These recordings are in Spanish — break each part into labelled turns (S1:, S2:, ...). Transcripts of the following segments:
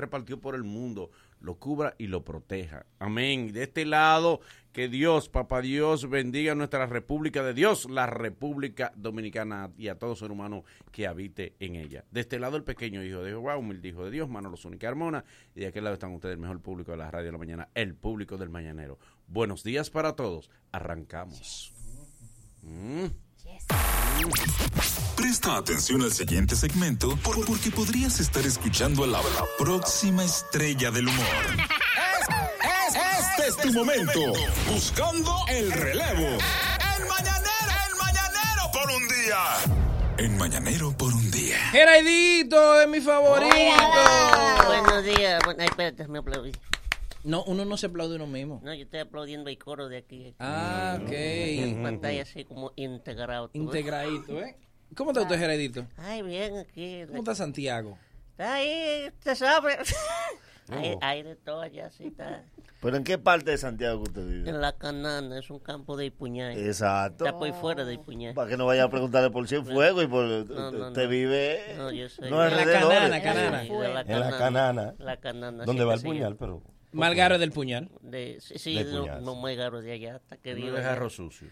S1: repartió por el mundo lo cubra y lo proteja. Amén. De este lado, que Dios, Papá Dios, bendiga nuestra República de Dios, la República Dominicana y a todo ser humano que habite en ella. De este lado, el pequeño hijo de Jehová, humilde hijo de Dios, Manolo Zúñiga Carmona. Y de aquel lado están ustedes, el mejor público de la radio de la mañana, el público del mañanero. Buenos días para todos. Arrancamos. Mm.
S2: Presta atención al siguiente segmento por- porque podrías estar escuchando a la, la próxima estrella del humor. este es tu momento. Buscando el relevo. En Mañanero, en Mañanero por un día. En Mañanero por un día.
S3: Geraidito es mi favorito.
S4: Buenos días. Bueno, ay, espérate, me aplaudí.
S3: No, uno no se aplaude uno mismo.
S4: No, yo estoy aplaudiendo el coro de aquí.
S3: Ah,
S4: En
S3: ok.
S4: pantalla así como integrado. todo.
S3: Integradito, ¿eh? ¿Cómo está usted, Geraidito?
S4: Ay, bien, aquí.
S3: ¿Cómo está Santiago?
S4: Está ahí, usted sabe. Hay, hay de todo allá, sí está.
S5: ¿Pero en qué parte de Santiago que usted vive?
S4: En la canana es un campo de puñal.
S5: Exacto.
S4: Está por fuera de puñal.
S5: Para que no vayan a preguntarle por cien fuego y por... usted
S4: no.
S5: vive...
S4: No, yo sé.
S5: no
S4: En la
S5: alrededores.
S3: canana, canana.
S4: Sí, de la
S6: En la canana.
S4: La canana.
S6: ¿Dónde
S4: sí,
S6: va el
S4: así
S6: puñal?
S4: es.
S6: Pero.
S3: Malgaro del puñal.
S4: De, sí, sí,
S6: De
S4: no,
S6: puñal,
S4: no
S6: sí.
S4: muy garo de allá. Hasta que
S1: No
S4: vivo
S1: de
S4: allá.
S1: jarro sucio.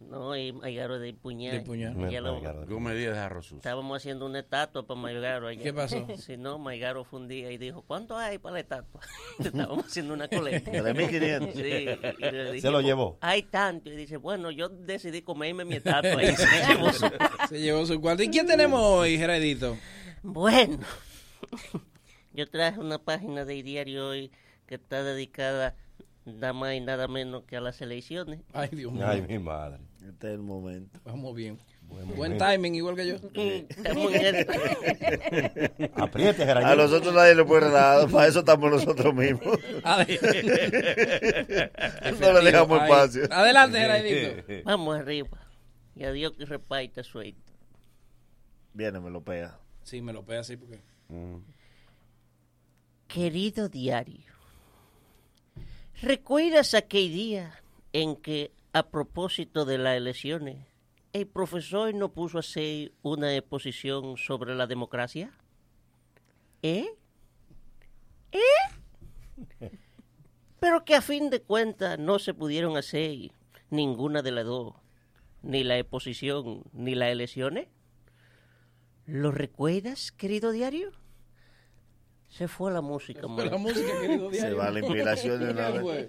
S4: No, hay, hay garo de puñal.
S3: De puñal.
S4: Y ya lo-
S1: Gómez Díaz de jarro sucio.
S4: Estábamos haciendo una estatua para Maigaro allá.
S3: ¿Qué pasó?
S4: Si no, Maigaro fue un día y dijo, ¿cuánto hay para la estatua? Estábamos haciendo una colecta.
S5: 3.500.
S4: Sí, y le
S6: Se lo
S4: dijimos,
S6: llevó.
S4: Hay tanto. Y dice, bueno, yo decidí comerme mi estatua. Y se llevó su-
S3: Se llevó su cuarto. ¿Y quién tenemos hoy, Geraidito?
S4: Bueno, yo traje una página de diario hoy que está dedicada nada más y nada menos que a las elecciones.
S3: Ay, Dios mío.
S6: Ay, mi madre.
S5: Este es el momento.
S3: Vamos bien. Buen timing, igual que yo.
S4: Estamos en el-
S6: Apriete,
S5: A
S6: Geraldito.
S5: nosotros nadie le puede nada. Para eso estamos nosotros mismos.
S3: Ay,
S5: no le dejamos
S3: ay.
S5: espacio.
S3: Adelante, Geraidito.
S4: Vamos arriba. Y a Dios que reparta suerte.
S5: Viene, me lo pega.
S3: Sí, me lo pega así porque.
S4: Mm. Querido diario, ¿recuerdas aquel día en que, a propósito de las elecciones, el profesor nos puso a hacer una exposición sobre la democracia? ¿Eh? ¿Eh? Pero que a fin de cuentas no se pudieron hacer ninguna de las dos, ni la exposición ni las elecciones. ¿Lo recuerdas, querido diario? Se fue la música,
S3: Pero la
S4: maestro.
S3: música, querido
S5: Se
S3: diario.
S5: va la inspiración de una
S3: ¿Qué
S5: vez.
S3: fue?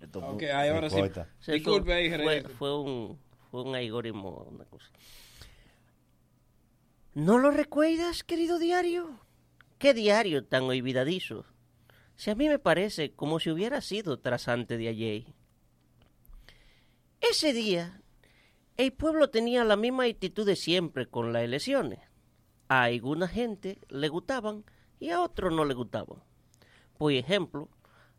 S5: Esto
S3: Ok,
S5: fue-
S3: ahí ahora sí.
S6: Corta.
S4: Se
S3: Disculpe
S4: fue-
S3: ahí,
S4: fue,
S3: Geraidito.
S4: fue un fue un algoritmo, una cosa. ¿No lo recuerdas, querido diario? ¿Qué diario tan olvidadizo? Si a mí me parece como si hubiera sido trasante de ayer. Ese día, el pueblo tenía la misma actitud de siempre con las elecciones. A alguna gente le gustaban y a otros no le gustaban. Por ejemplo,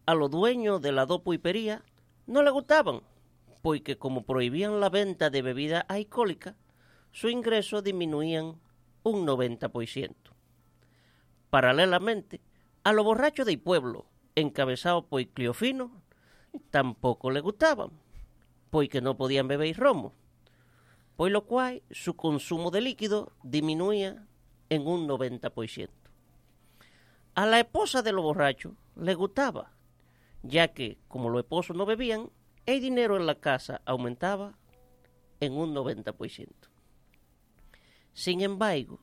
S4: a los dueños de la dos pulperías no le gustaban, porque pues como prohibían la venta de bebida alcohólica, su ingreso disminuían un 90%. Paralelamente, a los borrachos del pueblo, encabezados por Cleofino, tampoco le gustaban, porque no podían beber romo, por lo cual su consumo de líquido disminuía en un 90%. A la esposa de los borrachos le gustaba, ya que como los esposos no bebían, el dinero en la casa aumentaba en un 90%. Sin embargo,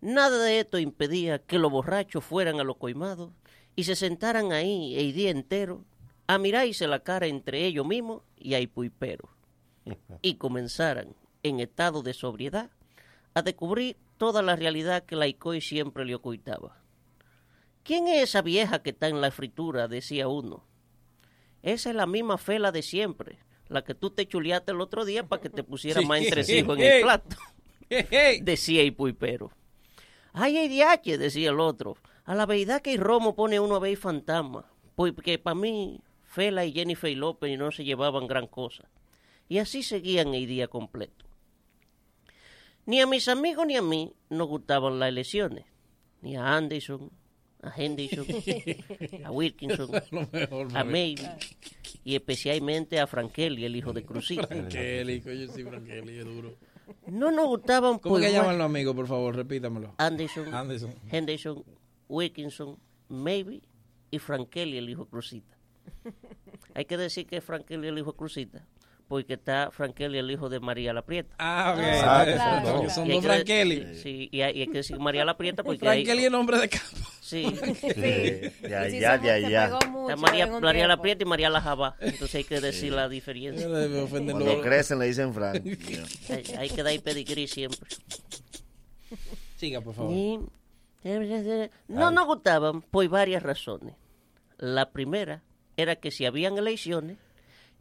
S4: nada de esto impedía que los borrachos fueran a los coimados y se sentaran ahí el día entero a mirarse la cara entre ellos mismos y a puipero y comenzaran, en estado de sobriedad, a descubrir toda la realidad que la ICOI siempre le ocultaba. ¿Quién es esa vieja que está en la fritura? decía uno. Esa es la misma fela de siempre, la que tú te chuleaste el otro día para que te pusiera
S3: Sí.
S4: más entresijo en el plato, decía el puipero. Ay, ay, diache, decía el otro. A la verdad que el romo pone uno a ver fantasma, porque para mí Fela y Jennifer López no se llevaban gran cosa. Y así seguían el día completo. Ni a mis amigos ni a mí nos gustaban las elecciones. Ni a Anderson, a Henderson, a Wilkinson,
S3: Lo mejor,
S4: a
S3: mami.
S4: May y especialmente a Frankeli, el hijo de Crucita.
S3: Frankeli, coño, sí, Frankeli, es duro.
S4: No nos gustaban
S3: ¿Cómo
S4: por
S3: que
S4: más-
S3: llaman los amigos, por favor? Repítamelo.
S4: Anderson,
S3: Anderson.
S4: Henderson, Wilkinson, Maybe y Frankeli, el hijo de Cruzita. Hay que decir que es Frankeli, el hijo de Cruzita, porque está Frankeli, el hijo de María la Prieta.
S3: Ah, ok.
S6: Exacto,
S3: Eso,
S6: claro,
S3: porque
S6: claro.
S3: Son
S4: Y hay
S3: dos
S4: que de-
S3: Frankeli.
S4: Sí, y hay, y hay que decir María la Prieta porque hay-
S3: Frankeli es nombre de campo.
S4: sí,
S5: Sí, de
S7: Y si
S5: allá,
S7: somos-
S5: de
S7: se
S5: allá.
S7: pegó mucho
S4: está María,
S7: en un
S4: María la
S7: tiempo.
S4: Prieta y María la Jabá. Entonces hay que decir la diferencia.
S3: Me ofenden
S5: Cuando
S3: los...
S5: crecen le dicen Frank. Ya.
S4: Hay, hay que dar pedigrí siempre.
S3: Siga, por favor.
S4: Y- eh, No nos gustaban por varias razones. La primera era que si habían elecciones,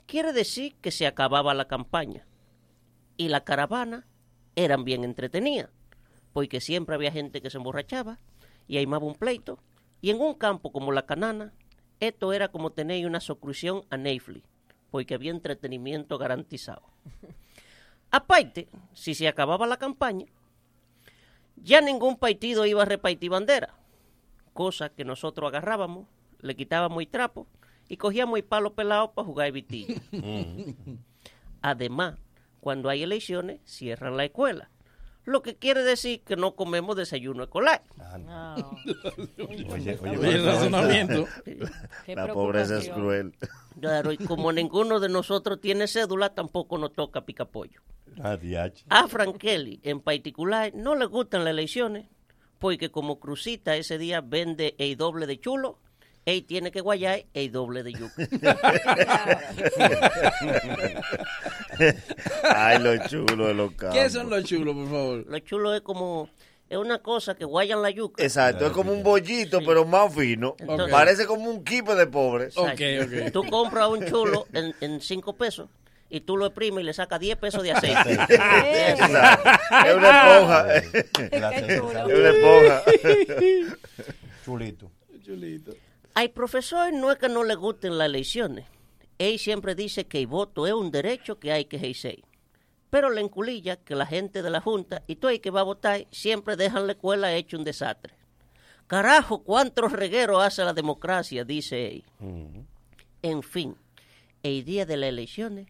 S4: quiere decir que se acababa la campaña. Y la caravana eran bien entretenidas, porque siempre había gente que se emborrachaba y aimaba un pleito. Y en un campo como la canana, esto era como tener una suscripción a Netflix, porque había entretenimiento garantizado. Aparte, si se acababa la campaña, ya ningún partido iba a repartir bandera, cosa que nosotros agarrábamos, le quitábamos el trapo y cogíamos el palo pelado para jugar vitilla.
S5: Mm.
S4: Además, cuando hay elecciones, cierran la escuela, lo que quiere decir que no comemos desayuno escolar.
S7: No.
S6: Oye, oye,
S3: Oye, el razonamiento.
S7: Qué
S5: La pobreza es
S7: preocupación.
S5: cruel.
S4: Claro, y como ninguno de nosotros tiene cédula, tampoco nos toca picapollo.
S6: Ah, diache.
S4: A Frankeli, en particular, no le gustan las elecciones, porque como Cruzita ese día vende el doble de chulo, él tiene que guayar el doble de yuca.
S5: Ay, lo chulo de los campos.
S3: ¿Qué son los chulos, por favor?
S4: Lo chulo es como, es una cosa que guayan la yuca.
S5: Exacto, es como un bollito, pero más fino.
S4: Entonces-
S5: Parece como un kipe de pobres.
S3: Ok,
S4: Exacto.
S3: ok.
S4: Tú compras un chulo en, en cinco pesos y tú lo exprimes y le sacas 10 pesos de aceite.
S7: Eh,
S5: Exacto. Es una esponja. Es
S7: Qué chulo.
S5: una esponja.
S6: Chulito.
S3: Chulito.
S4: Al profesor no es que no le gusten las elecciones. Él siempre dice que el voto es un derecho que hay que ejercer. Pero le enculilla que la gente de la Junta y todo el que va a votar siempre dejan la escuela hecho un desastre. Carajo, cuántos regueros hace la democracia, dice él. En fin, el día de las elecciones,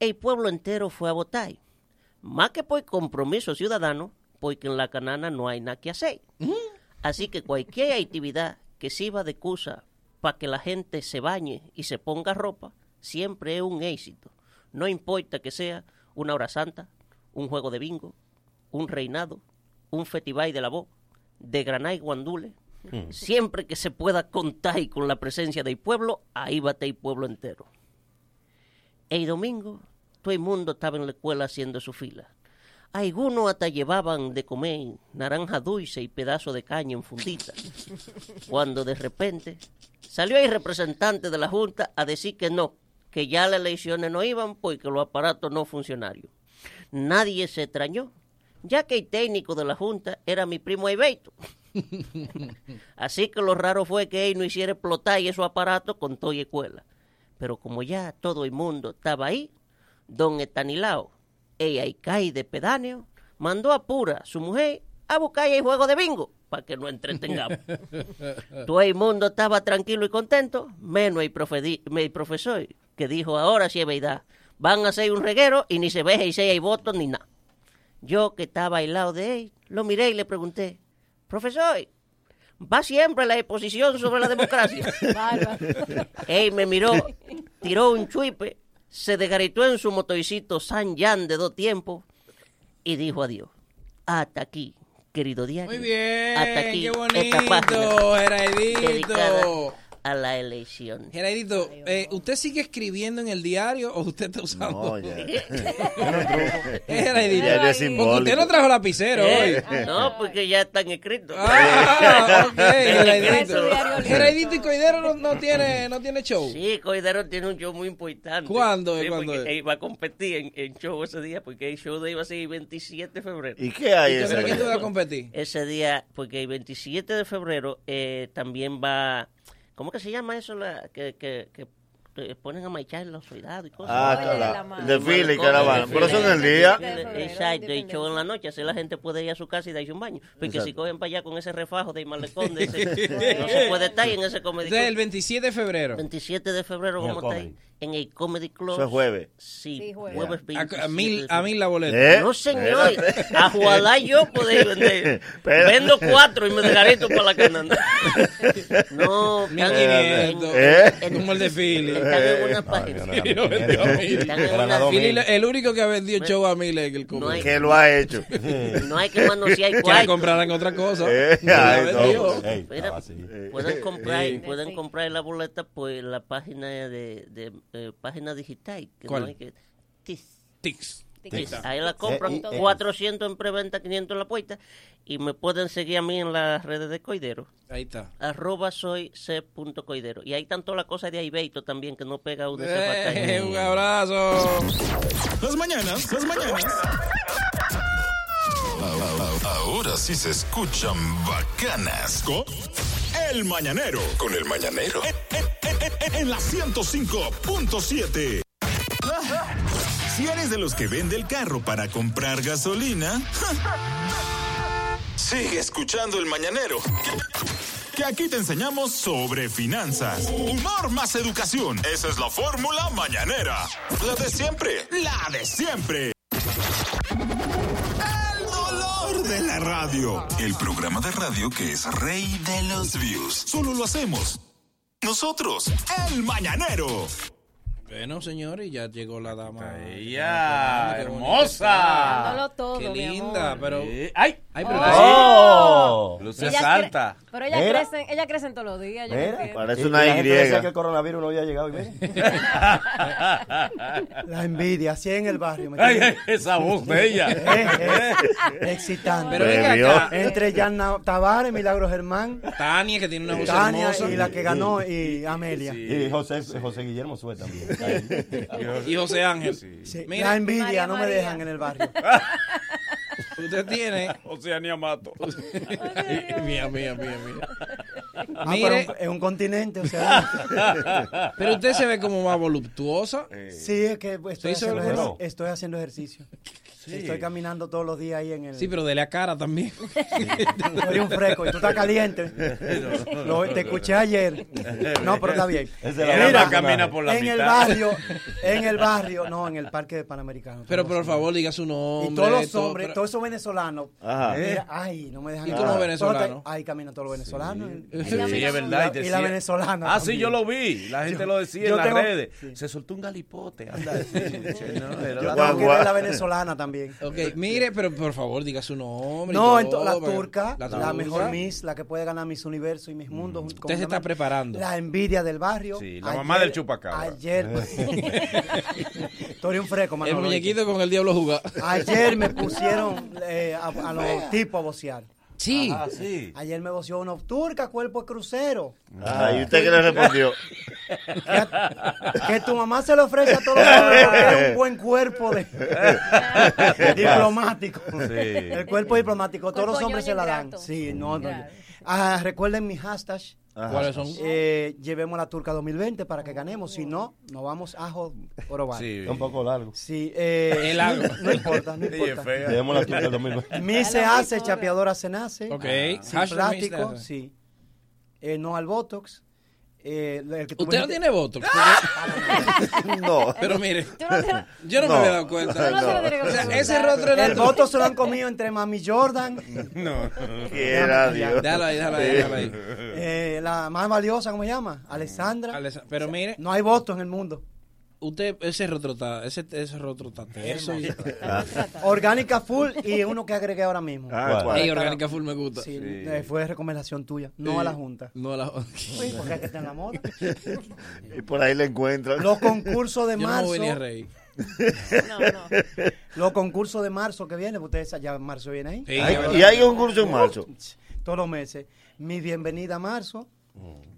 S4: el pueblo entero fue a votar. Más que por compromiso ciudadano, porque en la canana no hay nada que hacer. Así que cualquier actividad que sirva de excusa para que la gente se bañe y se ponga ropa, siempre es un éxito. No importa que sea una hora santa, un juego de bingo, un reinado, un festival de la voz, de graná y guandule. Siempre que se pueda contar y con la presencia del pueblo, ahí va a estar el pueblo entero. El domingo, todo el mundo estaba en la escuela haciendo su fila. Algunos hasta llevaban de comer naranja dulce y pedazo de caña en fundita. Cuando de repente salió el representante de la Junta a decir que no, que ya las elecciones no iban porque los aparatos no funcionarios. Nadie se extrañó, ya que el técnico de la Junta era mi primo Eibeito. Así que lo raro fue que él no hiciera explotar esos aparatos con toda y escuela. Pero como ya todo el mundo estaba ahí, don Etanilao, el Aicay de Pedáneo, mandó a Pura, su mujer, a buscar el juego de bingo para que no entretengamos.
S3: Eh.
S4: todo el mundo estaba tranquilo y contento, menos el, profedi- el profesor, que dijo, ahora sí es verdad, van a hacer un reguero y ni se ve y se hay votos ni nada. Yo que estaba al lado de él, lo miré y le pregunté, profesor, va siempre la exposición sobre la democracia.
S7: Bárbaro.
S4: Él me miró, tiró un chuipe, se desgaritó en su motoricito San Jan de dos tiempos y dijo adiós. Hasta aquí, querido diario.
S3: Muy bien.
S4: Hasta aquí,
S3: qué
S4: esta página
S3: bonito,
S4: dedicada
S3: Geraidito.
S4: a la elección.
S3: Geraidito, eh, ¿usted sigue escribiendo en el diario o usted está usando?
S5: No, ya.
S3: Eh, Geraidito,
S5: Ya no es
S3: porque usted no
S5: simbólico.
S3: trajo lapicero hoy.
S4: Eh, No, porque ya están escritos.
S3: Ah, ok,
S4: Geraidito.
S3: Geraidito. Geraidito y Coidero no, no tiene, no tiene show.
S4: Sí, Coidero tiene un show muy importante.
S3: ¿Cuándo es?
S4: Sí,
S3: ¿Cuándo
S4: porque
S3: es?
S4: él va a competir en, en show ese día, porque el show de él va a ser el 27 de febrero.
S5: ¿Y qué hay
S3: Yo
S5: ese
S3: creo que tú
S5: día?
S3: vas a competir.
S4: Ese día, porque el 27 de febrero eh, también va. ¿Cómo que se llama eso? La, que, que, que eh, ponen a marchar los soldados y cosas.
S5: Ah,
S7: Oye, la
S5: claro.
S7: madre.
S5: Desfile y caravana. Pero eso en el día.
S4: Exacto, y show en la noche, así la gente puede ir a su casa y darse un baño. Porque
S5: Exacto.
S4: si cogen para allá con ese refajo de malecón, de ese- no se puede estar ahí en ese
S3: Entonces, el
S4: comedor.
S3: 27 de febrero.
S4: 27 de febrero
S6: En el
S4: vamos a estar ahí
S6: comedy.
S4: en el Comedy Club.
S5: Eso es jueves.
S4: Sí,
S7: Sí, jueves.
S4: jueves
S3: A, a
S4: 27
S3: mil,
S4: de
S3: a mil la boleta.
S5: ¿Eh?
S4: No, señor. A Juadá yo podéis vender.
S5: Pero-
S4: Vendo cuatro y me dejaré esto para la canasta. No,
S3: Mil
S4: están en-
S3: quinientos.
S5: ¿Eh?
S4: en-
S3: Como el de Philly.
S4: están en una
S6: No, yo
S4: página.
S6: no
S3: Sí,
S6: era
S3: Eh, yo vendí
S6: mil,
S3: a mil.
S6: era nada
S4: Yo
S3: Philly,
S6: mil.
S3: el único que ha vendido show a mil es
S4: No
S3: el
S4: hay-
S3: comedor.
S5: que lo ha hecho.
S4: No hay que manosear
S3: Que le
S4: cuarto.
S3: compraran otra cosa.
S5: Eh,
S3: No pues, la
S5: ay, no.
S3: vendió.
S6: Ey,
S4: Mira,
S6: estaba así.
S4: Pueden comprar,
S3: Eh, Sí.
S4: pueden comprar la boleta por la página de, de, eh, página digital. que
S3: ¿Cuál?
S4: no hay que- Tis.
S3: Tics.
S4: Tis.
S6: Tic-tac.
S4: Ahí la compran,
S6: Eh, eh, eh.
S4: 400 en preventa, 500 en la puerta. Y me pueden seguir a mí en las redes de Coidero.
S3: Ahí está.
S4: Arroba soy c punto coidero. Y hay tanto la cosa de Aibeito también que no pega uno. esa batalla.
S3: Eh, un abrazo.
S2: Las mañanas, las mañanas. Ahora sí se escuchan bacanas. Con el mañanero. Con el mañanero. Eh, En, en- en- en la 105.7. Si eres de los que vende el carro para comprar gasolina, ja, sigue escuchando el mañanero. Que aquí te enseñamos sobre finanzas. Humor más educación. Esa es la fórmula mañanera. La de siempre. La de siempre. El dolor de la radio. El programa de radio que es rey de los views. Solo lo hacemos. Nosotros, el mañanero.
S3: Bueno, señores, ya llegó la dama.
S1: Ella,
S3: Qué bonita
S1: hermosa.
S7: Dándolo todo,
S3: Qué
S7: mi
S3: linda,
S7: amor.
S3: pero.
S1: Eh, Ay,
S3: Ay, pero
S7: Oh.
S6: ¡Oh!
S1: luce
S7: Ellas cre-
S1: alta.
S7: Pero ellas
S6: Mira.
S7: crecen, ellas crecen todos los días. Yo no
S6: Mira,
S7: entiendo.
S5: Parece
S6: y-
S5: una
S6: y Eh, la gente
S5: Y.
S6: decía que el coronavirus no había llegado. y mira.
S8: La envidia, así en el barrio. ¿me
S1: Ay, ay,
S8: entiendes?
S1: esa voz de ella.
S8: Eh, eh, excitante.
S3: Pero venga
S5: Bebió.
S3: acá.
S8: Entre Yanna Tavares, Milagro Germán,
S3: Tania, que tiene una voz
S8: Tania
S3: hermosa.
S8: y la que ganó, y Amelia.
S6: Y José, José Guillermo Sue también. está ahí.
S3: Y José Ángel.
S8: Sí,
S3: Mira.
S8: la envidia
S7: María,
S8: no me
S7: María.
S8: dejan en el barrio.
S3: Usted tiene.
S1: O sea, ni amato.
S3: mía, mía, mía, mía.
S8: Ah, pero
S3: Mire,
S8: un- es un continente, o sea.
S3: pero usted se ve como más voluptuosa.
S8: sí, es que estoy,
S3: Se hizo
S8: haciendo,
S3: el
S8: ejer-
S6: reloj.
S8: estoy haciendo ejercicio. Estoy caminando todos los días ahí en el.
S3: Sí, pero de la cara también.
S8: Soy un freco y tú estás caliente. Lo- te escuché ayer. No, pero está bien.
S6: Esa es la
S1: Ella
S6: Mira,
S1: más camina por la
S8: en el
S1: mitad.
S8: barrio, en el barrio, no, en el parque de Panamericano.
S3: Pero por
S8: Todos-
S3: favor, diga su nombre.
S8: y todos los
S3: todo,
S8: hombres,
S3: pero-
S8: todos esos venezolanos.
S5: Ajá.
S8: Mira, ay, no me dejan.
S3: ¿Y tú no
S8: hablar.
S3: venezolano?
S8: Todos te- Ahí caminan todos los venezolanos.
S1: Sí, es
S8: Y
S1: verdad.
S8: la- y la venezolana
S1: Ah, sí,
S8: también.
S1: yo lo vi. La gente lo decía en
S8: yo
S1: las
S8: tengo-
S1: redes. Se soltó un galipote. Anda, sí, sí, no, era
S8: Yo
S1: la-
S5: Guau,
S8: tengo que
S5: guau.
S8: ver la venezolana también.
S3: Ok, mire, pero por favor, diga su nombre. y
S8: No,
S3: todo,
S8: en to- la
S3: para-
S8: turca, la,
S3: turca.
S8: mejor Miss, la que puede ganar Miss Universo y Miss Mundo. junto con
S3: Usted se
S8: una
S3: está
S8: más.
S3: preparando.
S8: La envidia del barrio.
S1: Sí, la mamá del chupacabra.
S8: Ayer. Tú eres un freco,
S3: El
S8: Manolo.
S3: muñequito con el diablo jugado.
S8: Ayer me pusieron eh, a, a los tipos a vocear.
S3: Sí.
S1: Ah, sí.
S8: Ayer me voció una turca, cuerpo de crucero.
S5: Ah, ¿y usted qué le respondió?
S8: Que tu mamá se lo ofrece a todos los hombres porque es un buen cuerpo de, diplomático. El cuerpo diplomático, todos
S7: Cuerpo
S8: los hombres se
S7: ñoño
S8: la dan.
S7: ingrato.
S8: Sí, no, no.
S7: Claro.
S8: Ah, recuerden mi hashtag.
S5: Ah,
S3: ¿Cuáles son?
S8: eh, llevemos la turca 2020 para que ganemos. Si no, nos vamos a jo- jorobar. Sí,
S1: Sí.
S6: Está un poco largo.
S8: eh,
S3: El agua.
S8: no importa, no
S1: Ella es
S8: importa.
S1: fea.
S6: Llevemos la turca del 2020.
S8: Mi se hace, chapeadora se nace.
S3: Ok.
S8: Sin
S3: Hashtag
S8: plástico,
S3: Mr.
S8: sí. Eh, no al Botox. Eh, el que tú
S3: Usted no
S8: me-
S3: tiene voto.
S5: No.
S3: Pero mire,
S7: Tú no te-
S3: yo no, me
S5: No.
S3: había dado cuenta.
S7: tú no te lo tienes que
S3: O sea,
S7: preguntar.
S3: ese rostro era
S8: El voto se lo han comido entre Mami Jordan,
S5: Quiera Dios.
S3: Déjalo ahí, déjalo ahí, déjalo ahí.
S8: eh, la más valiosa, ¿cómo se llama? Alessandra.
S3: Alesa- Pero mire,
S8: No hay voto en el mundo.
S3: usted, ese rostro está, ese, ese rostro está terso. y- Ah.
S8: Ah. Orgánica Full y uno que agregué ahora mismo.
S5: Ah,
S6: ¿Cuál?
S5: ¿cuál?
S3: Ey, orgánica full me gusta.
S8: Sí, eh, fue recomendación tuya, no a la Junta.
S3: No a la...
S8: Uy, porque hay que estar en la moda.
S5: Y por ahí le encuentran.
S8: Los concursos de
S3: Yo no me voy ni a
S8: marzo,
S3: reír.
S7: No, no.
S8: los concursos de marzo que vienen, ustedes ya marzo viene ahí,
S3: Sí,
S5: Ay,
S3: ya
S5: y
S3: verá.
S5: hay un curso en marzo.
S8: todos los meses. Mi bienvenida a marzo,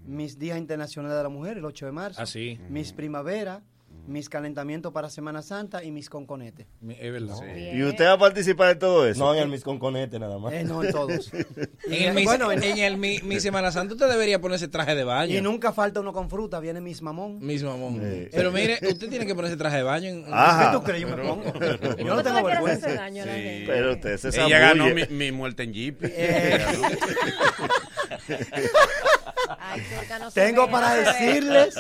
S8: mis días internacionales de la mujer, el 8 de marzo,
S3: Ah, sí.
S8: mis primavera, mis calentamientos para Semana Santa y mis conconetes.
S3: Es verdad.
S5: ¿Y usted va a participar en todo eso?
S6: No en el Miss Conconete nada más.
S8: Eh, no en todos. Eh,
S3: En el, mi,
S8: bueno, en-
S3: en el mi, mi Semana Santa usted debería ponerse traje de baño.
S8: y nunca falta uno con fruta, viene mis mamón.
S3: Mismo amor. Pero mire, usted tiene que ponerse traje de baño. en-
S5: Ajá.
S8: ¿Qué tú crees? Yo me pongo. Yo
S7: ¿Tú
S8: no tengo
S7: te quieres
S8: vergüenza.
S7: hacer daño a la gente?
S5: Pero usted se
S1: Ella ganó
S5: zambulle.
S1: mi, mi muerte en Jeep.
S8: Eh,
S7: Ay, cerca no se
S8: Tengo
S7: ve,
S8: para
S7: no se ve.
S8: decirles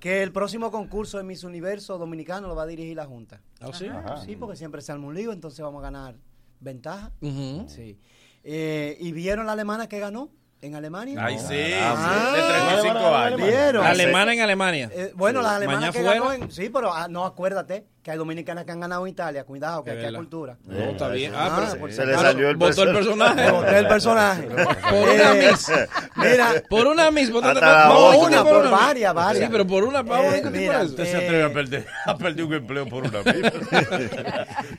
S8: que el próximo concurso de Miss Universo Dominicano lo va a dirigir la Junta.
S3: ¿Ah, sí?
S8: Sí, porque siempre se arma un lío, entonces vamos a ganar ventaja.
S3: Ujú.
S8: Sí. Eh, ¿Y vieron la alemana que ganó en Alemania?
S1: Ay, sí, sí,
S8: Ah,
S1: de 35
S6: ah,
S1: años.
S8: ¿Vieron?
S3: La alemana en Alemania.
S8: Eh, bueno, las
S3: Mañana
S8: alemanas que
S3: fuera.
S8: ganó en- Sí, pero ah, no, acuérdate que hay dominicanas que han ganado en Italia. Cuidado, que
S3: Es
S8: aquí hay
S3: verdad.
S8: cultura.
S3: No, está bien. Ah,
S8: Ah,
S3: pero
S8: por
S5: Se
S8: si
S5: le
S8: acaso.
S5: salió el
S3: votó el
S5: personaje.
S3: personaje.
S8: Boté el personaje.
S3: Por una
S8: Eh,
S3: Miss.
S8: Mira,
S3: Por una Miss. Por
S5: Hasta la otra,
S8: por varias, varias.
S3: Sí, pero por una, para
S8: Eh,
S3: una, ¿qué te
S8: mira,
S3: parece?
S1: Usted se
S8: Eh.
S1: atreve a perder, a perder un empleo por una misma.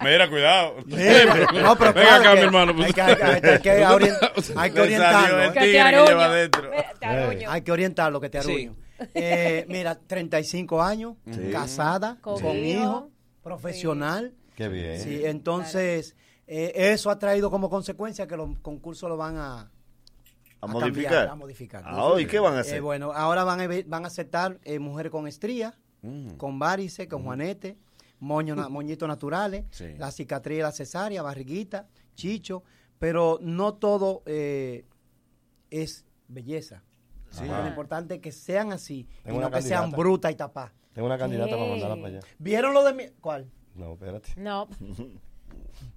S1: Mira, cuidado.
S8: mira, no, pero
S1: Venga
S8: claro
S1: acá,
S8: que
S1: mi hermano. pues,
S8: Hay que, hay que- hay que orien- hay que
S1: Le salió
S8: orientarlo.
S1: el
S8: ¿eh?
S7: Que
S1: tigre
S7: te
S1: que
S7: aruño.
S1: lleva adentro.
S7: Ve, Te aruño.
S8: Hay que orientarlo, que te arruño. Eh, mira, 35 años, casada,
S7: Con
S8: con,
S7: hijo.
S8: hijo, profesional.
S6: Qué bien.
S8: Sí, entonces, eh, eso ha traído como consecuencia que los concursos lo van a,
S5: A
S8: cambiar,
S5: modificar.
S8: a modificar.
S5: Ah, oh, ¿y qué van a
S8: Eh,
S5: hacer?
S8: bueno, ahora van a, ve- van a aceptar eh, mujeres con estrías,
S1: Mm,
S8: con varices, con juanete, moño na- moñitos naturales,
S1: Sí.
S8: la cicatriz de la cesárea, barriguita, chicho, pero no todo eh, es belleza. Lo importante es que sean así
S6: Tengo
S8: y no
S6: una
S8: que sean
S6: candidata.
S8: brutas y tapadas.
S6: Tengo una candidata para
S7: Ey.
S6: mandarla para allá.
S8: ¿Vieron lo de mi...? ¿Cuál?
S6: No, espérate.
S7: No,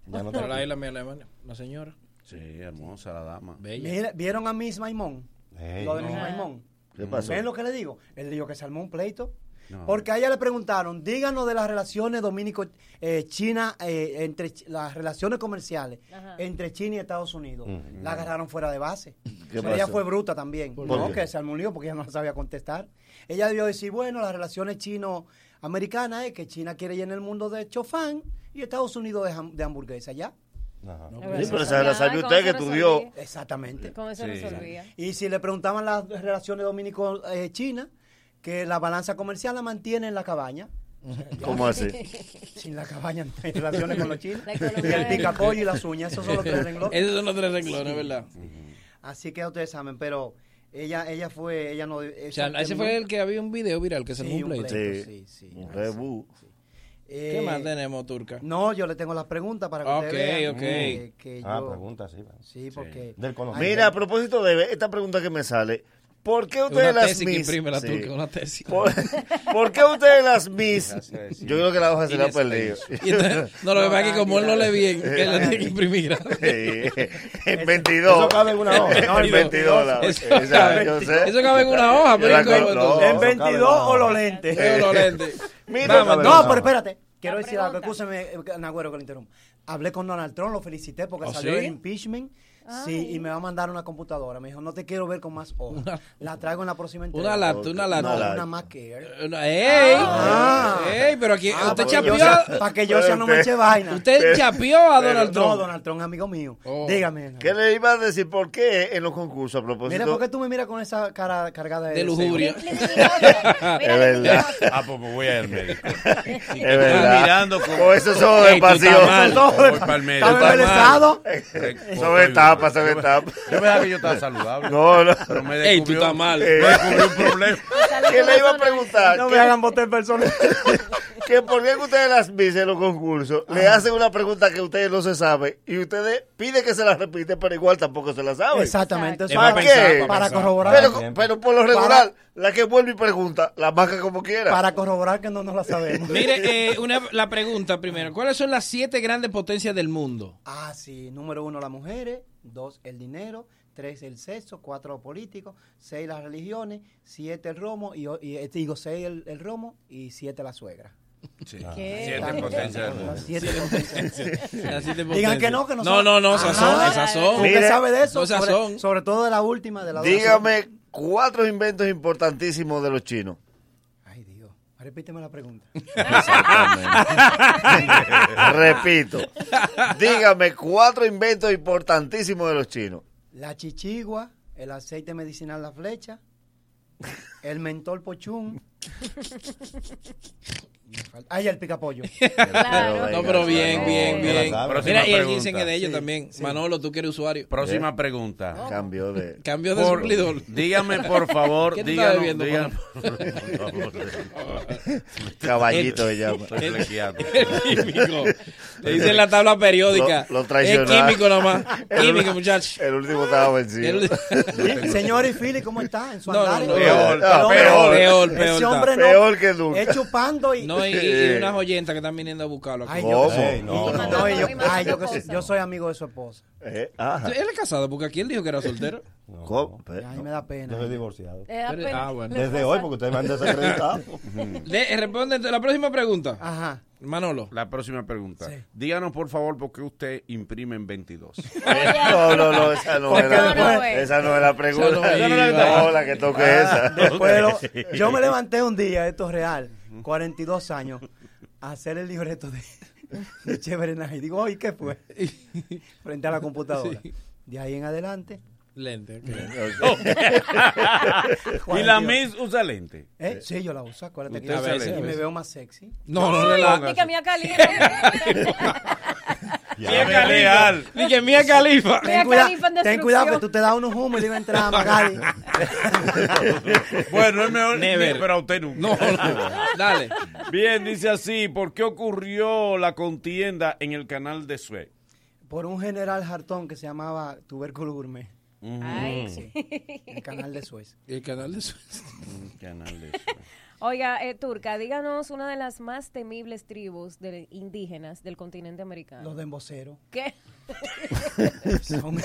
S6: Ya no
S3: Pero la
S6: te...
S3: isla mi alemana, la señora.
S1: Sí, hermosa la dama.
S3: Bella.
S8: Mira, ¿Vieron a Miss Maimón?
S6: Ey,
S8: lo de
S6: no.
S8: Miss Maimón.
S5: ¿Qué pasó?
S8: ¿Ven lo que le digo? Él dijo que se armó un pleito.
S1: No.
S8: Porque a ella le preguntaron, díganos de las relaciones dominico-china, eh, entre chi- las relaciones comerciales
S7: Ajá.
S8: entre China y Estados Unidos. La agarraron fuera de base.
S5: Mm, ¿Qué
S8: O sea, ella
S5: pasó?
S8: fue bruta también.
S5: ¿Por
S8: No,
S5: qué?
S8: que se armó un lío porque ella no sabía contestar. Ella debió decir, bueno, las relaciones chino-americanas es que China quiere llenar el mundo de chofán y Estados Unidos de, ham- de hamburguesa, ¿ya?
S6: Ajá.
S5: Sí, pero esa la sabe usted que estudió.
S8: Exactamente.
S7: Con eso
S1: Sí.
S7: resolvía.
S8: Y si le preguntaban las relaciones dominico-china, que la balanza comercial la mantiene en la cabaña.
S5: ¿Cómo así?
S8: Sin la cabaña, no hay relaciones con los chinos.
S7: La
S8: Y
S7: economía
S8: el
S7: del-
S8: picapollo y las uñas, esos son los tres renglones.
S3: Esos son los tres renglones, ¿verdad?
S8: Así que ya ustedes saben, pero ella ella fue, ella no...
S3: O sea, ese fue el que había un video viral que se
S8: Sí,
S3: armó un
S8: un
S3: pleito.
S8: pleito.
S5: Sí.
S8: Sí, Eh, sí.
S5: Un rebú.
S3: ¿Qué más tenemos, Turca?
S8: No, yo le tengo las preguntas para que
S3: Ok,
S8: ustedes vean
S3: ok.
S8: que- eh, que
S6: Ah,
S8: yo-
S6: pregunta, sí. va.
S8: Sí, porque...
S6: Del conocimiento.
S5: Mira, a propósito de esta pregunta que me sale, ¿por qué
S3: Una
S5: ustedes las
S3: tesis que
S5: mis...
S3: imprime la
S5: Sí.
S3: Turca, una tesis.
S5: ¿Por, ¿por qué ustedes las mis... Yo creo que la hoja se la ha perdido.
S3: Y entonces, no, lo que pasa es que como él no lee bien, él la tiene que imprimir.
S5: en 22.
S6: eso cabe en una hoja.
S5: No, en 22. la-
S3: Eso
S9: eh.
S5: esa,
S3: cabe-
S5: yo sé.
S3: Eso cabe en una hoja,
S5: Yo la
S3: pero ¿cómo
S5: colo-
S3: entonces?
S8: ¿En
S5: no,
S8: 22
S6: cabe, no.
S8: o los lentes?
S3: Veo los lentes.
S5: Mira,
S3: Vamos,
S8: No,
S6: no.
S8: pero espérate. Quiero
S7: La
S8: decir algo,
S7: pregunta.
S8: escúcheme, eh, Nagüero, que lo interrumpo. Hablé con Donald Trump, lo felicité porque
S3: ¿Oh,
S8: salió
S3: sí?
S8: el impeachment. Sí, y me va a mandar una computadora. Me dijo, no te quiero ver con más hojas. La traigo en la próxima entrega.
S3: Una laptop, una
S8: No,
S3: laptop.
S5: laptop.
S8: una Mac Air.
S3: Eh, no, ¡Ey!
S8: Ah.
S3: ¡Ey! Pero aquí,
S8: Ah, para
S3: usted
S8: que yo
S3: chapeó,
S8: sea- para que yo sea no me eche vaina.
S3: usted chapeó a Donald
S8: No,
S3: Trump.
S8: Donald Trump, amigo mío.
S3: Oh.
S8: Dígame.
S5: ¿Qué le iba a decir? ¿Por qué en los concursos a propósito?
S8: Mira, ¿por qué tú me miras con esa cara cargada de,
S3: De lujuria.
S5: Es verdad.
S1: Ah, pues me voy a ir al médico.
S5: Es verdad.
S1: mirando como-
S5: O eso solo
S3: Ey,
S5: de
S3: tú estás
S5: pasillo.
S3: mal.
S5: Eso
S1: Voy para el médico.
S8: ¿Está embelesado?
S5: Sobre tapa, sobre tapa.
S1: Yo pensaba que yo estaba saludable.
S5: No, no.
S1: Pero me
S3: ¡Ey,
S1: descubrió,
S3: tú estás mal!
S1: Me descubrió un problema.
S5: ¿Qué le iba a preguntar?
S8: No
S5: ¿Qué-
S8: me hagan votar personas.
S5: que por qué que ustedes las dicen en los concursos le hacen una pregunta que ustedes no se saben y ustedes piden que se la repiten, pero igual tampoco se la saben.
S8: Exactamente. eso
S5: ¿Para
S8: es
S5: qué?
S8: pensar, Para
S6: Para
S8: corroborar.
S5: Pero,
S6: Siempre.
S5: pero por lo regular, la que vuelve y pregunta, la marca como quiera.
S8: Para corroborar que no nos la sabemos.
S3: Mire, eh, una, la pregunta primero. ¿Cuáles son las siete grandes potencias del mundo?
S8: Ah, sí. Número uno, las mujeres. Dos, el dinero. Tres, el sexo. Cuatro, los políticos. Seis, las religiones. Siete, el romo. Y, o- y, eh, digo, seis, el, el romo. Y siete, la suegra.
S1: Siete potencias del mundo.
S8: Las siete potencias.
S3: Las siete
S8: Digan
S3: potencias.
S8: que no, que no
S3: No,
S8: son.
S3: no, no, esas son,
S8: Ajá.
S3: esas
S8: ¿Tú
S3: son.
S8: qué
S5: Mire,
S8: sabes de eso?
S3: no, esas
S8: sobre,
S3: son.
S8: sobre todo de la última, de la adoración.
S5: Dígame cuatro inventos importantísimos de los chinos.
S8: Ay, Dios. Repíteme la pregunta.
S5: Repito, dígame cuatro inventos importantísimos de los chinos.
S8: La chichigua, el aceite medicinal la flecha, el mentol pochún, Ay, el picapollo.
S7: Claro.
S3: No, pero bien, bien,
S6: Ya la
S3: bien.
S6: sabe.
S3: Mira, y el
S1: Próxima
S3: ginseng es de ellos
S8: Sí,
S3: también.
S8: sí.
S3: Manolo, tú que eres usuario.
S1: Próxima pregunta.
S5: Cambio de.
S3: Cambio de
S1: Por-
S3: suplidor.
S1: dígame, por favor,
S3: ¿Qué tú
S1: díganos,
S3: estás bebiendo,
S1: díganos-
S5: Caballito se llama.
S1: Estoy flequeando.
S3: químico. Le dicen la tabla periódica.
S5: Lo- lo
S3: es
S5: traicionaron.
S3: químico nomás. Químico, muchacho.
S5: El último estaba vencido.
S3: El-
S8: Señores, Philly, ¿cómo está? En su
S3: No, no,
S8: andar.
S3: no.
S1: Peor,
S8: El hombre-
S1: peor,
S3: peor,
S8: Ese
S3: peor
S8: hombre no.
S5: está. Peor que nunca.
S8: Es chupando y...
S3: No, y, y unas oyentas que están viniendo a buscarlo. aquí.
S8: Ay,
S5: ¿Cómo?
S8: yo,
S6: Ey, no,
S8: no,
S6: no.
S8: y yo-
S7: Imagínate,
S8: ay, yo, que
S7: cosa.
S8: sé, yo soy amigo de su esposa.
S5: Eh, ajá.
S3: Él es casado porque aquí él dijo que era soltero.
S6: No,
S5: ¿Cómo? Pe-
S8: Ay,
S5: no.
S8: me da
S6: Yo soy
S8: pena. ¿eh?
S6: divorciado.
S7: Le da
S3: Pero-
S7: pena.
S3: ah, bueno.
S7: Le
S6: Desde
S7: pasa-
S6: hoy, porque ustedes me han desacreditado.
S3: Le, eh, responde la próxima pregunta.
S8: Ajá.
S3: Manolo.
S1: La próxima pregunta.
S8: Sí.
S1: Díganos, por favor, por qué usted imprime en 22.
S5: No, no, no, esa no
S8: Porque
S5: es la
S7: no, no es.
S5: Esa no es la pregunta.
S3: Esa no es.
S5: No, la que toque es esa.
S8: Bueno, Ah, yo me levanté un día, esto es real, 42 años, a hacer el libreto de, de Chévere Night. Digo, oye, ¿qué fue? Frente a la computadora. De ahí en adelante.
S3: Lente. ok.
S1: y la
S8: 42.
S1: Miss usa lente.
S8: ¿Eh? Sí, yo la uso, acuérdate que
S1: Usted
S8: yo-
S1: a veces,
S8: y
S1: a
S8: me
S1: veces.
S8: veo más sexy.
S3: No, no le
S7: Ay,
S3: la
S7: que mía caliente.
S6: Ya.
S1: leal.
S3: Ni que mía califa.
S7: Mira,
S8: Ten, cuida-
S7: Califa en
S8: ten cuidado que tú
S7: destrucción.
S8: te das unos humos y le va a entrar a Magali.
S1: Bueno, es mejor
S3: Never.
S1: pero a usted nunca.
S3: No, no. Dale.
S1: Bien, dice así, ¿por qué ocurrió la contienda en el canal de Suez?
S8: Por un general jartón que se llamaba Tubérculo Gourmet,
S7: Ay.
S8: el canal de Suez.
S3: El canal de Suez.
S1: Mm, Canal de Suez.
S7: Oiga, eh, Turca, díganos una de las más temibles tribus de indígenas del continente
S8: Los
S7: americano.
S8: de embocero.
S7: ¿Qué?
S8: Son-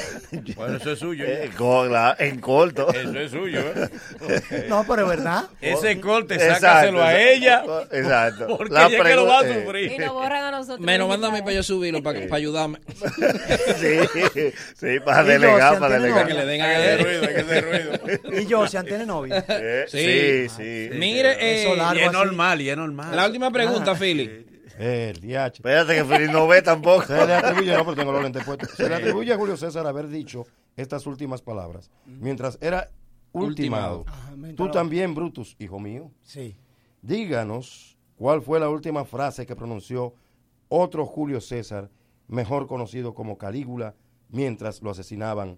S1: Bueno, eso es suyo.
S5: Eh, con la- en corto.
S1: Eso es suyo. ¿eh?
S8: No, pero es verdad.
S1: Ese corte,
S5: Exacto,
S1: sácaselo a ella.
S5: Exacto.
S1: Porque
S5: La eh.
S1: ella es que lo va a
S5: pregunta-
S1: sufrir.
S7: Y nos borran a nosotros.
S3: Me lo manda a mí
S7: Ay.
S3: para yo subirlo, para, para ayudarme.
S5: Sí, sí, para
S8: Y
S5: delegar,
S8: Josian
S5: para
S8: tiene
S3: Que
S5: delegar.
S3: le den a
S1: Que
S3: él.
S1: de ruido, que de ruido.
S8: Y yo, si tiene novia.
S5: Eh,
S3: Sí.
S5: sí, sí.
S3: Mire, eh,
S8: Eso largo
S1: Y es
S8: así.
S1: normal, y es normal.
S3: la última
S8: Ah.
S3: pregunta, Philly.
S6: El DH.
S5: Espérate que Feliz no ve tampoco.
S6: Se le atribuye, no, pero tengo los lentes puestos. Se le atribuye a Julio César haber dicho estas últimas palabras. Mientras era ultimado.
S8: Ajá, me
S6: Tú
S8: entró.
S6: también, Brutus, hijo mío.
S8: Sí.
S6: Díganos cuál fue la última frase que pronunció otro Julio César, mejor conocido como Calígula, mientras lo asesinaban.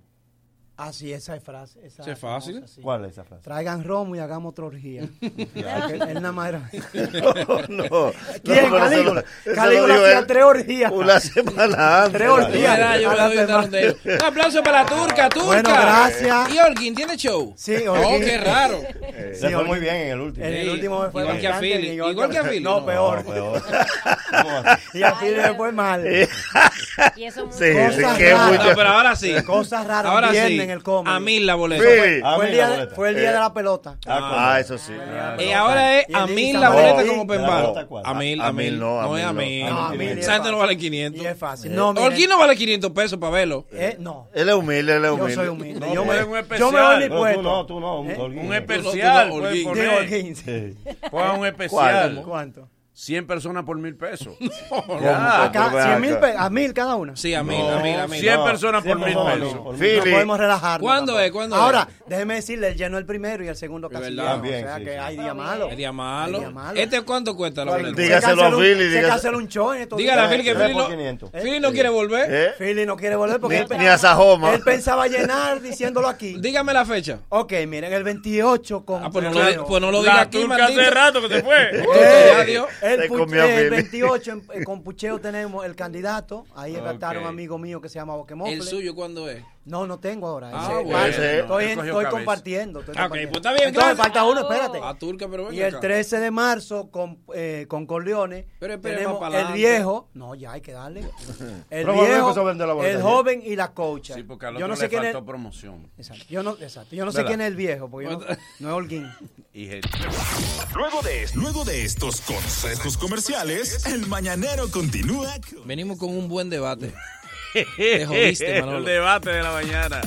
S8: Así, Ah, esa es frase. Esa
S3: Eso es fácil.
S8: famosa, sí.
S6: ¿Cuál es esa frase?
S8: Traigan romo y hagamos otra orgía. Porque él nada más era-
S5: No, no.
S8: ¿Quién?
S5: No, pero eso
S8: Calígula.
S5: lo- eso
S8: Calígula
S5: lo dijo
S8: hacía
S5: él
S8: tres orgías.
S5: Una semana antes.
S8: Tres orgías.
S3: Mira, yo me
S8: Háblate
S3: doy un
S8: más.
S3: talón de ellos. Un aplauso para la turca, turca.
S8: Bueno, gracias.
S3: Y Holguín, ¿tiene show?
S8: Sí,
S3: Oh,
S8: Holguín.
S3: qué raro.
S6: Eh, Le
S8: Sí,
S6: fue muy
S8: oye.
S6: bien en el último.
S8: En el
S3: Sí.
S8: último me fue
S3: Igual que a
S8: bastante
S3: Philly.
S8: bien,
S3: Igual que a Philly.
S8: No,
S3: No,
S8: peor.
S6: No, peor. ¿Cómo así?
S8: Y a Philly le fue mal.
S7: Y eso es
S5: Sí,
S7: muy-
S5: sí,
S8: Cosas
S5: que
S8: raras.
S3: No,
S5: mucho.
S3: pero ahora sí.
S8: Cosas raras, un
S3: Ahora
S8: viernes
S3: sí.
S8: en el comedy.
S3: A mil la boleta.
S5: Sí.
S6: Ah,
S8: Fue el,
S6: mira,
S8: día de,
S6: boleta.
S8: fue el día
S5: Eh.
S8: de la pelota.
S5: Ah, eso sí.
S3: Y ahora es
S8: Y
S3: a
S8: el
S3: mil
S8: Ibiza
S3: la
S8: no.
S3: boleta
S8: Sí.
S3: como open
S6: La
S3: bar.
S6: boleta, ¿cuál?
S3: A mil,
S5: A-
S3: a mil. No,
S5: mil
S3: es a
S5: no.
S3: mil.
S8: No, a mil es
S3: Esa gente no
S8: fácil.
S3: vale
S8: Y es
S3: 500.
S8: fácil. No, mire,
S3: Holguín no vale 500 pesos para verlo.
S8: eh, no.
S5: Él es humilde, él es
S8: Yo
S5: humilde.
S8: soy humilde.
S6: No,
S8: yo,
S6: pues,
S8: me,
S1: es un especial.
S8: yo me doy ni
S6: Pero tú no,
S8: puesto.
S6: tú no.
S8: ¿Eh?
S1: Un
S6: Holguín.
S3: Tú
S1: especial,
S3: no, tú no,
S1: puede
S3: Holguín.
S8: Digo,
S1: poner.
S8: Holguín, sí.
S6: Sí.
S1: Ponga un
S5: ¿Cuál?
S1: especial.
S8: ¿Cuánto?
S1: 100 personas por mil pesos.
S5: Ah,
S8: Acá,
S5: pero ve
S8: 100 mil
S5: acá.
S8: pe- a mil cada una.
S3: Sí, a mil, a mil, a mil.
S1: 100 personas por
S6: Cien
S1: mil
S6: personas,
S1: pesos.
S6: por mil
S8: No
S5: Philly,
S8: podemos relajarnos.
S3: ¿Cuándo
S8: tampoco.
S3: es? ¿Cuándo
S8: Ahora,
S3: es?
S8: déjeme decirle, él llenó el primero y el segundo
S3: verdad.
S8: casi.
S6: También,
S8: o sea
S6: sí,
S8: que
S6: sí.
S8: hay día malo.
S3: Sería malo.
S8: Sería malo.
S3: ¿Este cuánto cuesta la boleta?
S5: Diga- Dígaselo
S8: Se cancela
S5: a
S8: un-
S5: Philly,
S8: Se
S5: dígaselo.
S8: cancela un show en estos
S3: Dígale a
S8: días.
S3: Phil que
S6: Tres
S3: Phil
S6: por
S3: no,
S6: 500.
S3: Philly no quiere volver.
S5: ¿eh?
S8: Philly no quiere volver porque
S5: Ni, ni a Sajoma.
S8: él pensaba llenar diciéndolo aquí.
S3: Dígame la fecha.
S8: Ok, miren, el 28 con.
S3: Ah, pues no
S8: Claro.
S3: lo, pues no lo diga
S1: La
S3: aquí,
S1: turca hace
S3: maldito.
S1: rato que se fue.
S8: Eh,
S3: Ya dio.
S8: El,
S5: Se
S8: pu-
S5: comió a
S8: el
S5: Philly.
S8: 28 en- eh, con Pucheo tenemos el candidato. Ahí rescataron a
S1: Ok.
S8: un amigo mío que se llama Boquemofle.
S3: ¿El suyo cuándo es?
S8: No, no tengo ahora.
S3: Ah,
S8: Ese-
S3: bueno.
S5: Ese-
S8: Estoy,
S1: Él cogió
S8: estoy
S1: cabeza.
S8: compartiendo. estoy
S3: Ah, ok,
S8: compartiendo.
S3: pues está bien, oh.
S8: Entonces
S3: gracias.
S8: falta uno, espérate.
S3: A turca, pero ven
S8: Y el
S3: acá.
S8: 13 de marzo con, eh, con Corleone
S3: Pero espere
S8: tenemos
S3: más
S8: el
S3: pa'lante.
S8: viejo, no ya hay que darle, el
S6: Pero Corleone empezó a
S8: viejo,
S6: vender la boleta
S8: el
S6: ayer.
S8: joven y la coach.
S1: Sí, porque al otro
S8: yo no sé
S1: le
S8: quién
S1: faltó
S8: es,
S1: promoción.
S8: exacto, yo no, exacto, yo no sé
S1: ¿Verdad?
S8: quién es el viejo, porque yo no, no es Holguín.
S1: Y
S2: Luego de, luego de estos consejos comerciales, el mañanero continúa con-
S3: Venimos con un buen debate. Te jodiste,
S1: El
S3: Manolo.
S1: debate de la mañana.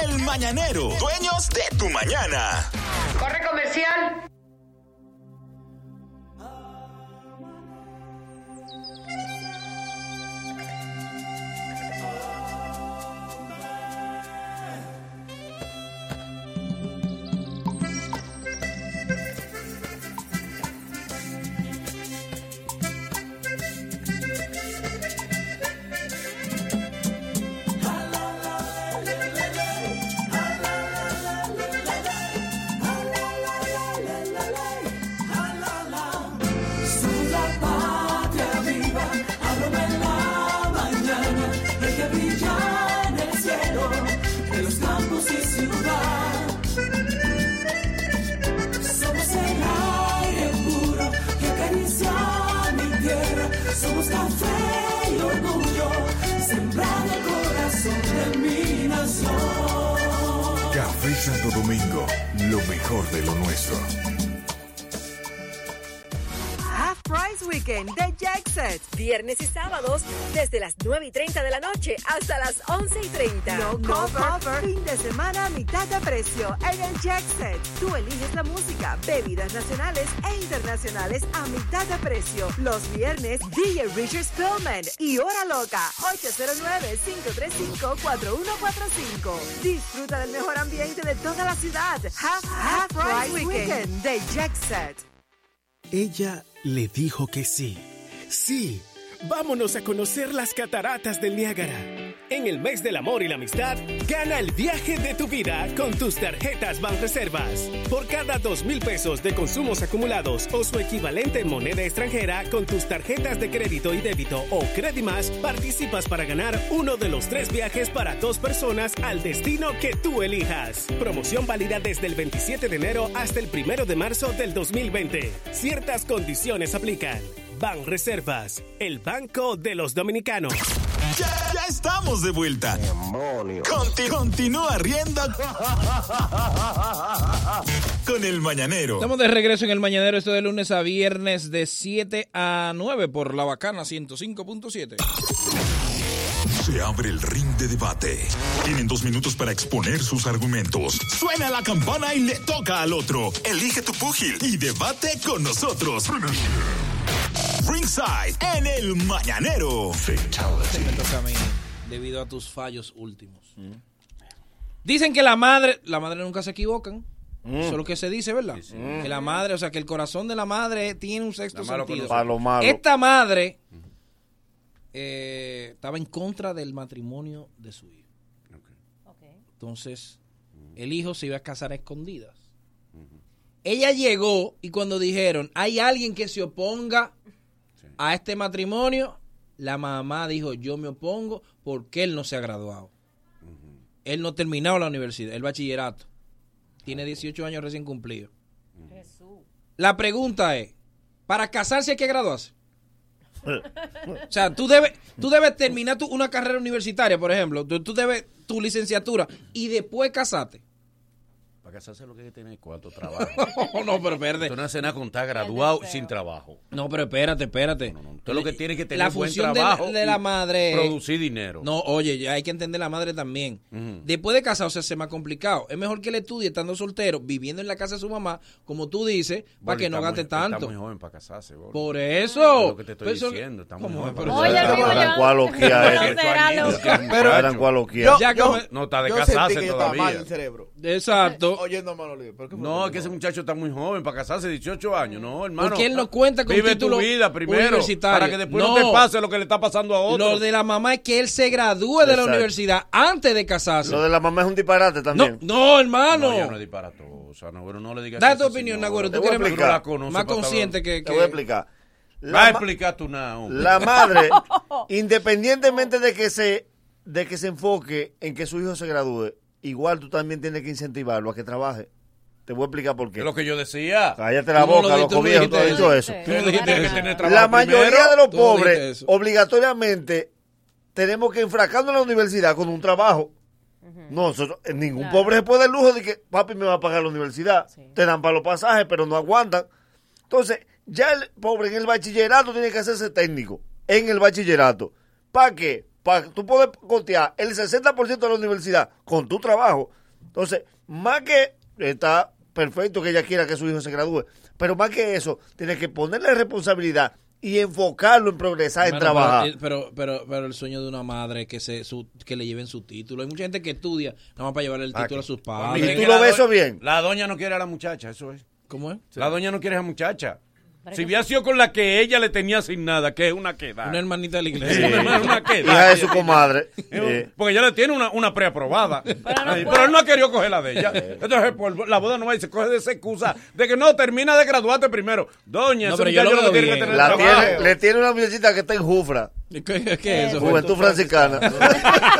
S2: El mañanero, dueños de tu mañana.
S9: Somos café y orgullo, sembrando el corazón de mi nación.
S10: Café Santo Domingo, lo mejor de lo nuestro.
S11: Half Price Weekend de Jackset. Viernes y sábados desde las 9 y 30 de la noche hasta las 11 y 30.
S12: No cover.
S11: Fin de semana a mitad de precio en el Jackset. Tú eliges la música, bebidas nacionales e internacionales a mitad de precio. Los viernes, DJ Richard Spellman y Hora Loca. 809-535-4145. Disfruta del mejor ambiente de toda la ciudad. Half, Half Price Weekend de Jackset.
S13: Ella le dijo que sí. Sí, vámonos a conocer las cataratas del Niágara. En el mes del amor y la amistad, gana el viaje de tu vida con tus tarjetas Banreservas. Por cada dos mil pesos de consumos acumulados o su equivalente en moneda extranjera con tus tarjetas de crédito y débito o Credimas, participas para ganar uno de los tres viajes para dos personas al destino que tú elijas. Promoción válida desde el 27 de enero hasta el 1 de marzo del 2020. Ciertas condiciones aplican. Banreservas, el banco de los dominicanos.
S10: Ya, ya estamos de vuelta. Conti- continúa riendo con el mañanero.
S3: Estamos de regreso en el Mañanero, esto de lunes a viernes de 7 a 9 por La Bacana 105.7.
S10: Se abre el ring de debate. Tienen dos minutos para exponer sus argumentos. Suena la campana y le toca al otro. Elige tu púgil y debate con nosotros. Ringside en el mañanero.
S3: Este me toca a mí, debido a tus fallos últimos. Dicen que la madre, la madre nunca se equivocan. Eso es lo que se dice, ¿verdad?
S5: Mm.
S3: Que la madre, o sea, que el corazón de la madre tiene un sexto
S5: La malo
S3: sentido.
S5: conoce. Pa' lo malo.
S3: Esta madre eh, estaba en contra del matrimonio de su hijo. Entonces, el hijo se iba a casar a escondidas. Ella llegó y cuando dijeron, hay alguien que se oponga a este matrimonio, la mamá dijo, yo me opongo porque él no se ha graduado. Él no ha terminado la universidad, el bachillerato. Tiene 18 años recién cumplido.
S14: Jesús.
S3: La pregunta es, ¿para casarse hay que graduarse?
S1: Eh.
S3: O sea, tú debes, tú debes terminar tu- una carrera universitaria, por ejemplo. Tú, tú debes tu licenciatura y después casarte.
S1: Para casarse lo que hay que tener es cuánto trabajo.
S3: no, pero verde.
S1: Tú no haces nada con estar graduado sin trabajo.
S3: No, pero espérate, espérate.
S1: Tú lo que tienes que tener
S3: La
S1: es buen
S3: función de la-
S1: trabajo.
S3: de la
S1: y
S3: madre es-
S1: Producir dinero.
S3: No, oye, ya hay que entender la madre también.
S1: Ujú.
S3: Después de casarse hace más complicado. Es mejor que él estudie estando soltero, viviendo en la casa de su mamá, como tú dices, para
S1: Boli,
S3: que no
S1: está
S3: gaste
S1: muy- Está
S3: tanto.
S1: muy joven para casarse, Boli.
S3: Por eso.
S1: Es lo que te estoy
S3: Pero eso-
S1: diciendo. Está muy
S3: ¿Cómo
S1: joven
S3: es?
S1: para
S3: Pero Oye,
S1: casarse.
S3: no, no,
S5: Eran cualoquia
S1: Pero-
S5: eres.
S1: Pero-
S5: Eran cualoquia.
S1: Yo- yo- no está de
S15: yo sentí
S1: casarse
S15: que yo estaba mal
S1: todavía.
S15: del cerebro. Eh,
S3: Exacto.
S15: Oyendo a Manolín, ¿pero qué fue
S1: No, es que ese muchacho está muy joven para casarse, 18 años, no, hermano.
S3: Porque él no cuenta con
S1: Vive
S3: título
S1: tu vida primero
S3: universitario.
S1: para que después no.
S3: No.
S1: te pase lo que le está pasando a otro.
S3: Lo de la mamá es que él se gradúe de la
S1: Exacto.
S3: universidad antes de casarse.
S1: Lo de
S5: la mamá es un disparate
S1: también.
S3: No, no, hermano.
S1: No, ya no es disparatosa, Nagüero, no le digas
S3: Da
S1: eso,
S3: tu opinión,
S1: señor.
S3: Nagüero, tú
S1: Te
S3: que
S1: voy a
S3: eres más-
S1: explicar. La conoce,
S3: más
S1: patalón.
S3: consciente que-
S5: Te voy a explicar.
S1: Va a
S5: ma-
S1: explicar tú nada. hombre.
S5: La madre, independientemente de que se de que se enfoque en que su hijo se gradúe, igual tú también tienes que incentivarlo a que trabaje. Te voy a explicar por qué.
S1: Es lo que yo decía.
S5: Cállate la boca, loco viejo, tú has dicho eso.
S1: Tú no dijiste que tenés trabajo
S5: La mayoría
S1: primero.
S5: de los
S1: Tú no dijiste
S5: pobres,
S1: eso.
S5: obligatoriamente, tenemos que enfracarnos en la universidad con un trabajo. No, nosotros- eh, ningún pobre se puede dar el lujo de que papi me va a pagar la universidad. Te dan para los pasajes, pero no aguantan. Entonces, ya el pobre en el bachillerato tiene que hacerse técnico. En el bachillerato. ¿Para qué? Para tú poder costear el 60% de la universidad con tu trabajo. Entonces, más que está perfecto que ella quiera que su hijo se gradúe, pero más que eso, tiene que ponerle responsabilidad y enfocarlo en progresar, en
S3: Hermano,
S5: trabajar.
S3: Pero, pero, pero, pero el sueño de una madre es que se su- que le lleven su título. Hay mucha gente que estudia nada más para llevarle
S5: Ah,
S3: el título a sus padres.
S1: Mira, que la do- La doña no quiere a la muchacha, eso es.
S3: ¿Cómo es?
S1: La doña no quiere a la muchacha.
S3: Pero
S1: Si
S3: que-
S1: hubiera sido con la que ella le tenía sin nada, que es una queda.
S3: Una hermanita de la iglesia.
S1: Sí, una, una queda.
S5: Hija de su comadre.
S1: Eh, Porque ella le tiene una, una preaprobada. Ay, Pero, él no ha querido coger la de ella. Entonces, por la boda no va y se coge de esa excusa de que no, termina de graduarte primero. Doña,
S5: No,
S1: ese
S5: pero yo
S1: muchacho
S5: lo
S1: no
S5: veo
S1: tiene que
S5: bien.
S1: tener
S5: La
S1: trabajo.
S5: tiene- le tiene una muchachita que está en Jufra.
S3: ¿Qué, qué es eso?
S5: Juventud Franciscana.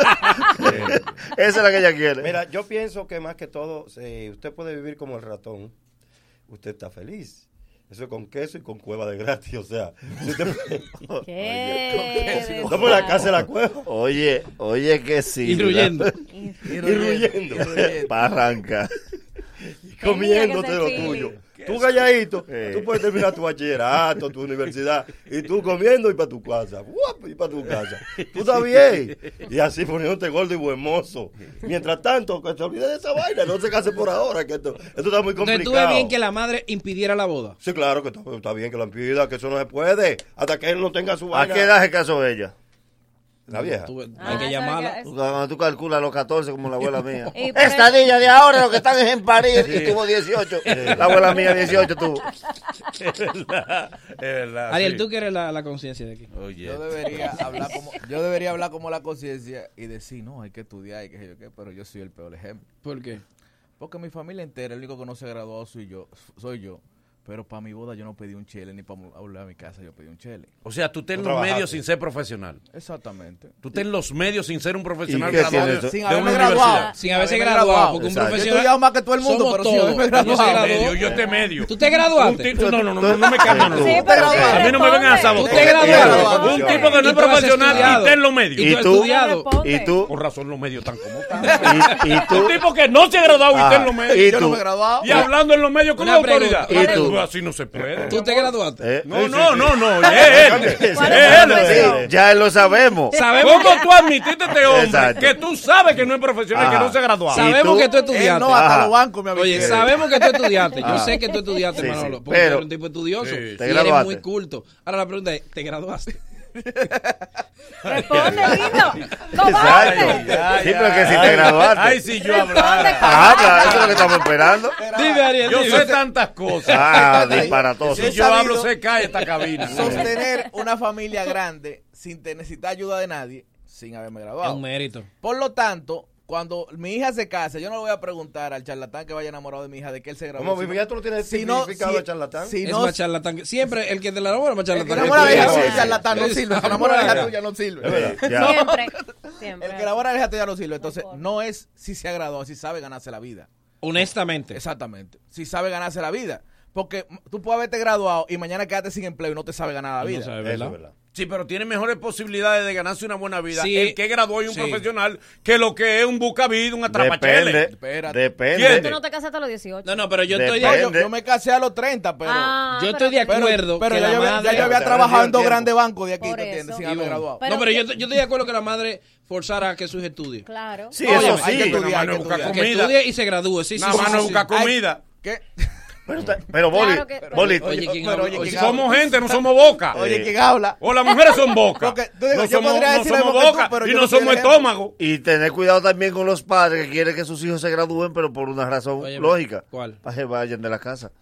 S5: Esa es la que ella quiere.
S6: Mira, yo pienso que más que todo, eh, usted puede vivir como el ratón. Usted está feliz. Eso es con queso y con cueva de gratis, o sea. si te-
S5: ¿Qué?
S6: No, pero la casa es la cueva.
S5: Oye, oye que sí.
S6: Y ruyendo.
S5: Y
S6: Y
S5: ruyendo.
S6: ruyendo.
S5: Pa' arrancar.
S6: comiéndote
S5: Tenía
S6: lo
S5: que ser
S6: tuyo.
S5: feeling.
S6: Tú calladito,
S5: Eh.
S6: tú puedes terminar tu bachillerato, tu universidad, y tú comiendo y para tu casa, guap, y para tu casa. Tú estás bien. Y así poniéndote gordo y buen mozo. Mientras tanto, que te olvides de esa vaina, no se case por ahora, que esto, esto está muy
S3: Entonces
S6: complicado.
S3: tuve bien que la madre impidiera la boda.
S6: Sí, claro que está, está bien que lo impida, que eso no se puede, hasta que él no tenga su
S5: ¿A
S6: vaina.
S5: qué edad es caso de ella?
S6: Ah, La vieja.
S5: hay
S3: que llamarla.
S5: Tú, cuando tú calculas los 14 como la abuela mía.
S7: Y por
S5: Esta
S7: eso-
S5: niña de ahora lo que están es en París
S6: Sí.
S5: y tuvo 18.
S6: Sí.
S5: La abuela mía 18 tuvo.
S1: Es verdad, es verdad.
S3: Ariel,
S1: sí.
S3: tú que eres la, la conciencia de aquí.
S1: Oye.
S16: Yo debería hablar como, yo debería hablar como la conciencia y decir, no, hay que estudiar y qué sé yo qué, pero yo soy el peor ejemplo.
S3: ¿Por qué?
S16: Porque mi familia entera, el único que no se ha graduado soy yo, soy yo. Pero para mi boda yo no pedí un chele, ni para volver a mi casa yo pedí un chele.
S1: O sea, tú estás en
S16: No
S1: los
S16: trabajaste.
S1: medios sin ser profesional.
S16: Exactamente.
S1: Tú estás en los medios sin ser un profesional
S16: ¿Y qué tiene
S1: graduado
S16: eso? Sin
S1: de
S16: haberme
S1: una
S16: graduado.
S1: universidad.
S16: Sin haberse Haberme graduado, graduado. porque un Exacto. profesional- Yo he estudiado más que todo el mundo,
S1: Somos
S16: pero sin
S1: todos.
S16: haberme graduado.
S1: Yo soy
S16: Graduado.
S1: medio, yo te medio.
S3: ¿Tú te graduaste?
S1: Un tipo- no, no, no, no, no me cambio.
S3: Sí,
S1: no.
S3: pero
S1: a mí no me vengan a sabotear.
S3: Tú te graduaste.
S1: Un tipo que no
S3: Y
S1: es
S3: tú has
S1: profesional y
S3: estudiado.
S1: está en los medios.
S3: Y tú has ¿Y tú? estudiado.
S1: ¿Y tú? Con razón los medios tan como están.
S5: ¿Y, tú?
S1: Un tipo que no se ha graduado
S16: Ah,
S1: y está en los medios.
S5: ¿Y
S1: Yo no
S5: tú?
S1: me he graduado. Y hablando en los medios con
S5: Una
S1: autoridad.
S5: pregunta. ¿Y tú?
S1: Pues Así no se puede.
S3: ¿Tú te
S16: Eh,
S3: graduaste?
S1: No, no, no, no. Es él. Es
S5: ¿Cuál es
S1: él.
S5: la profesión? Ya lo sabemos.
S1: Sabemos ¿Cómo tú admitiste este hombre
S5: Exacto.
S1: que tú sabes que no es profesional,
S5: Ajá.
S1: que no se graduó?
S3: Sabemos que tú estudiaste.
S5: Ajá.
S3: Oye, sabemos que tú estudiaste. Yo
S5: Ah.
S3: sé que tú estudiaste,
S5: Sí, sí.
S3: Manolo. Porque tú
S5: Pero-
S3: eres un tipo estudioso.
S5: Sí, sí.
S3: y
S5: Te
S3: eres
S5: graduaste.
S3: muy culto. Ahora la pregunta es, ¿te graduaste?
S7: Responde, lindo.
S5: Exacto.
S1: Ya,
S5: Sí,
S1: ya.
S5: pero que si te graduaste.
S1: Ay, si yo hablara.
S5: Habla, eso es lo que estamos esperando.
S1: Dime, Ariel. Yo
S5: dime.
S1: sé tantas cosas.
S5: Ah, disparatoso.
S1: Si yo hablo, se cae esta cabina.
S16: Sostener una familia grande sin te- necesitar ayuda de nadie, sin haberme graduado.
S3: Es un mérito.
S16: Por lo tanto, cuando mi hija se case, yo no le voy a preguntar al charlatán que vaya enamorado de mi hija de que él se graduó.
S6: ¿Cómo?
S16: sino-
S6: Ya tú lo tienes
S16: si no-
S6: simplificado
S16: si-
S6: a charlatán.
S16: Si
S3: es
S16: no,
S3: más charlatán. que- Siempre el que te la enamora es más charlatán.
S16: que enamora a la
S3: tú.
S16: hija suya
S3: Sí,
S16: es charlatán, no
S3: sí,
S16: sirve. El
S3: sí.
S16: que enamora a la hija tuya no
S3: Es
S16: sirve.
S3: verdad, ya.
S16: No.
S3: Siempre,
S16: El que enamora a la hija tuya no sirve. Entonces, no es si se ha graduado, si sabe ganarse la vida.
S3: Honestamente.
S16: Exactamente. Si sabe ganarse la vida. Porque m- tú puedes haberte graduado y mañana quedarte sin empleo y no te sabe ganar la vida.
S1: Sí, pero tiene mejores posibilidades de ganarse una buena vida
S16: Sí.
S1: el que graduó y un
S16: Sí.
S1: profesional que lo que es un buscavido, un
S5: Depende,
S1: atrapachele.
S5: Espérate.
S1: depende.
S7: Tú no te casaste a los 18.
S3: No, no, pero yo estoy
S16: No, yo,
S3: de,
S16: yo me casé a los 30, pero.
S7: Ah,
S3: yo estoy de
S16: pero-
S3: acuerdo.
S16: Pero
S3: que
S16: ya
S3: la
S16: yo había-
S3: madre-
S16: ya yo había trabajado en dos grandes bancos de aquí, ¿te entiendes? Sin
S3: Y
S16: haberme
S3: bueno.
S16: graduado.
S3: no, pero yo, yo estoy de acuerdo que la madre forzara a que sus estudios.
S7: Claro.
S16: Sí, eso sí.
S3: Hay
S16: Nada
S3: que
S16: más
S3: estudiar,
S16: no
S3: hay que
S16: busca
S3: estudiar.
S16: comida.
S3: Que estudie y se gradúe. Sí,
S1: Nada
S3: sí,
S1: más
S3: sí,
S1: no
S3: sí,
S1: busca
S3: sí. Ay,
S1: comida.
S16: ¿Qué?
S5: Pero, está- pero Boli,
S16: Claro que-
S5: Boli,
S16: Oye, ¿quién
S1: Pero,
S16: habla?
S1: oye,
S16: Oye, ¿quién
S1: somos
S16: habla?
S1: gente, no somos boca.
S16: Oye, ¿quién habla?
S1: Eh, O las mujeres son boca.
S16: tú dices,
S1: no
S16: yo
S1: somos,
S16: podría
S1: no
S16: decir lo
S1: somos
S16: mismo que tú,
S1: boca
S16: pero
S1: y
S16: yo
S1: no
S16: no soy el
S1: somos
S16: ejemplo.
S1: estómago.
S5: Y tener cuidado también con los padres que quieren que sus hijos se gradúen, pero por una razón
S3: Oye,
S5: lógica.
S3: ¿cuál?
S5: Para que vayan de la casa.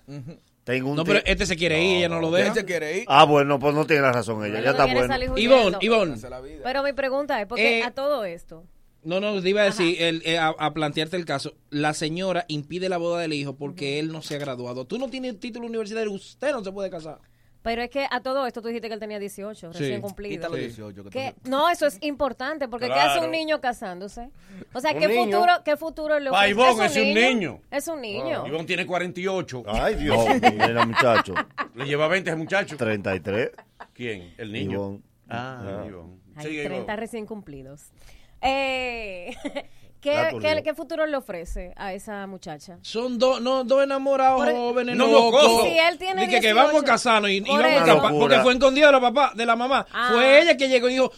S5: Tengo un
S3: No, pero
S5: tío-
S3: este se quiere ir, ella no lo deja.
S16: Este quiere ir.
S5: Ah, bueno, pues no tiene la razón ella. Ya
S7: no
S5: está
S7: quiere
S5: bueno.
S7: salir
S3: Ivonne,
S7: huyendo.
S3: Ivonne.
S7: Pero mi pregunta es, porque
S3: Eh,
S7: a todo esto,
S3: No, no, te iba a decir, el- eh, a, a plantearte el caso. La señora impide la boda del hijo porque él no se ha graduado. Tú no tienes título universitario, usted no se puede casar.
S7: pero es que a todo esto tú dijiste que él tenía 18,
S3: Sí.
S7: recién cumplido.
S16: Quítalo
S3: Sí.
S16: 18. que
S7: Que- no, eso es importante, porque ¿qué hace
S1: Claro.
S7: un niño casándose? O sea,
S1: Un
S7: ¿qué
S1: niño.
S7: futuro, qué futuro le
S1: Pa'
S7: ofrece?
S1: Ivonne, es un niño.
S7: Es un niño.
S1: Iván tiene 48.
S5: Ay, Dios.
S3: Ah,
S5: No, mira, muchacho.
S1: Le lleva 20 a ese muchacho.
S5: 33.
S1: ¿Quién? El niño.
S5: Ivonne.
S1: Ah,
S5: Ah.
S1: Ivonne.
S7: Hay
S1: Sigue,
S7: 30
S1: Ivonne.
S7: recién cumplidos. Eh, ¿qué,
S1: Ya corrió.
S7: qué, qué futuro le ofrece a esa muchacha?
S3: Son dos, no, dos enamorados jóvenes,
S1: No,
S3: locos.
S1: mocoso.
S7: Si e- él tiene
S3: Dice que
S7: 18.
S3: vamos a casarnos y, y
S7: Por
S3: vamos a
S7: eso.
S3: escapar,
S5: Una
S3: Porque
S5: locura.
S3: fue escondido de la papá, de la mamá.
S7: Ah.
S3: Fue ella que llegó y dijo,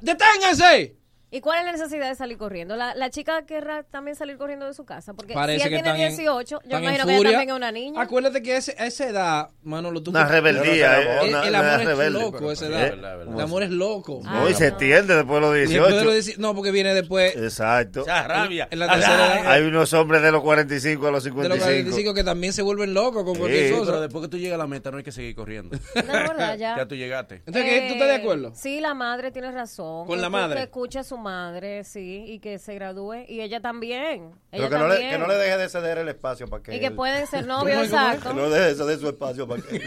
S3: ¡deténganse!
S7: ¿Y cuál es la necesidad de salir corriendo? La, la chica querrá también salir corriendo de su casa, porque
S3: Parece
S7: si
S3: que
S7: él
S3: están
S7: tiene
S3: en-
S7: 18, yo
S3: están en
S7: imagino que ella
S3: furia.
S7: también es una niña.
S3: Acuérdate que ese- a esa edad, Manolo, tú...
S5: Una rebeldía,
S3: El-
S5: eh,
S3: el,
S5: una-
S3: el
S5: una
S3: amor es
S5: rebelde.
S3: loco, a esa
S5: Eh,
S3: edad.
S5: verdad, verdad.
S3: El amor es loco.
S7: Ah.
S5: No, y se extiende después de los
S3: Y después de
S5: 18.
S3: los 18, no, porque viene después...
S5: Exacto.
S1: Esa rabia.
S3: En la tercera edad.
S5: Hay unos hombres de los 45 a los
S3: de los
S5: 55.
S3: 45 que también se vuelven locos con cualquier
S5: Sí.
S1: Pero
S3: cosa.
S1: después que tú llegas a la meta no hay que seguir corriendo.
S7: verdad, ya. Eh,
S1: tú llegaste.
S3: Entonces, ¿qué? ¿tú estás de acuerdo?
S7: Sí, la madre tiene razón.
S3: ¿Con
S7: Que
S3: la
S7: tú
S3: madre?
S7: Que escuche a su madre, sí, y que se gradúe. Y ella también.
S6: Pero
S7: ella
S6: que no, le,
S7: también.
S6: que no le deje de ceder el espacio para que.
S7: Y que
S6: él-
S7: pueden ser novios,
S6: ¿Cómo es, cómo es?
S7: exacto.
S6: Que no le deje de ceder su espacio para que.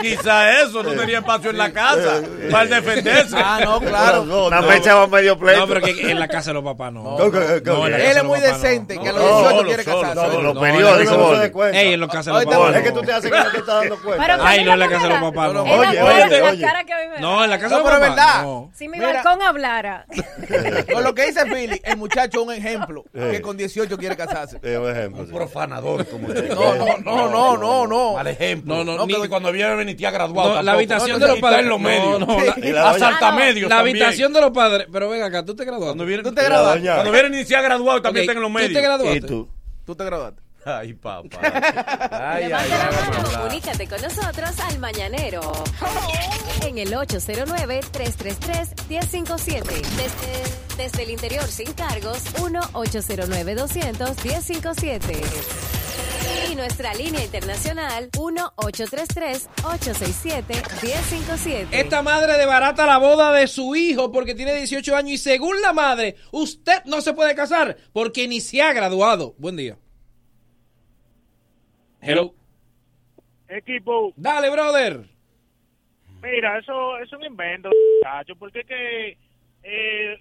S1: Quizá eso, no tenía espacio en la casa para él defenderse.
S3: Ah, no, claro.
S5: La fecha va medio pleito.
S3: No, pero que en la casa de los papás no.
S5: No, que- que-
S3: No, en la casa
S5: Él
S3: de
S5: es
S3: los
S5: muy
S3: papás no.
S5: decente,
S3: No,
S5: que a los
S3: no,
S5: 18
S3: solo,
S5: quiere
S3: solo,
S5: casarse.
S3: solo. No, en
S5: Los
S3: la
S5: periódicos,
S3: casa de los
S5: Gordy.
S3: papás. Ey, en la casa de los
S5: Ahorita
S3: papás.
S5: es que tú te haces que no te estás dando cuenta. Pero
S3: Ay, no, en la
S5: que
S3: casa de los
S5: no
S3: papás no.
S5: te da. Oye,
S3: No,
S5: oye,
S7: La
S5: oye.
S7: cara que a mí me da.
S3: No, en la casa
S16: No,
S3: de los
S16: pero es
S3: papás.
S16: verdad.
S3: no.
S7: Si mi
S16: Mira.
S7: balcón hablara.
S16: Con lo que dice Philly, el muchacho es un ejemplo
S6: Eh.
S16: que con 18 quiere casarse.
S1: Eh,
S6: Es un ejemplo. sí.
S1: Profanador, como usted.
S16: No, no, no, no, no, no.
S1: Mal ejemplo.
S3: No, no,
S1: No,
S3: ni-
S1: que cuando viene a venir tía graduado.
S3: No, la
S1: tampoco.
S3: habitación
S1: No,
S3: de los
S1: y
S3: padres.
S1: está en los
S3: No,
S1: medios.
S3: no, la-
S6: Y la doña-
S1: Asalta medios.
S3: La
S1: también.
S3: habitación de los padres. Pero ven acá, tú te graduaste.
S1: Cuando viene,
S16: Tú te
S6: La
S16: graduaste.
S6: doña-
S1: cuando viene ni se ha graduado, también
S3: Ok,
S1: está en los
S3: ¿tú
S1: medios.
S3: te graduaste?
S6: ¿Y tú?
S16: Tú te graduaste.
S1: Ay, papá. Ay, ay,
S17: Levanta la mano,
S1: ay, mamá.
S17: comunícate con nosotros al Mañanero. En el 809-333-1057. Desde, desde el interior sin cargos, 1-809-200-1057. Y nuestra línea internacional, 1-833-867-1057.
S3: Esta madre desbarata la boda de su hijo porque tiene 18 años y según la madre, usted no se puede casar porque ni se ha graduado. Buen día. Hello.
S18: Equipo,
S3: Dale, brother.
S18: mira, eso es un invento, muchacho, porque es que eh,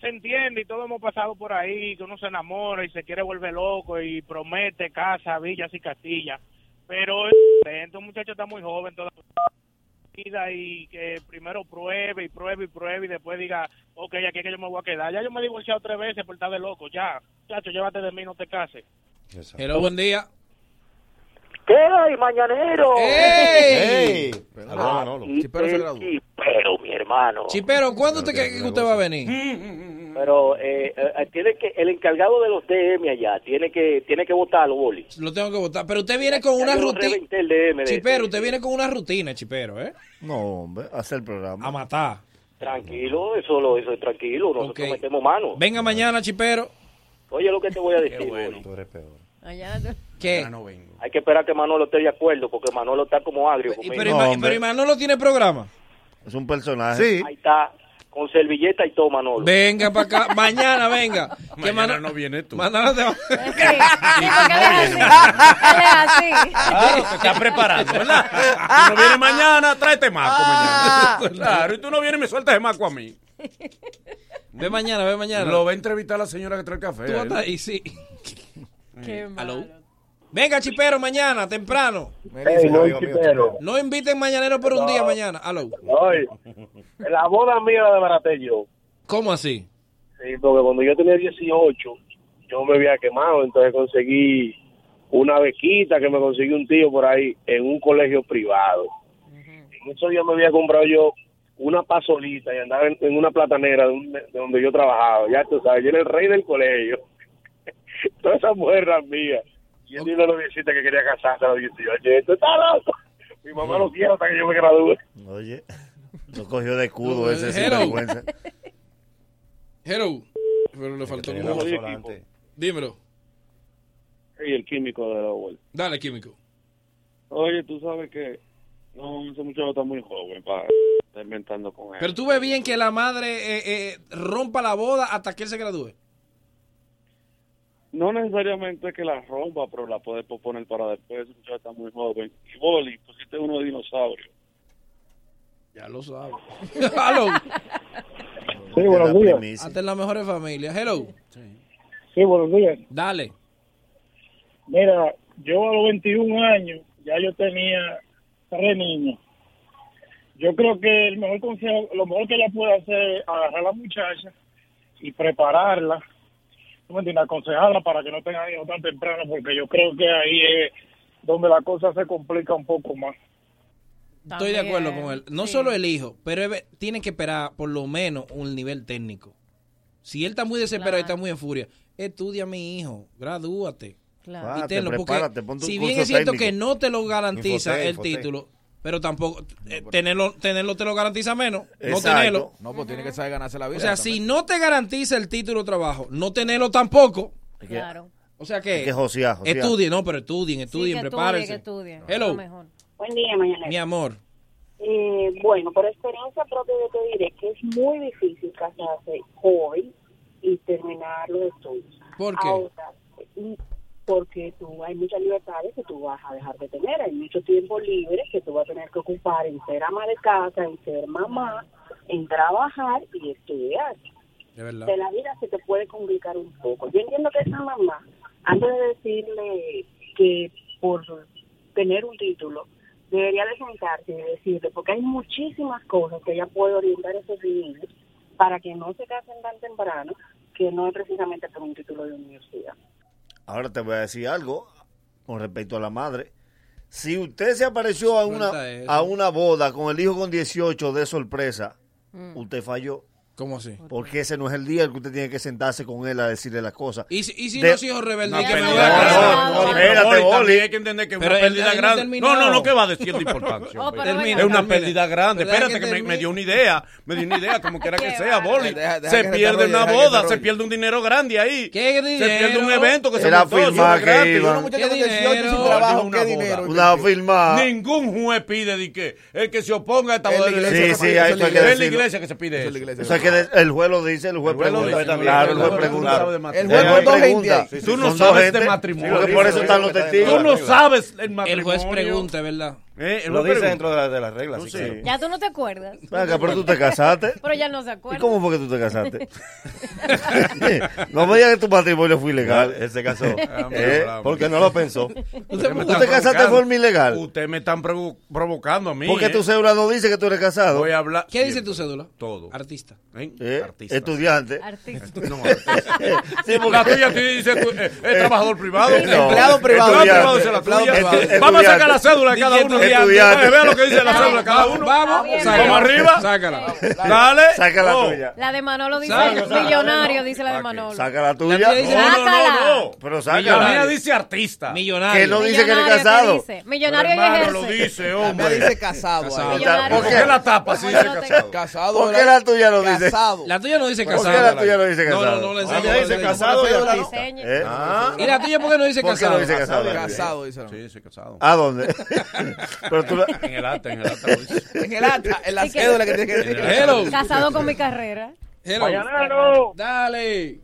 S18: se entiende y todos hemos pasado por ahí, que uno se enamora y se quiere volver loco y promete casa, villas y castillas, pero es un invento, un muchacho está muy joven toda su vida y que primero pruebe y pruebe y pruebe y después diga, ok, aquí es que yo me voy a quedar, ya yo me he divorciado tres veces por estar de loco, ya, muchacho, llévate de mí, no te cases.
S3: Hello, buen día.
S19: ¿Qué hay, mañanero?
S18: Eh.
S3: ¡Ey!
S6: ¡Ey! Aló, Oh. Manolo.
S16: Chipero se graduó.
S19: Pero, Este mi hermano.
S3: Chipero, ¿cuándo usted cree que usted va a venir?
S1: Mm.
S19: Pero eh, eh, tiene que el encargado de los DM allá tiene que tiene que votarlo, Boli.
S3: Lo tengo que votar. Pero usted viene con una
S19: yo
S3: rutina.
S19: reventé el DM de-
S3: Chipero, usted viene con una rutina, Chipero, ¿eh?
S5: No, hombre, hacer el programa.
S3: A matar.
S19: Tranquilo, eso lo eso es tranquilo, nosotros
S3: Ok.
S19: metemos mano.
S3: Venga mañana, Chipero.
S19: Oye, lo que te voy a decir. Boli.
S6: Tú eres peor.
S3: ¿Qué?
S19: Hay que esperar que Manolo esté de acuerdo porque Manolo está como agrio
S3: Y-
S19: conmigo.
S3: Pero, Ima- pero Imanolo tiene programa.
S5: Es un personaje. Sí.
S19: Ahí está con servilleta y todo Manolo.
S3: Venga para acá. Mañana, venga. Que
S1: Mañana
S3: Mano-
S1: no viene tú.
S3: Manolo te va-
S1: Claro, Ah, te estás preparando, ¿verdad? Tú no vienes mañana, tráete maco
S5: Ah.
S1: mañana. Claro, y tú no vienes y me sueltas de maco a mí.
S3: Ve mañana, ve mañana.
S1: Lo va a entrevistar la señora que trae el café.
S3: Tú vas a estar
S1: ahí.
S3: ahí, sí. Aló. Venga, Chipero, mañana, temprano.
S20: Ey, no hay chipero.
S3: No inviten mañanero por un día mañana. Aló.
S19: eh.
S20: Oye, la boda mía la desbaraté yo.
S3: ¿Cómo así?
S20: Sí, porque cuando yo tenía 18, yo me había quemado, entonces conseguí una bequita que me consiguió un tío por ahí en un colegio privado. En esos días me había comprado yo una pasolita y andaba en, en una platanera de, un- de donde yo trabajaba. Ya tú sabes, yo era el rey del colegio. Todas esas mujeres eran mías. Y él dijo a los 17 que quería casarse a los 18. Y esto está loco. Mi mamá lo quiere hasta que yo me gradúe.
S5: Oye, lo cogió de escudo
S3: No,
S5: ese
S3: hello.
S5: sinvergüenza.
S3: Hello. Pero le faltó
S5: tenía
S3: un
S5: la voz
S3: huevo.
S5: volante.
S3: Dímelo.
S20: Y el químico de la vuelta.
S3: Dale, químico.
S20: Oye, tú sabes que no, ese muchacho está muy joven para estar inventando con él.
S3: Pero tú ves bien que la madre eh, eh, rompa la boda hasta que él se gradúe.
S20: No necesariamente que la rompa, pero la puedes posponer para después. Ese muchacho está muy joven. Y Boli, pusiste uno de dinosaurio.
S3: Ya lo sabe. Aló.
S5: Sí, buenos días.
S3: Hasta en las mejores familias. Hello.
S13: Sí, buenos días.
S3: Dale.
S13: Mira, yo a los 21 años ya yo tenía tres niños. Yo creo que el mejor consejo, lo mejor que ella puede hacer es agarrar a la muchacha y prepararla, ¿tú me entiendes? aconsejarla para que no tenga hijos tan temprano, porque yo creo que ahí es donde la cosa se complica un poco más.
S3: Estoy de acuerdo con él. No solo el hijo, pero él tiene que esperar por lo menos un nivel técnico. Si él está muy desesperado y está muy en furia, estudia mi hijo, gradúate.
S7: Claro.
S3: Y
S5: Ah, te
S3: tenlo, porque
S5: prepárate, ponte un
S3: si
S5: curso
S3: bien es cierto
S5: técnico.
S3: que no te lo garantiza
S5: Infotec,
S3: el
S5: Infotec.
S3: título, pero tampoco eh, tenerlo, tenerlo te lo garantiza menos,
S16: Exacto.
S3: no tenerlo.
S16: No, pues tiene que saber ganarse la vida.
S3: O sea, si no te garantiza el título de trabajo, no tenerlo tampoco.
S7: Claro.
S3: O sea que,
S5: Hay que josear, josear.
S3: estudien, no, pero estudien,
S7: Sí,
S3: estudien,
S7: que estudie, que
S3: prepárense.
S7: estudie.
S3: Hello.
S7: Lo mejor.
S12: Buen día, mañana.
S3: Mi amor,
S12: Eh, bueno, por experiencia propia yo te diré que es muy difícil casarse hoy y terminar los estudios.
S3: ¿Por qué?
S12: Ahora, y porque tú hay muchas libertades que tú vas a dejar de tener, hay mucho tiempo libre que tú vas a tener que ocupar en ser ama de casa, en ser mamá, en trabajar y estudiar.
S3: De verdad.
S12: De la vida se te puede complicar un poco. Yo entiendo que esa mamá, antes de decirle que por tener un título, debería de sentarse y de decirle, porque hay muchísimas cosas que ella puede orientar a esos niños para que no se casen tan temprano, que no es precisamente por un título de universidad.
S5: Ahora te voy a decir algo con respecto a la madre. Si usted se apareció a una,
S3: Suelta eso.
S5: a una boda con el hijo con 18 de sorpresa,
S3: Mm.
S5: usted falló.
S3: ¿Cómo así?
S5: Porque ese no es el día en que usted tiene que sentarse con él a decirle las cosas.
S3: ¿Y si, y si
S5: De-
S3: los hijos rebeldes?
S5: No,
S3: que
S5: pero-
S3: me
S5: no,
S3: hagan
S5: no,
S3: caso?
S5: no, espérate, Boli.
S1: Hay que entender que es
S5: Pero
S1: una
S5: él-
S1: pérdida
S5: él no ha
S1: grande. No,
S5: terminado.
S1: no, no, que va a decir de importancia.
S5: Oh, pero
S1: hombre?
S5: venga.
S1: es una
S5: Termina.
S1: pérdida grande.
S5: Pero deja
S1: Espérate,
S5: que
S1: que me,
S5: termine. Ah,
S1: me dio una idea. Me dio una idea, como quiera que sea, Boli.
S5: Deja- deja
S1: Se
S5: que
S1: pierde
S5: desarrolle,
S1: una
S5: deja que
S1: boda, se
S5: desarrolle.
S1: pierde un dinero grande ahí. Se pierde un
S5: dinero?
S1: evento que se
S5: Era
S1: montó, eso
S5: firmar
S1: es
S5: que
S1: gratis.
S5: iban.
S1: Uno, muchacho,
S5: ¿Qué
S1: con 18 sin
S5: dinero?
S1: trabajo,
S5: Una
S1: ¿qué
S5: boda.
S1: dinero?
S5: Una firma.
S1: Ningún juez pide de que el que se oponga a esta
S5: Es la
S1: boda.
S5: iglesia que
S1: es
S5: Sí, sí, hay- eso hay que
S1: la
S5: decirlo.
S1: iglesia que se pide eso.
S5: Eso es que de- el juez lo dice, el juez
S1: juez lo
S5: pregunta.
S1: dice,
S5: claro, el juez
S1: claro.
S5: pregunta.
S1: Claro, de matrimonio. El juez
S5: El juez
S1: con dos
S5: pregunta.
S1: gente ahí. Tú no
S5: Son dos
S1: sabes de
S5: gente.
S1: matrimonio.
S5: Sí, porque Por eso están los testigos.
S1: Tú no sabes el matrimonio.
S3: El juez pregunta, ¿verdad?
S1: Eh, el
S6: Lo
S1: juez
S6: dice
S1: pregunta.
S6: dentro de, la- de las reglas.
S1: No
S6: así
S1: sé.
S6: que-
S21: Ya tú no te acuerdas.
S5: Ven acá, pero tú te casaste.
S21: Pero ya no se acuerda.
S5: ¿Y cómo fue que tú te casaste? no me digas que tu matrimonio fue ilegal.
S6: Él se casó.
S1: Ah,
S5: Eh,
S6: porque no lo pensó.
S5: ¿Tú te casaste de forma ilegal?
S1: Ustedes me están provo- provocando a mí.
S5: Porque
S1: eh.
S5: tu cédula no dice que tú eres casado.
S1: Voy a hablar.
S3: ¿Qué dice tu cédula?
S1: Todo.
S3: Artista.
S5: Eh, Estudiante.
S21: Artista.
S1: No, artista.
S5: Sí, porque-
S1: La tuya te dice tu- eh, eh, trabajador privado.
S5: No.
S1: Empleado privado.
S5: Estudiante.
S1: Empleado privado dice la
S5: Empleado
S1: tuya.
S5: privado.
S1: Vamos a sacar la cédula de cada uno.
S5: Estudiante.
S1: Vale, Vea lo que dice la cédula de cada uno.
S3: Vamos, sácala.
S1: Vamos arriba.
S3: Sácala.
S1: Dale.
S5: Saca la
S1: Oh.
S5: tuya.
S21: La de Manolo dice
S1: Sácala, sácala.
S21: millonario, dice la de Manolo.
S5: Saca la
S1: La
S5: tuya.
S1: tuya dice- No, no, no, no.
S5: Pero saca.
S1: La mía dice artista.
S5: Que no dice que eres
S21: Millonario, ¿qué
S5: casado.
S21: dice? Millonario
S1: Pero, hermano,
S21: y
S1: lo
S21: ejerce.
S1: dice, hombre.
S22: dice casado.
S1: Casado.
S22: ahí. Millonario.
S1: ¿Por qué la tapa si dice casado?
S22: Casado.
S5: ¿Por qué
S22: ¿verdad?
S5: la tuya no dice?
S22: Casado.
S3: La tuya no dice
S5: ¿Por qué
S3: casado.
S5: la tuya no dice
S3: No,
S5: casado?
S3: no, no le
S5: Ah,
S3: enseño,
S5: ya
S3: no
S5: dice
S3: le enseño.
S5: casado
S3: No
S5: y
S3: le
S5: artista.
S3: enseño.
S5: ¿Eh? Ah.
S3: ¿Y la tuya por qué no dice
S5: ¿Por qué
S3: casado?
S5: no dice casado?
S22: Casado, dice.
S1: Sí, dice casado.
S5: ¿A dónde? Pero tú la-
S1: En el ata, en el ata. lo dice.
S22: En el acta, en la
S21: Y que-
S22: cédula que tiene que decir.
S3: Hello.
S21: Casado con mi carrera.
S3: Hello.
S18: Mañanero.
S3: Dale.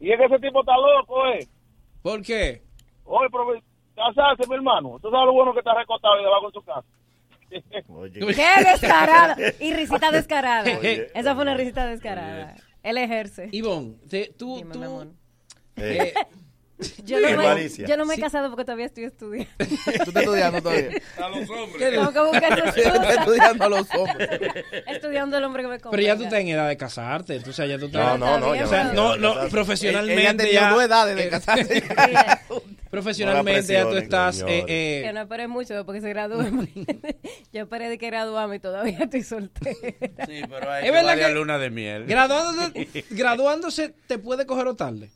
S18: Y es que ese tipo está loco, eh.
S3: ¿Por qué?
S18: Oye, profe, casarse, mi hermano. Tú sabes lo bueno que está recostado y debajo en su casa.
S21: ¡Qué descarado! Y risita descarada.
S3: Oye.
S21: Esa fue una risita descarada. Él ejerce.
S3: Ivonne, te- tú,
S21: Dime,
S3: tú,
S21: mi amor.
S3: eh,
S21: Yo no,
S3: Qué
S21: me,
S3: malicia.
S21: yo no me he
S3: Sí.
S21: casado porque todavía estoy estudiando.
S22: Tú estás estudiando todavía.
S1: A los hombres.
S3: ¿Qué
S21: Tengo que buscar
S3: dices?
S21: esas cosas.
S22: Estás estudiando a los hombres.
S21: Estudiando el hombre que me
S3: Pero ya tú
S21: convenga.
S3: estás en edad de casarte, tú, o sea, ya tú
S6: No,
S3: estás...
S6: no, no,
S3: O
S6: ya no,
S3: sea,
S6: ya
S3: no,
S6: no,
S3: no,
S6: casarse.
S3: profesionalmente
S22: Ella ha tenido
S3: ya...
S22: dos edades de
S3: eh,
S22: casarse.
S3: profesionalmente ya tú
S6: presionen,
S3: estás... eh,
S6: señores.
S3: eh,
S21: Que no esperé mucho porque se graduó. yo esperé de que graduarme y todavía estoy soltera.
S1: Sí, pero hay
S3: Es verdad
S1: varias
S3: que-
S1: luna de miel.
S3: graduándose, graduándose te puede coger o tarde.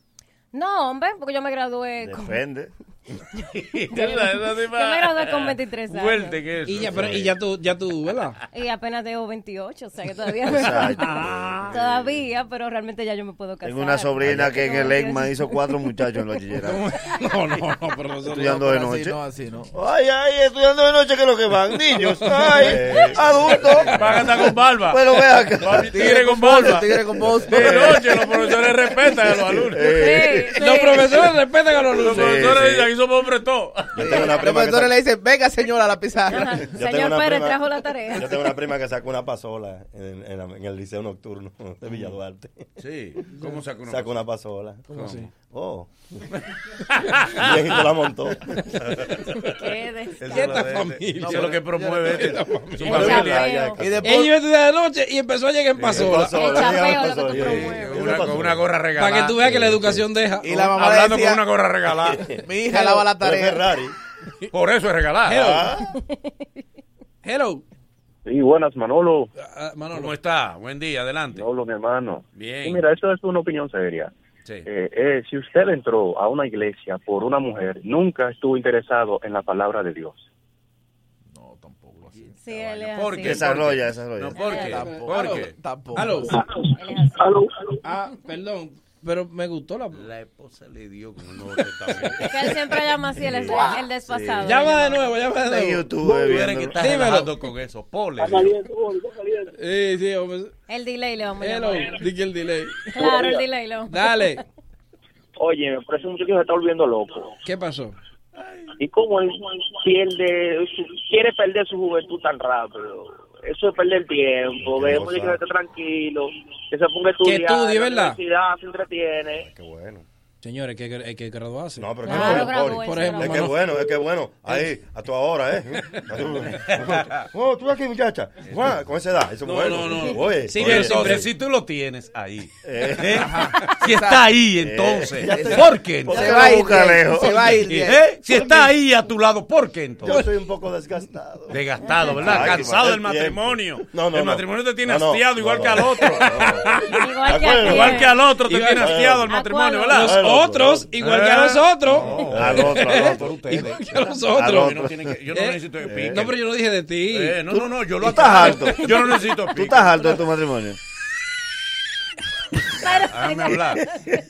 S21: No, hombre, porque yo me gradué con...
S5: Depende.
S21: Yo me gradué con 23 años.
S1: Fuerte que eso.
S3: Y ya, pero, y ya tú, ya tú, ¿verdad?
S21: Y apenas tengo 28, o sea que todavía me-
S5: Exacto.
S21: Todavía, pero realmente ya yo me puedo casar.
S5: Tengo una sobrina que en el ECMA
S21: Dios.
S5: hizo cuatro muchachos en la bachillerato.
S3: No, no, no, pero no se-
S5: Estudiando de
S22: Así
S5: noche.
S22: no, así no.
S5: Ay, ay, estudiando de noche que es lo que van, niños. Ay, adultos.
S1: Van a estar con barba.
S5: Bueno, ve acá.
S1: Va- Tigre con
S22: bolsa,
S1: barba.
S22: Tigre con bolsa.
S1: De noche los profesores respetan a los alumnos.
S21: Sí, sí.
S3: Los profesores respetan a los
S1: Los
S3: alumnos.
S1: profesores
S5: sí.
S1: dicen, aquí somos hombres todos.
S6: Yo
S22: Los
S6: tengo una prima que
S22: profesores Pues le
S6: sacó,
S22: dicen, venga señora a la pizarra.
S21: Ajá.
S6: tengo
S21: Señor
S6: una
S21: Pérez
S6: prima-
S21: trajo la tarea.
S6: yo tengo una prima que sacó una pasola en, en la- en el liceo nocturno de Villa Duarte.
S1: Mm. Sí, ¿cómo saca uno?
S6: Sacó una pasola.
S1: ¿Cómo así?
S6: Oh. Y el viejito la montó.
S21: Qué
S1: Eso
S21: descaro.
S1: es lo de- Eso es lo que promueve este. Su
S21: El
S1: familia.
S21: chapeo.
S22: Y después,
S3: Ella iba a estudiar de noche y empezó a llegar en pasola.
S21: El chapeo es lo que tú
S1: Con
S21: promueves.
S1: una- Con una gorra regalada.
S3: Para que tú veas que la educación deja.
S22: y la mamá le
S1: Hablando con
S22: decía,
S1: una gorra regalada.
S22: mi hija lava la
S6: Fue
S22: tarea.
S6: Ferrari.
S1: Por eso es regalada. Ah.
S3: Hello.
S20: Sí, buenas, Manolo.
S3: Ah, Manolo.
S1: ¿Cómo está? Buen día, adelante.
S20: Manolo, mi hermano. Sí,
S1: Bien.
S20: mira, eso es una opinión seria.
S1: Sí.
S20: Eh, eh, si usted entró a una iglesia por una mujer, nunca estuvo interesado en la palabra de Dios.
S16: No, tampoco así.
S21: Sí, él es
S1: ¿Por
S21: así.
S1: qué?
S5: Desarrolla, desarrolla.
S1: No, ¿por qué?
S21: Tampoco.
S1: ¿Por qué?
S22: Tampoco.
S3: Hello.
S21: Él es así.
S3: Ah, perdón. pero me gustó la
S1: La esposa le dio como no que está bien.
S21: Que él siempre llama así el, el despasado.
S3: Llama de nuevo, llama de
S1: Está en
S3: nuevo.
S1: YouTube, Tú eres viéndolo. que estás
S3: Dímelo.
S1: relajando con eso, pole.
S3: Sí, sí, hombre.
S21: El delay le vamos a
S3: Hello,
S21: llamar.
S3: di que el delay.
S21: Claro, el delay lo vamos a-
S3: Dale.
S19: Oye, me parece mucho que se está volviendo loco.
S3: ¿Qué pasó?
S19: ¿Y cómo él pierde, su- quiere perder su juventud tan rápido? Eso es perder tiempo.
S20: Qué
S19: Debemos de que
S20: cosa.
S19: esté tranquilo, que se ponga a
S3: Que
S19: estudiar.
S3: estudie,
S19: la
S3: ¿verdad?
S19: universidad se entretiene.
S6: Qué bueno.
S3: Señores, que hay que graduarse. No,
S6: pero
S3: que
S6: qué bueno, Poli.
S3: Por ejemplo,
S6: es que
S3: Manolo-
S6: bueno, es que bueno. Ahí, a tu ahora, ¿eh? oh, tú aquí, muchacha. Guau, con esa edad, eso es
S1: No, no,
S6: bueno.
S1: no.
S6: Oye,
S1: Sí,
S6: oye,
S1: entonces,
S6: oye.
S1: si tú lo tienes ahí.
S6: Eh.
S1: ¿eh? Si
S6: Ajá.
S1: está ahí,
S6: Eh,
S1: entonces.
S6: ya te-
S1: ¿Por qué?
S6: Se va a ir bien, se va a ir bien.
S1: ¿Eh? Si está ahí a tu lado, ¿por qué entonces?
S6: Yo estoy un poco desgastado.
S1: Desgastado, ¿verdad?
S6: Ay, que
S1: Cansado
S6: va
S1: del
S6: el tiempo.
S1: matrimonio.
S6: No, no,
S1: el
S6: no.
S1: matrimonio te tiene
S6: No, no,
S1: hastiado
S6: no,
S1: igual
S6: no.
S1: que al otro.
S21: Igual que a ti.
S1: Igual que al otro te
S3: Igual-
S1: tiene hastiado
S3: ¿A cuál
S1: el matrimonio,
S3: otro?
S1: ¿verdad?
S3: Los otros, igual que a Eh. nosotros.
S1: No,
S3: Al otro, al otro, ustedes.
S1: Igual que
S3: Al
S1: a
S3: otro.
S1: nosotros. Yo no, tiene que- yo no
S3: Eh.
S1: necesito que
S3: Eh.
S1: piquen.
S3: No, pero yo no dije de ti.
S1: Eh, no,
S3: Tú-
S1: no, no, yo
S3: tú
S1: lo
S3: estás
S1: aclaro.
S3: alto.
S1: Yo no necesito
S6: Tú
S1: piquen.
S6: estás alto de tu matrimonio.
S1: Déjame hablar.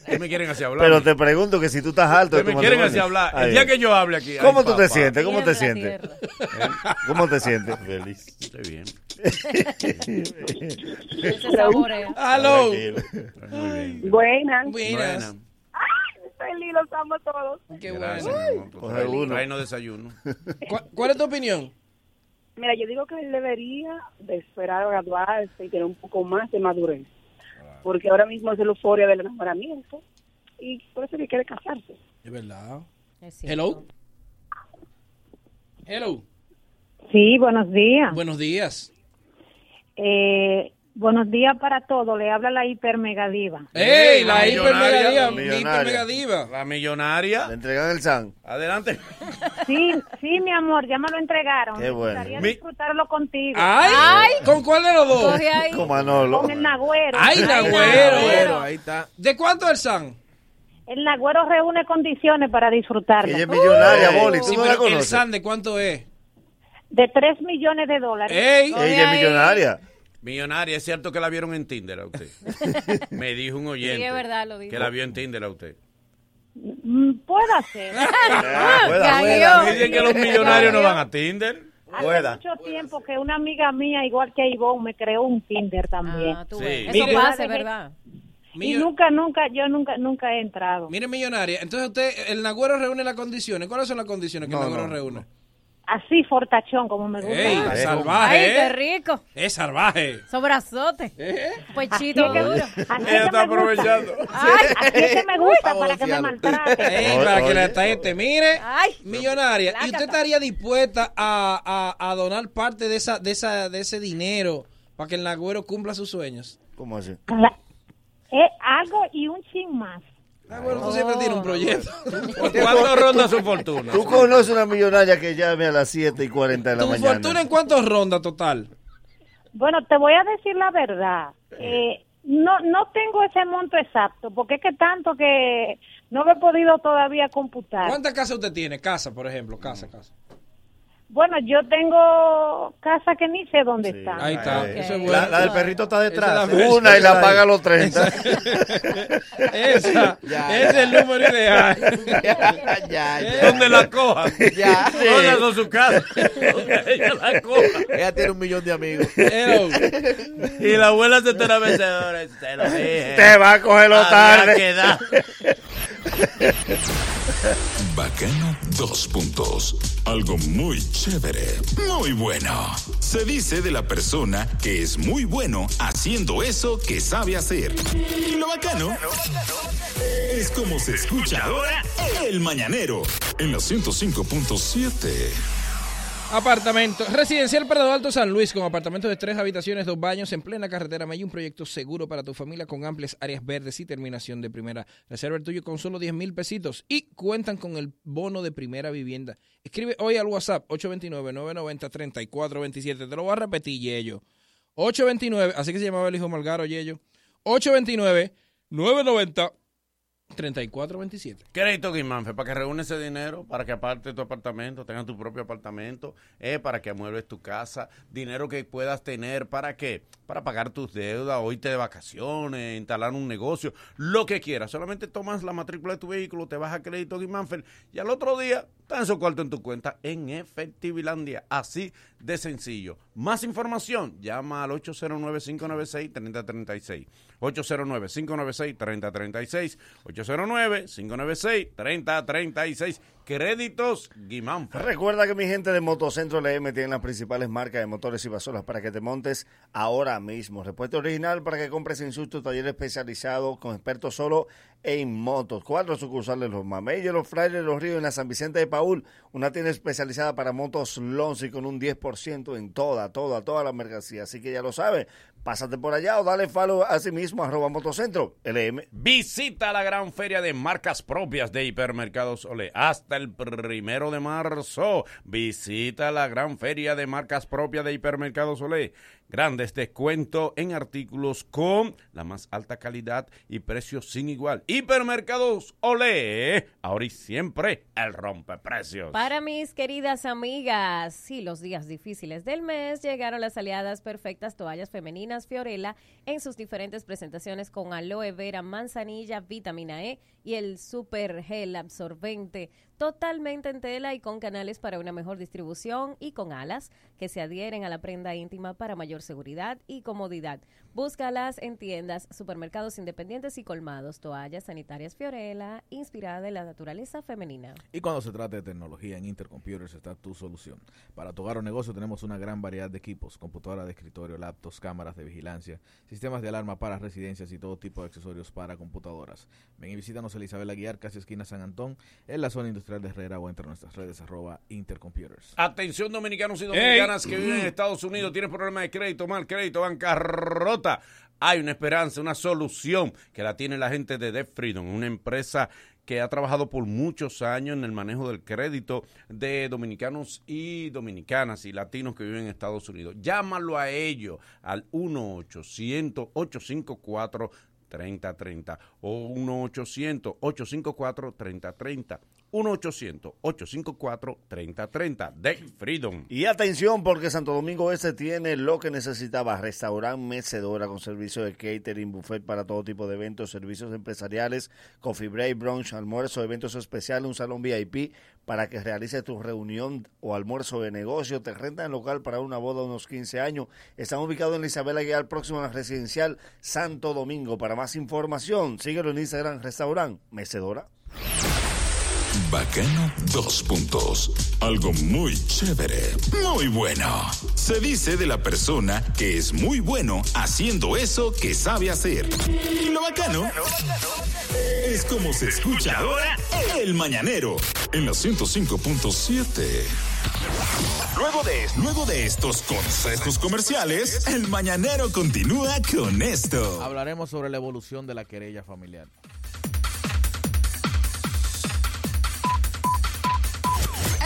S1: ¿Qué me quieren hacer hablar?
S6: Pero te pregunto que si tú estás alto de
S1: Que
S6: tu
S1: me quieren
S6: matrimonio.
S1: hacer hablar. El
S6: Ahí.
S1: día que yo hable aquí,
S6: ¿Cómo
S1: ay,
S6: tú
S1: papá.
S6: te sientes? ¿Cómo te
S1: Tiembla
S6: sientes?
S1: tierra.
S6: ¿Eh? ¿Cómo te sientes? Feliz.
S1: Estoy bien.
S9: eh.
S3: Aló.
S12: Buenas.
S1: Buenas.
S12: Feliz, los amo a todos.
S3: Qué
S1: Gracias, mi
S12: Ay.
S1: amor. Trae- tráenos desayuno.
S3: ¿Cuál, cuál es tu opinión?
S12: Mira, yo digo que él debería de esperar a graduarse y tener un poco más de madurez. Porque ahora mismo es la euforia del enamoramiento y por eso que quiere casarse.
S3: Es verdad. Hello. Hello.
S23: Sí, buenos días.
S3: Buenos días.
S23: Eh, buenos días para todos. Le habla la hiper mega diva.
S3: ¡Ey! La hiper
S1: millonaria.
S3: mega diva,
S1: Millonaria.
S3: hiper mega diva.
S1: La millonaria. Le
S6: entregan el san.
S1: Adelante.
S23: Sí, sí, mi amor, ya me lo entregaron.
S1: Qué
S23: Me
S1: bueno.
S23: gustaría
S1: Mi-
S23: disfrutarlo contigo.
S3: ¡Ay! ¿Con cuál de los dos?
S23: Coge ahí.
S6: Con Manolo.
S23: Con el Nagüero.
S3: ¡Ay,
S23: Nagüero.
S3: Nagüero! Ahí está. ¿De cuánto es el San?
S23: El Nagüero reúne condiciones para disfrutarlo.
S6: Ella es millonaria,
S3: Uy.
S6: Boli, tú
S3: Sí,
S6: no la
S3: pero ¿El
S6: conoces.
S3: San de cuánto es?
S23: De 3 millones de dólares.
S6: Ella es millonaria.
S1: Millonaria, es cierto que la vieron en Tinder a usted. Me dijo un oyente.
S23: Sí, es verdad, lo dijo.
S1: Que la vio en Tinder a usted.
S23: Mm, Pueda ser. Ah,
S1: Pueda, pueda. Dicen que los millonarios no van a Tinder.
S23: Hace mucho tiempo que una amiga mía, igual que Ivonne, me creó un Tinder también.
S1: tú Sí. ves.
S23: Yo
S3: Ah, Eso
S23: la
S3: pasa,
S23: dejé-
S3: ¿verdad?
S23: Y
S3: Millo-
S23: nunca, nunca, yo nunca, nunca he entrado.
S3: Mire, millonaria, entonces usted, el Nagüero reúne las condiciones. ¿Cuáles son las condiciones que el Nagüero reúne?
S23: Así fortachón, como me gusta.
S3: ¡Ey,
S23: Ah,
S3: salvaje!
S21: Ay, qué
S3: ¿eh?
S21: rico.
S3: ¡Es salvaje!
S21: Sobrazote. Pechito
S23: Así es que-
S21: duro.
S23: así es que me gusta. Ay, así
S3: ¿Eh?
S23: es que me gusta, para que me maltrate.
S3: Ey,
S23: Oye,
S3: para que la
S23: oye.
S3: gente mire, millonaria, ¿y usted estaría dispuesta a, a- a donar parte de esa, de esa, de ese dinero para que el Nagüero cumpla sus sueños?
S6: ¿Cómo así?
S23: Es algo y un chin más.
S3: Nagüero, Ah, tú siempre tienes un proyecto.
S1: ¿Cuánto ronda su fortuna?
S6: Tú conoces una millonaria que llame a las 7 y 40 de la
S3: ¿Tu
S6: mañana.
S3: fortuna en cuántos rondas total?
S23: Bueno, te voy a decir la verdad. Eh, no, no tengo ese monto exacto, porque es que tanto que no lo he podido todavía computar.
S3: ¿Cuántas casas usted tiene? Casa, por ejemplo, casa, casa.
S23: Bueno, yo tengo casa que ni sé dónde está.
S3: Ahí está.
S6: Eh,
S3: Eso es
S6: la-
S3: bueno.
S6: la, del perrito está detrás.
S3: Esa es la
S6: una y la
S3: versión.
S6: paga los 30.
S3: Esa es el número ideal.
S9: Ya, ya, ya.
S1: ¿Eh? ¿Dónde la coja?
S9: Ya.
S1: ¿Dónde con su casa? ¿Dónde ella la coja?
S9: Ella tiene un millón de amigos.
S1: Y la abuela se entera vencedora. Te lo dije.
S9: Te va a cogerlo
S1: Había
S9: tarde.
S1: que dar.
S10: Bacano, dos puntos. Algo muy chévere, muy bueno. Se dice de la persona que es muy bueno haciendo eso que sabe hacer. Y lo bacano es como se escucha ahora el mañanero en la 105.7.
S3: Apartamento. Residencial Prado Alto San Luis con apartamentos de tres habitaciones, dos baños en plena carretera Mella. Un proyecto seguro para tu familia con amplias áreas verdes y terminación de primera. Reserva el tuyo con solo 10 mil pesitos y cuentan con el bono de primera vivienda. Escribe hoy al WhatsApp 829-990-3427. Te lo voy a repetir, Yello. 829, así que se llamaba el hijo Malgaro, Yello. 829-990. 3427.
S1: Crédito Guimanfe, para que reúnes ese dinero, para que aparte tu apartamento, tengas tu propio apartamento, eh, para que amuebles tu casa, dinero que puedas tener, ¿para qué? Para pagar tus deudas, o irte de vacaciones, instalar un negocio, lo que quieras. Solamente tomas la matrícula de tu vehículo, te vas a Crédito Guimanfe y al otro día está su cuarto en tu cuenta en Efectivilandia. Así de sencillo. Más información, llama al 809-596-3036. 809-596-3036. 809-596-3036. Créditos Guimán.
S5: Recuerda que mi gente de Motocentro LM tiene las principales marcas de motores y basuras para que te montes ahora mismo. Repuesto original para que compres sin susto, taller especializado con expertos solo en motos. Cuatro sucursales, los Mameyes, los Frailes, los Ríos y en la San Vicente de Paul. Una tienda especializada para motos Lonzi con un 10% en toda, toda, toda la mercancía. Así que ya lo sabes, pásate por allá o dale follow a sí mismo, arroba Motocentro LM.
S1: Visita la gran feria de marcas propias de Hipermercados Olé hasta el primero de marzo. Visita la gran feria de marcas propias de Hipermercados Olé. Grandes descuentos en artículos con la más alta calidad y precios sin igual. Hipermercados Olé, ahora y siempre el rompeprecios.
S21: Para mis queridas amigas, sí, los días difíciles del mes llegaron las aliadas perfectas toallas femeninas Fiorella en sus diferentes presentaciones con aloe vera, manzanilla, vitamina E y el super gel absorbente totalmente en tela y con canales para una mejor distribución y con alas que se adhieren a la prenda íntima para mayor seguridad y comodidad. Búscalas en tiendas, supermercados independientes y colmados, toallas sanitarias Fiorella, inspirada en la naturaleza femenina.
S16: Y cuando se trata de tecnología, en Intercomputers está tu solución. Para tu hogar o negocio tenemos una gran variedad de equipos, computadoras de escritorio, laptops, cámaras de vigilancia, sistemas de alarma para residencias y todo tipo de accesorios para computadoras. Ven y visítanos en Isabel Aguiar, casi esquina San Antón, en la zona industrial de Herrera o entre nuestras redes arroba Intercomputers.
S1: Atención dominicanos y dominicanas que viven en Estados Unidos, tienes problemas de crédito, mal crédito, bancarrota. Hay una esperanza, una solución que la tiene la gente de Debt Freedom, una empresa que ha trabajado por muchos años en el manejo del crédito de dominicanos y dominicanas y latinos que viven en Estados Unidos. Llámalo a ellos al 1-800-854 3030 o 1-800-854-3030. 1-800-854-3030. Deck Freedom.
S5: Y atención, porque Santo Domingo Este tiene lo que necesitaba: restaurante, mecedora con servicio de catering, buffet para todo tipo de eventos, servicios empresariales, coffee break, brunch, almuerzo, eventos especiales, un salón VIP para que realices tu reunión o almuerzo de negocio. Te rentan local para una boda de unos 15 años. Están ubicados en la Isabel Aguilar, próximo a la residencial Santo Domingo. Para más información, síguelo en Instagram, restaurante, mecedora.
S10: Bacano, dos puntos. Algo muy chévere, muy bueno. Se dice de la persona que es muy bueno haciendo eso que sabe hacer. Y lo bacano es como se escucha ahora el mañanero en la 105.7. Luego de, luego de estos consejos comerciales, el mañanero continúa con esto.
S16: Hablaremos sobre la evolución de la querella familiar.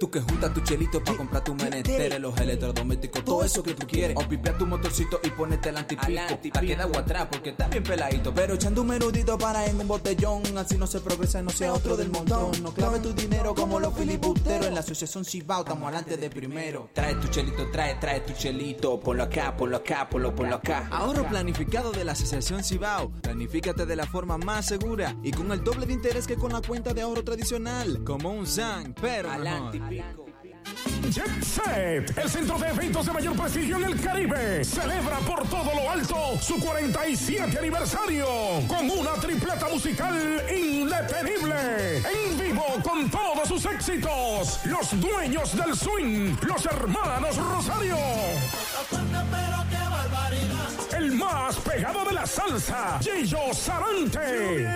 S24: Tú que juntas tu chelito para comprar tu menesteres, los electrodomésticos, todo eso que tú quieres. O pipea tu motorcito y ponete el antipico. Te queda agua atrás porque está bien peladito. Pero echando un menudito para en un botellón. Así no se progresa, no sea otro del montón. No clave tu dinero como los filibusteros. En la asociación Cibao estamos adelante de primero. Trae tu chelito, trae, trae tu chelito. Ponlo acá, ponlo acá, ponlo, ponlo acá. Ahorro planificado de la asociación Cibao. Planifícate de la forma más segura y con el doble de interés que con la cuenta de ahorro tradicional. Como un Zang, pero mejor.
S25: Jet Set, el centro de eventos de mayor prestigio en el Caribe, celebra por todo lo alto su 47 aniversario con una tripleta musical indetenible. En vivo con todos sus éxitos, los dueños del swing, los hermanos Rosario. El más pegado de la salsa, Gillo Sarante.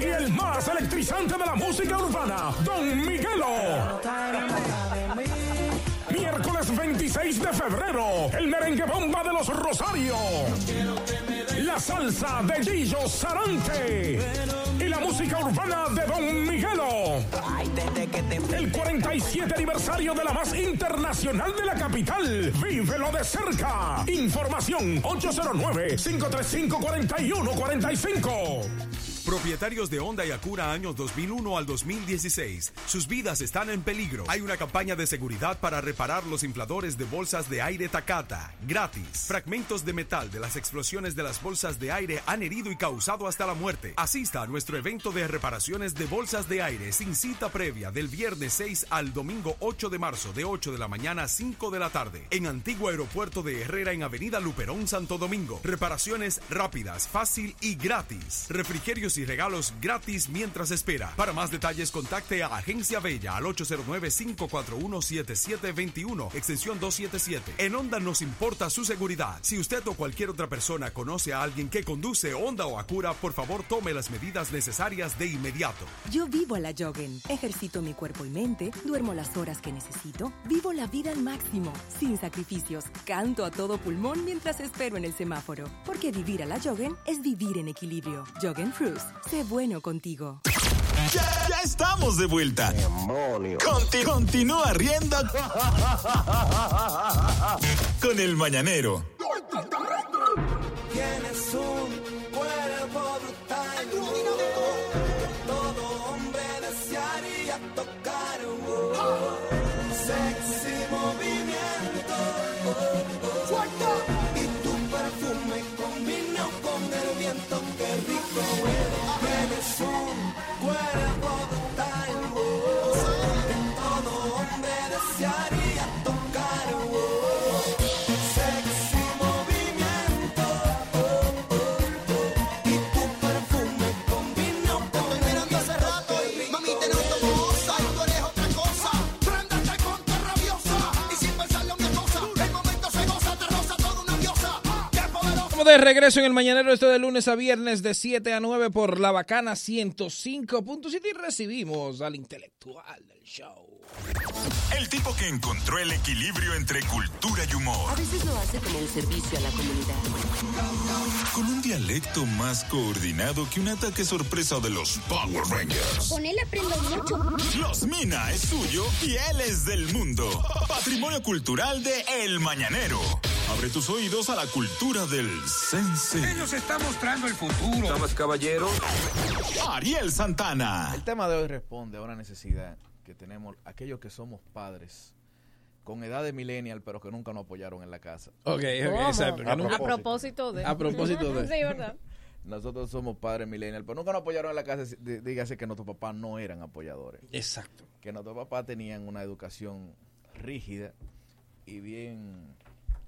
S25: Y el más electrizante de la música urbana, Don Miguelo. Miércoles 26 de febrero, el merengue bomba de los Rosario. La la salsa de Gillo Sarante y la música urbana de Don Miguelo. El 47 aniversario de la más internacional de la capital. Vívelo de cerca. Información 809-535-4145.
S7: Propietarios de Honda y Acura años 2001 al 2016, sus vidas están en peligro. Hay una campaña de seguridad para reparar los infladores de bolsas de aire Takata, gratis. Fragmentos de metal de las explosiones de las bolsas de aire han herido y causado hasta la muerte. Asista a nuestro evento de reparaciones de bolsas de aire sin cita previa del viernes 6 al domingo 8 de marzo de 8 de la mañana a 5 de la tarde en antiguo aeropuerto de Herrera en Avenida Luperón Santo Domingo. Reparaciones rápidas, fácil y gratis. Refrigerios y regalos gratis mientras espera. Para más detalles contacte a Agencia Bella al 809-541-7721 extensión 277. En Honda nos importa su seguridad. Si usted o cualquier otra persona conoce a alguien que conduce Honda o Acura, por favor tome las medidas necesarias de inmediato.
S26: Yo vivo a la Joggen. Ejercito mi cuerpo y mente, duermo las horas que necesito, vivo la vida al máximo, sin sacrificios, canto a todo pulmón mientras espero en el semáforo. Porque vivir a la Joggen es vivir en equilibrio. Joggen Fruits, sé bueno contigo.
S10: Ya, ya estamos de vuelta. Conti- continúa riendo con el mañanero.
S9: Tienes un cuerpo brutal. que Todo hombre desearía tocar. oh, oh. Sexy movimiento. oh, oh. Y tu perfume combina con el viento. Qué rico huele. Tienes un cuerpo brutal. oh, oh, oh. que Todo hombre desearía tocar. oh, oh, oh. Sexy movimiento. Mami, te noto moza y tú eres otra cosa. Préndate con tu rabiosa y sin pensarlo en cosa. El momento se goza, te roza toda una diosa. ¡Qué poderoso!
S3: Estamos de regreso en el Mañanero, esto de lunes a viernes de 7 a 9 por La Bacana 105.7 y recibimos al intelectual del show.
S10: El tipo que encontró el equilibrio entre cultura y humor.
S13: A veces lo hace como un servicio a la comunidad.
S10: Con un dialecto más coordinado que un ataque sorpresa de los Power Rangers.
S13: Con él aprendo mucho.
S10: Los Mina es suyo y él es del mundo. Patrimonio cultural de El Mañanero. Abre tus oídos a la cultura del sense. Él nos está mostrando el futuro. Damas, caballeros. Ariel Santana.
S16: El tema de hoy responde a una necesidad que tenemos aquellos que somos padres con edad de millennial, pero que nunca nos apoyaron en la casa.
S3: Ok, ok, exacto, que A nunca-
S21: A propósito de.
S16: A propósito de.
S21: Sí, ¿verdad?
S16: Nosotros somos padres millennial, pero nunca nos apoyaron en la casa. Dí- Dígase que nuestros papás no eran apoyadores.
S3: Exacto.
S16: Que nuestros papás tenían una educación rígida y bien...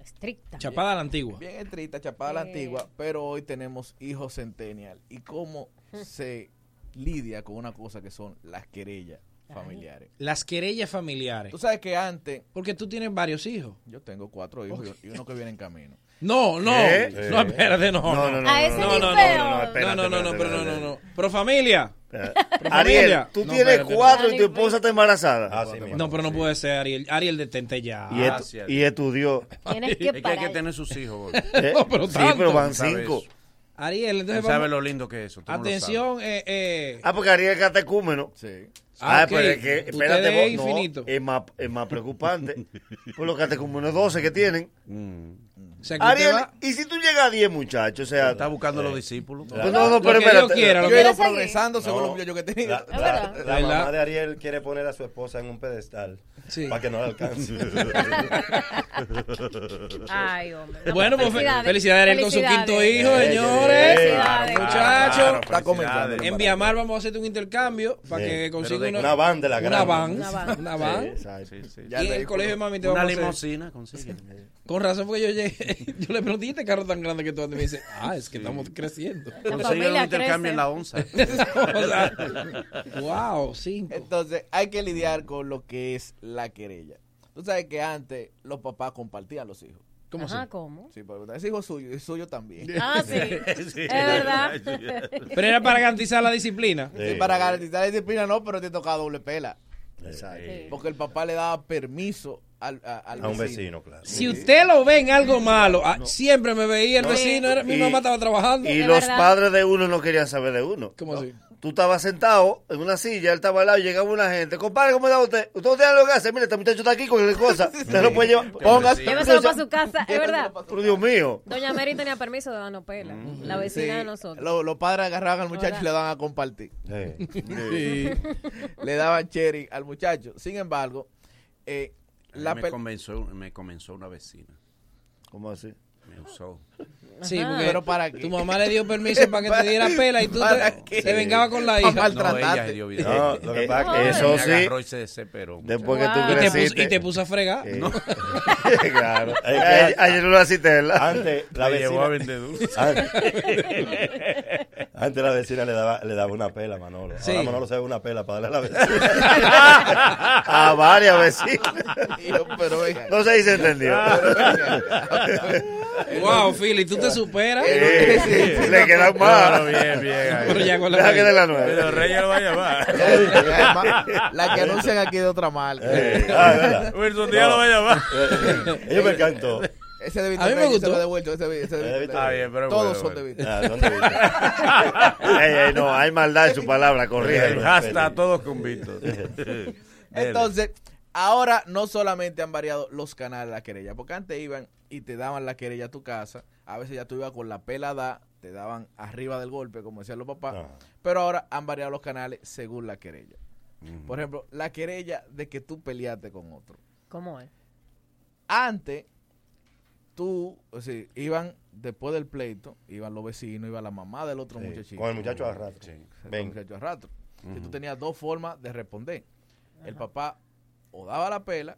S21: Estricta.
S3: Chapada a la antigua.
S16: Bien estricta, chapada a la
S21: Sí.
S16: antigua, pero hoy tenemos hijos centennial. ¿Y cómo se lidia con una cosa que son las querellas familiares?
S3: Eh. Las querellas familiares.
S16: Tú sabes que antes...
S3: Porque tú tienes varios hijos.
S16: Yo tengo cuatro hijos y uno que viene en camino.
S3: No, no.
S16: ¿Qué?
S3: No, espérate, ¿Eh? no.
S16: No, no, no, A Ah, ese
S3: no, no, no,
S16: nivel.
S3: no, no,
S16: espérate,
S3: no, no, no,
S16: espérate,
S3: pero no, no,
S16: espérate.
S3: no. Pro familia. Pro
S5: Ariel,
S3: familia.
S5: tú
S3: No,
S5: tienes
S3: espérate, no. Ah,
S5: cuatro y tu esposa está embarazada.
S3: No, pero no puede ser, Ariel. Ariel, detente ya.
S5: Y,
S1: Ah,
S5: estu- y estudió.
S1: Tienes que Es que hay que parar. tener sus hijos, boludo.
S5: Eh,
S1: No, pero
S5: sí,
S1: tanto.
S5: pero van
S1: Sabe
S5: cinco.
S1: eso.
S3: Ariel, entonces
S1: Él sabe
S3: vamos-
S1: lo lindo que es eso. tú no lo sabes.
S3: Atención, eh, eh.
S5: Ah, porque Ariel es catecúmeno.
S16: Sí.
S5: Ah,
S3: Ah, ok.
S5: pero es que, espérate,
S3: Ustedes es
S5: vos, no,
S3: infinito.
S5: es, más, es más preocupante. Por los catecúmenos 12 que tienen.
S3: sea, que usted
S5: Ariel,
S3: va-
S5: ¿y si tú llegas a 10 muchachos? O sea, eh,
S1: Está buscando los discípulos.
S5: No, no,
S1: Lo que
S5: pero
S1: Dios
S5: espérate.
S1: quiera, lo
S16: Yo he ido progresando según
S1: No.
S16: los muchachos que he tenido.
S1: La- la- la
S6: La
S1: ¿Verdad?
S6: mamá de Ariel quiere poner a su esposa en un pedestal para que no la alcance.
S21: Ay, hombre.
S3: Bueno, pues felicidades, Ariel con su quinto
S21: Felicidades.
S3: hijo,
S16: Eh,
S3: señores.
S16: eh, claro, claro,
S3: Muchachos.
S16: claro, Está comenzando.
S3: En Viamar vamos a hacerte un intercambio para
S16: Sí.
S3: que
S16: Pero
S3: consiga
S16: de-
S3: una,
S16: una van de la
S3: una
S16: grande.
S3: van.
S16: Una van.
S3: Una van.
S16: Sí,
S1: exacto. Sí, sí. Ya
S3: Y en
S1: el
S3: el
S1: vehículo.
S3: colegio de mami te
S1: Una
S3: vamos a hacer-
S1: limusina, consigue.
S3: Con razón fue que yo llegué. Yo le pregunté, ¿y este carro tan grande que tú andas? Y me dice, ah, es que estamos creciendo.
S1: Consigue un intercambio en la onza.
S3: wow, cinco.
S16: Entonces, hay que lidiar con lo que es la querella. Tú sabes que antes los papás compartían los hijos.
S21: ¿Cómo Ajá, así? ¿cómo?
S16: Sí, pero ese hijo es suyo, es suyo también.
S21: Ah, sí. Es verdad.
S3: Pero era para garantizar la disciplina.
S16: Sí, para garantizar la disciplina no, pero te tocaba doble pela.
S5: Exacto.
S16: Porque el papá le daba permiso al, a, al
S6: A un vecino, claro.
S3: Si usted lo ve en algo malo, ah, siempre me veía el
S5: No.
S3: vecino, era- mi
S5: Y-
S3: mamá estaba trabajando.
S5: Y los padres de uno no querían saber de uno.
S3: ¿Cómo así?
S5: Tú estabas sentado en una silla, él estaba al lado, y llegaba una gente. Compadre, ¿cómo está usted? Usted no tiene lo que hace. Mire, este muchacho está aquí con cualquier cosa. Usted lo puede llevar. Ponga.
S21: Lléveselo para su casa, es verdad.
S5: Por Dios mío.
S21: Doña Mary tenía permiso de darnos pela, la vecina
S16: Mm-hmm. Sí.
S21: de nosotros.
S16: Lo- los padres agarraban al muchacho
S21: ¿Verdad?
S16: y le daban a compartir.
S6: Sí.
S16: Sí. le daban cherry al muchacho. Sin embargo, eh, la
S1: La me,
S16: pel-
S1: convenció, me comenzó una vecina.
S5: ¿Cómo así?
S1: Me usó.
S3: Sí,
S1: Ah.
S16: Ajá.
S3: porque
S16: Pero para qué.
S3: tu mamá le dio permiso para que te diera pela y tú
S16: ¿Para
S3: te,
S16: qué?
S3: te vengabas con la
S16: Para
S3: hija.
S1: No, ella se dio vida.
S6: No, lo que pasa es que
S1: Me
S6: eso sí.
S1: agarró y se desesperó.
S5: Eh, Después que tú
S3: Y te puso-
S5: creciste.
S3: y te puso a fregar.
S5: No.
S6: claro.
S5: Ay, ay, Ayer no lo asiste él.
S6: Antes la
S1: Me
S6: vecina.
S1: llevó a vender dulces.
S6: Antes, antes la vecina le daba, le daba una pela a Manolo.
S5: Sí.
S6: Ahora Manolo se ve una pela para darle a la vecina.
S5: a varias vecinas. No sé si se entendió.
S3: Wow, Philly, tú te superas.
S5: Eh, sí, le quedan más. No, no, bien, bien, ahí.
S3: Pero ya con la
S5: Deja que dé la nueva.
S1: Pero Reyes lo va a llamar.
S16: la que anuncian aquí de otra marca.
S6: Eh, ah, es verdad.
S1: Wilson Díaz lo va a llamar.
S6: Eh, Yo me canto.
S16: Ese de Víctor
S1: A mí me
S16: Reyes,
S1: gustó.
S16: ese lo he devuelto, ese de- ese de
S6: Ese de
S16: Víctor Reyes.
S6: Víctor Reyes. Ah, bien, pero
S16: Todos son
S6: bueno,
S16: de
S6: bueno.
S16: Víctor.
S6: Ah, son de Víctor.
S5: Ey, ey, no, hay maldad en su palabra, corrígelo.
S1: Hasta todos convictos. Eh,
S16: Entonces, ahora no solamente han variado los canales de la querella, porque antes iban y te daban la querella a tu casa, a veces ya tú ibas con la pelada, te daban arriba del golpe, como decían los papás, pero ahora han variado los canales según la querella. Por ejemplo, la querella de que tú peleaste con otro.
S21: ¿Cómo es?
S16: Antes, tú, o sea, iban después del pleito, iban los vecinos, iba la mamá del otro
S6: Sí,
S16: muchachito.
S6: con el muchacho a rato.
S16: Sí, Con el
S6: Ven.
S16: muchacho a rato. Y tú
S6: Ujú.
S16: tenías dos formas de responder. El papá o daba la pela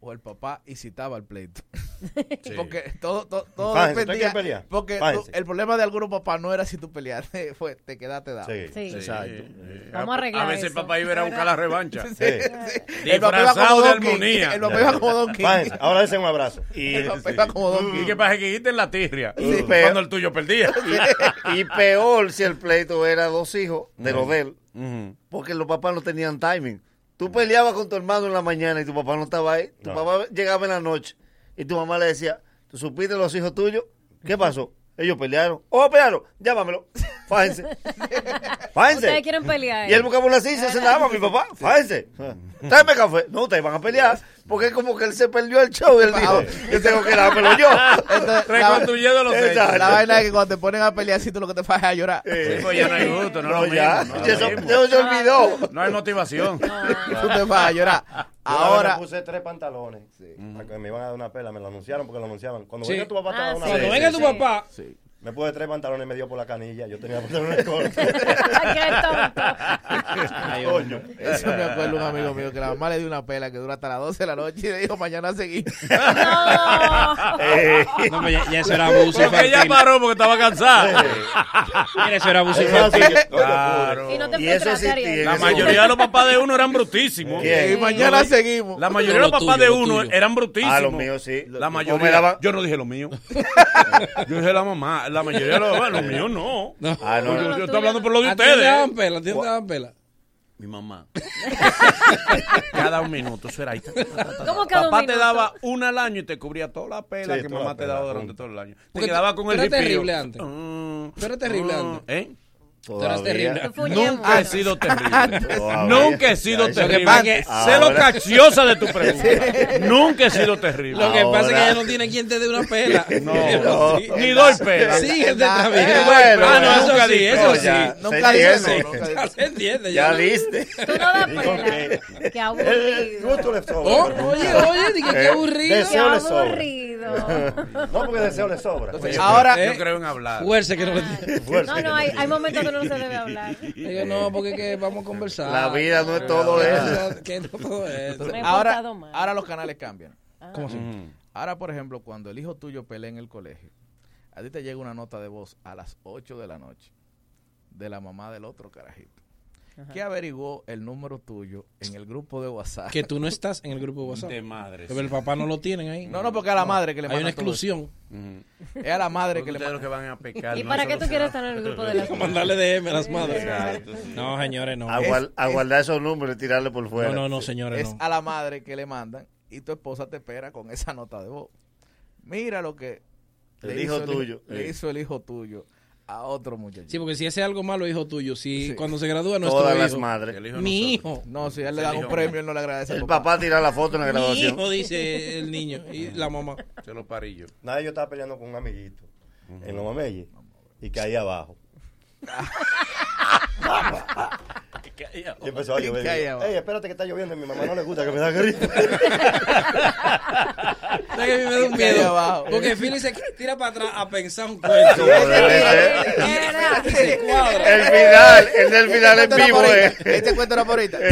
S16: o el papá incitaba al pleito. Porque todo, todo, todo
S6: Fájense, ¿usted
S16: dependía-
S6: quiere pelear?
S16: Porque tú-
S6: Fájense.
S16: el problema de algunos papás no era si tú peleaste, fue te quedaste dado.
S6: Sí, Sí. exacto.
S21: Vamos a arreglar
S1: eh, A veces
S21: eso.
S1: papá iba a ir a buscar la revancha.
S16: Sí,
S3: Eh,
S16: sí. El papá iba como
S1: Disfrazado de
S16: Don King.
S1: armonía.
S16: El papá iba como Don King.
S6: Fájense, ahora desen un abrazo.
S1: Y,
S16: El papá iba como Don
S1: ¿Y qué pasa? Que quiten la tirria.
S5: Peor.
S1: Cuando el tuyo perdía.
S5: Y peor si el pleito era dos hijos de los de él,
S1: Ujú.
S5: porque los papás no tenían timing. Tú peleabas con tu hermano en la mañana y tu papá no estaba ahí. Tu
S6: No.
S5: papá llegaba en la noche y tu mamá le decía, ¿tú supiste los hijos tuyos? ¿Qué pasó? Ellos pelearon. ¡Oh, pelearon! Llámamelo. Fájense. Fájense.
S21: Ustedes quieren pelear.
S5: Y él buscaba una silla y se la daba a mi papá. Fájense. Tráeme café. No, ustedes van a pelear. Porque es como que él se perdió el show y él dijo, yo tengo que dármelo yo.
S16: Entonces, la-
S1: Reconstruyendo los hechos.
S16: La vaina es que cuando te ponen a pelear así, tú lo que te fas es a llorar.
S1: Sí, pues ya no hay gusto, no, es
S5: No,
S1: lo
S5: ya.
S1: mismo, no es lo
S5: Ya eso-
S1: mismo.
S5: ya se olvidó.
S1: pues. No hay motivación.
S16: Tú te vas a llorar.
S6: Ahora
S16: Ahora,
S6: me puse tres pantalones. para que me iban a dar una pela, me lo anunciaron porque lo anunciaban. Cuando
S3: Sí.
S6: venga tu papá te va a dar
S21: Ah,
S6: una
S21: sí.
S3: Cuando
S6: pela.
S3: venga
S21: Sí,
S3: tu
S21: sí.
S3: papá,
S6: Me puse tres pantalones y me dio por la canilla. Yo tenía pantalones cortos.
S16: Ay,
S6: Coño.
S16: eso me acuerdo un amigo mío que la mamá le dio una pela que dura hasta las 12 de la noche y le dijo mañana seguimos.
S6: Eh.
S3: no, pues ya, ya eso era abuso
S1: Porque
S3: infantil.
S1: ella paró porque estaba cansada.
S3: Mira, eso era abuso
S6: Eso es así
S3: infantil.
S6: que-
S1: Claro.
S21: Y no te
S5: Y
S21: puedes
S5: eso
S21: tratar,
S5: existía.
S21: ¿eh?
S1: La mayoría de los papás de uno eran brutísimos.
S16: Y mañana seguimos.
S1: La mayoría
S3: No, lo
S1: de los papás
S3: tuyo,
S1: de
S3: lo
S1: uno
S3: tuyo.
S1: eran brutísimos.
S5: Ah, los míos sí.
S1: La
S5: O me
S1: mayoría.
S5: daban-
S1: Yo no dije lo mío. Yo dije la mamá. La mayoría de los papás, los míos no.
S5: Ah, no,
S1: Yo,
S5: no.
S1: yo estoy hablando por lo de
S3: ¿A ti te
S1: ustedes.
S3: daban pela? ¿A ti te daban pela?
S1: Mi mamá. Cada un minuto, eso era ahí.
S21: ¿Cómo cada un
S1: Papá te
S21: minuto?
S1: daba una al año y te cubría toda la pela
S6: Sí,
S1: que
S6: toda
S1: mamá
S6: la
S1: te
S6: pela,
S1: daba
S6: punto.
S1: durante todo el año. Te
S3: Porque
S1: quedaba
S3: tú-
S1: con
S3: tú
S1: el
S3: eras
S1: ripio.
S3: terrible antes.
S1: Mm,
S3: Tú eras terrible
S1: mm,
S3: antes.
S1: ¿eh?
S3: Tú eras terrible.
S21: Tú fuñes
S1: Nunca he
S21: mucho.
S1: sido terrible.
S5: Antes.
S1: Nunca he sido
S5: Lo que
S1: terrible.
S3: pasa es que-
S1: Sé lo
S5: Ahora-
S1: cacciosa de tu pregunta. Nunca he sido terrible.
S3: Lo que pasa es que
S5: Ahora-
S3: ella no tiene quien te dé una pela.
S1: No,
S3: Sí.
S1: ni doy pela.
S3: Sí, él te está bien.
S5: Eh, bueno,
S3: ah, no,
S1: nunca
S3: eso sí,
S1: dije.
S3: eso
S5: No,
S3: sí.
S5: ya,
S16: Nunca
S5: se
S16: dije
S5: entiende.
S16: no, nunca dije
S3: Ya se entiende.
S5: Ya
S3: Ya
S5: viste.
S21: Tú no das
S6: Digo
S21: pela. Qué
S6: El
S21: aburrido.
S6: gusto le sobra.
S3: Oh, oye, oye, dije, qué
S5: Eh,
S3: aburrido.
S21: Qué
S6: deseo le sobra.
S21: aburrido.
S6: No, porque deseo le sobra.
S16: Entonces,
S6: Oye,
S16: Ah. ahora,
S1: Yo creo en hablar.
S3: Fuerza que no
S21: No, no, hay, hay momentos que uno no se debe hablar.
S3: Digo, no, porque es que vamos a conversar.
S5: La vida no es todo
S3: No,
S5: eso.
S3: no, Ah, Que no todo eso.
S21: Me he
S16: ahora,
S21: portado mal. Ah.
S16: ahora los canales cambian.
S3: ¿Cómo así?
S16: Ahora, por ejemplo, cuando el hijo tuyo pelea en el colegio, a ti te llega una nota de voz a las 8 de la noche de la mamá del otro carajito. Que averiguó el número tuyo en el grupo de WhatsApp.
S3: Que tú no estás en el grupo de WhatsApp.
S1: De madre.
S3: Pero el papá no lo tienen ahí.
S16: No, no, porque a la madre que le
S3: Hay una
S16: mandan todo eso.
S3: exclusión.
S16: Es a la madre que le mandan.
S1: Ustedes los que van a pecar.
S21: ¿Y
S1: no,
S21: para
S1: eso
S21: qué
S1: lo
S21: tú
S1: saben.
S21: quieres estar en el grupo de las
S3: Mandarle DM a las madres.
S1: Exacto, sí.
S3: No, señores, no.
S5: A, guar- a guardar esos números y tirarle por
S3: No,
S5: fuera.
S3: no, no, señores,
S16: es
S3: no.
S16: a la madre que le mandan y tu esposa te espera con esa nota de voz. Mira lo que
S6: El
S16: le
S6: hijo
S16: hizo
S6: tuyo,
S16: le
S6: eh.
S16: hizo el hijo tuyo a otro muchacho.
S3: Sí, porque si ese es algo malo, hijo tuyo, si cuando se gradúa nuestro
S16: Todas
S3: hijo,
S16: las madres. El hijo
S3: Mi
S16: no
S3: hijo.
S16: No, si a él le dan un premio, él no le agradece. al
S5: tira la foto en la
S3: Mi
S5: graduación.
S3: hijo, dice el niño. Y la mamá.
S1: Se lo parí yo.
S6: Nada, yo estaba peleando con un amiguito en los mameyes y caí abajo. Y empezó a llover.
S16: Y caí
S6: Digo,
S16: abajo.
S6: Ey, espérate que está lloviendo. A mi mamá no le gusta que me da gripe.
S3: ¿Sabes que a mí me da un
S6: Y caí
S3: miedo?
S6: abajo.
S3: Porque Philly se tira para atrás a pensar un cuento.
S5: ¿eh?
S3: Y se cuadra.
S5: El final, el del final en
S3: Este cuento
S5: vivo,
S3: era
S5: eh.
S3: por ahorita, este cuento era por ahorita.
S5: Eh,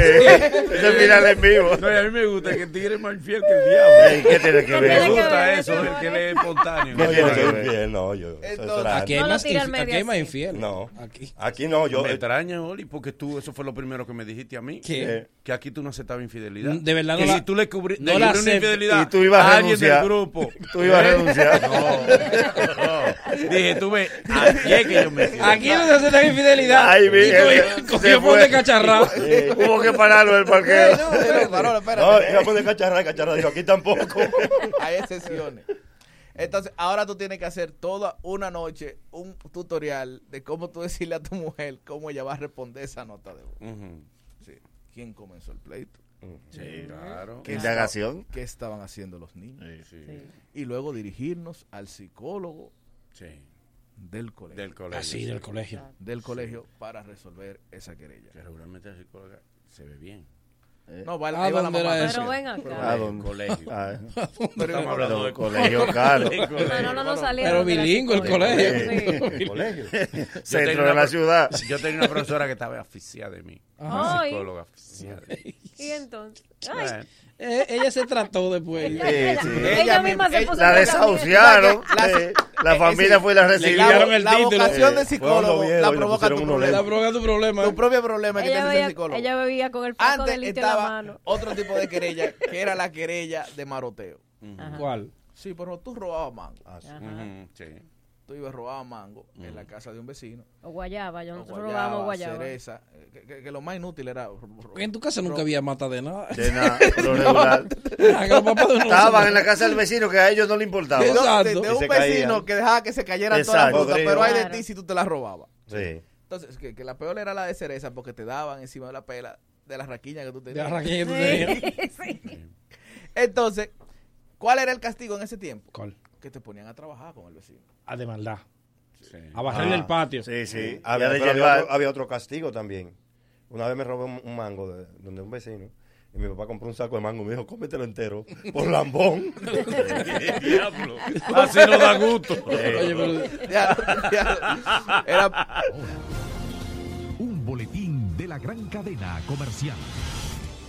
S5: Es el final en vivo.
S1: No, y a mí me gusta que el tigre es más infiel que el diablo.
S5: Ey, ¿qué tiene que ver?
S1: Me gusta
S5: Tiene que
S1: eso,
S5: ver,
S3: ¿eh?
S1: el que le es espontáneo.
S6: No, yo no soy infiel, no, yo. eso- eso era
S1: Aquí hay
S6: antes.
S1: más No lo tira al infi- medio
S3: aquí hay más así. infiel.
S6: No,
S3: aquí,
S6: no, yo. eh,
S1: me extraña, Oli, porque tú, eso fue lo primero que me dijiste a mí.
S6: ¿Qué?
S1: Que aquí tú no aceptabas infidelidad.
S3: De verdad
S1: que
S3: no la-
S1: si tú le cubri-
S3: no
S1: le
S3: la
S1: cubrí una
S3: acepto.
S1: infidelidad
S3: Y tú ibas a
S1: alguien
S3: renunciar.
S1: del grupo.
S3: Tú ibas a
S1: ¿eh?
S3: renunciar.
S1: No, no. Dije, tú ves, aquí es que yo me
S3: Aquí no se acepta infidelidad.
S5: Ay,
S3: Y
S5: vi,
S3: cogió-
S5: eh, se
S3: cogió por de
S5: fue.
S3: cacharrado.
S5: Hubo que pararlo el parqueo.
S6: Eh, No, iba a poner cacharra, cacharra. Dijo, aquí tampoco.
S16: Hay excepciones. Entonces, ahora tú tienes que hacer toda una noche un tutorial de cómo tú decirle a tu mujer cómo ella va a responder esa nota de voz. Sí. ¿Quién comenzó el pleito?
S1: Sí, claro.
S16: ¿Qué
S5: Indagación.
S16: esta- ¿Qué estaban haciendo los niños?
S1: Sí. Sí.
S16: Y luego dirigirnos al psicólogo del colegio.
S1: Del colegio. Ah, sí, del colegio.
S16: Del colegio para resolver esa querella.
S1: Que regularmente la psicóloga se ve bien.
S16: No, va,
S1: ¿A
S16: ahí va la
S1: dónde
S16: mamá.
S1: era eso? Pero ven acá. ¿A dónde?
S16: Colegio.
S1: Ah,
S16: Pero-
S1: estamos hablando de
S5: colegio, claro.
S21: Manolo no salía
S3: Pero
S21: de la
S3: bilingüe el
S21: psicóloga.
S3: colegio.
S21: Sí.
S1: colegio.
S5: Centro de la ciudad.
S1: Yo tenía una profesora que estaba asfixiada de mí.
S3: Ajá.
S1: Una
S3: Ay.
S1: psicóloga asfixiada de mí.
S21: Y entonces. ay,
S1: Bueno,
S3: Eh, ella se trató después.
S21: Ella- ella- Sí, sí. ella misma se puso
S5: La
S21: en la
S5: desahuciaron.
S3: La-
S5: eh, La familia fue y la recibió. Eh,
S16: La vocación de psicólogo la provoca tu problema.
S3: La provoca tu problema.
S16: Tu propio problema que
S21: Ella
S16: tienes el
S21: bebía,
S16: psicólogo.
S21: ella bebía con el poco de
S16: Antes
S21: litio en la
S16: estaba
S21: mano.
S16: otro tipo de querella, que era la querella de maroteo.
S21: Ajá. Ah,
S3: ¿Cuál?
S16: Sí, pero tú robabas mango.
S1: Ujú, sí.
S16: Tú ibas a robar mango en la casa de un vecino.
S21: O guayaba, yo
S16: O
S21: nosotros
S16: guayaba,
S21: robamos guayaba.
S16: cereza, eh, que, que- que lo más inútil era...
S3: Porque en tu casa nunca había mata de nada. Ah,
S5: De nada, por lo regular. Estaban en la casa del vecino que a ellos no le importaba.
S16: De, de- de
S5: Y
S16: un vecino
S5: se caían.
S16: que dejaba que se cayera toda la
S5: Exacto.
S16: fruta, pero hay de
S5: Claro.
S16: ti si tú te la robabas.
S5: Sí.
S16: Entonces, que, que la peor era la de cereza porque te daban encima de la pela de la raquiña que tú
S3: la
S16: tenías.
S3: raquiña que tú Sí,
S16: Entonces, ¿cuál era el castigo en ese tiempo?
S3: ¿Cuál?
S16: Que te ponían a trabajar con el vecino.
S3: A de maldad.
S16: A
S3: barrerle el patio.
S5: Ah, Sí, sí.
S6: Había,
S5: Ya de
S6: pero había
S5: llevar.
S6: otro, había otro castigo también. Una vez me robé un, un mango de, donde un vecino. Y mi papá compró un saco de mango y me dijo, cómetelo entero. Por lambón.
S1: Diablo. Así no da gusto.
S6: Oye,
S16: pero- Diablo, diablo. Era-
S7: Un boletín de la gran cadena comercial.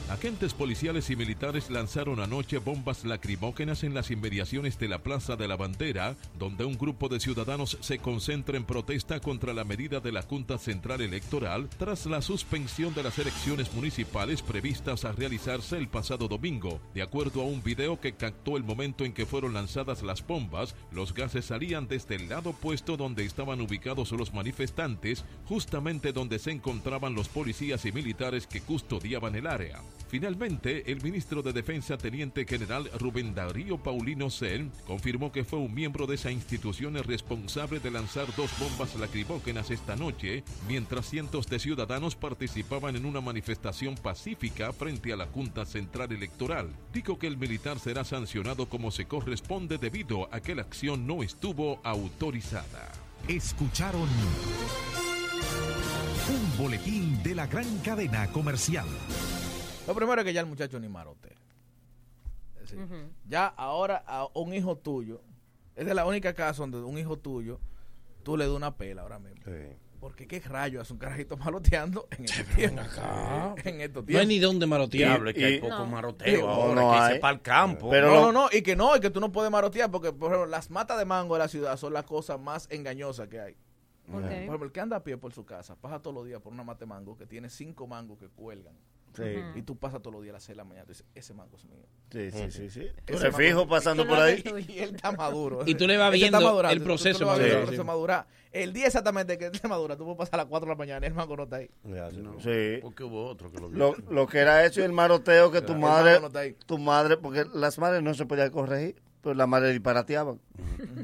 S27: Agentes policiales y militares lanzaron anoche bombas lacrimógenas en las inmediaciones de la Plaza de la Bandera, donde un grupo de ciudadanos se concentra en protesta contra la medida de la Junta Central Electoral tras la suspensión de las elecciones municipales previstas a realizarse el pasado domingo. De acuerdo a un video que captó el momento en que fueron lanzadas las bombas, los gases salían desde el lado opuesto donde estaban ubicados los manifestantes, justamente donde se encontraban los policías y militares que custodiaban el área. Finalmente, el ministro de Defensa Teniente General Rubén Darío Paulino Cel confirmó que fue un miembro de esa institución el responsable de lanzar dos bombas lacrimógenas esta noche, mientras cientos de ciudadanos participaban en una manifestación pacífica frente a la Junta Central Electoral. Dijo que el militar será sancionado como se corresponde debido a que la acción no estuvo autorizada.
S7: Escucharon un boletín de la gran cadena comercial.
S16: Lo primero es que ya el muchacho ni marote. Es decir,
S27: Ujú.
S16: Ya ahora a un hijo tuyo, es de la única casa donde un hijo tuyo, tú le das una pela ahora mismo. Porque qué rayos hace un carajito maloteando en estos tiempos. En estos
S3: No hay
S16: tiempos.
S3: ni dónde marotear.
S1: Diablo, es que hay poco maroteo ahora, que dice pa'l campo.
S16: Pero
S1: Pero
S16: Pues no,
S1: lo-
S16: no, no, y que no, y que tú no puedes marotear porque, por ejemplo, las matas de mango de la ciudad son las cosas más engañosas que hay.
S27: Ok.
S16: Por ejemplo, el que anda a pie por su casa pasa todos los días por una mata de mango que tiene cinco mangos que cuelgan.
S5: Sí.
S16: Y tú pasas todos los días a las 6 de la mañana. Tú dices, ese mango es mío.
S5: Sí, sí, sí, sí. Tú
S16: Ese
S5: eres
S16: mango-
S5: fijo pasando por ahí.
S16: Y él está maduro.
S3: Y tú le vas
S16: Ese está
S3: viendo
S16: madurando.
S3: el
S16: Tú-
S3: proceso
S16: tú le vas viendo el
S3: madurar,
S16: proceso
S3: sí.
S16: madurar. El día exactamente que él se madura, tú puedes pasar a las 4 de la mañana y el mango no está ahí.
S1: No,
S5: Sí.
S1: Porque hubo otro que lo vio.
S5: Lo, lo que era eso y el maroteo que tu
S1: Claro.
S5: madre,
S1: El
S16: no está ahí.
S5: tu madre, porque las madres no se podían corregir, pero las madres disparateaban.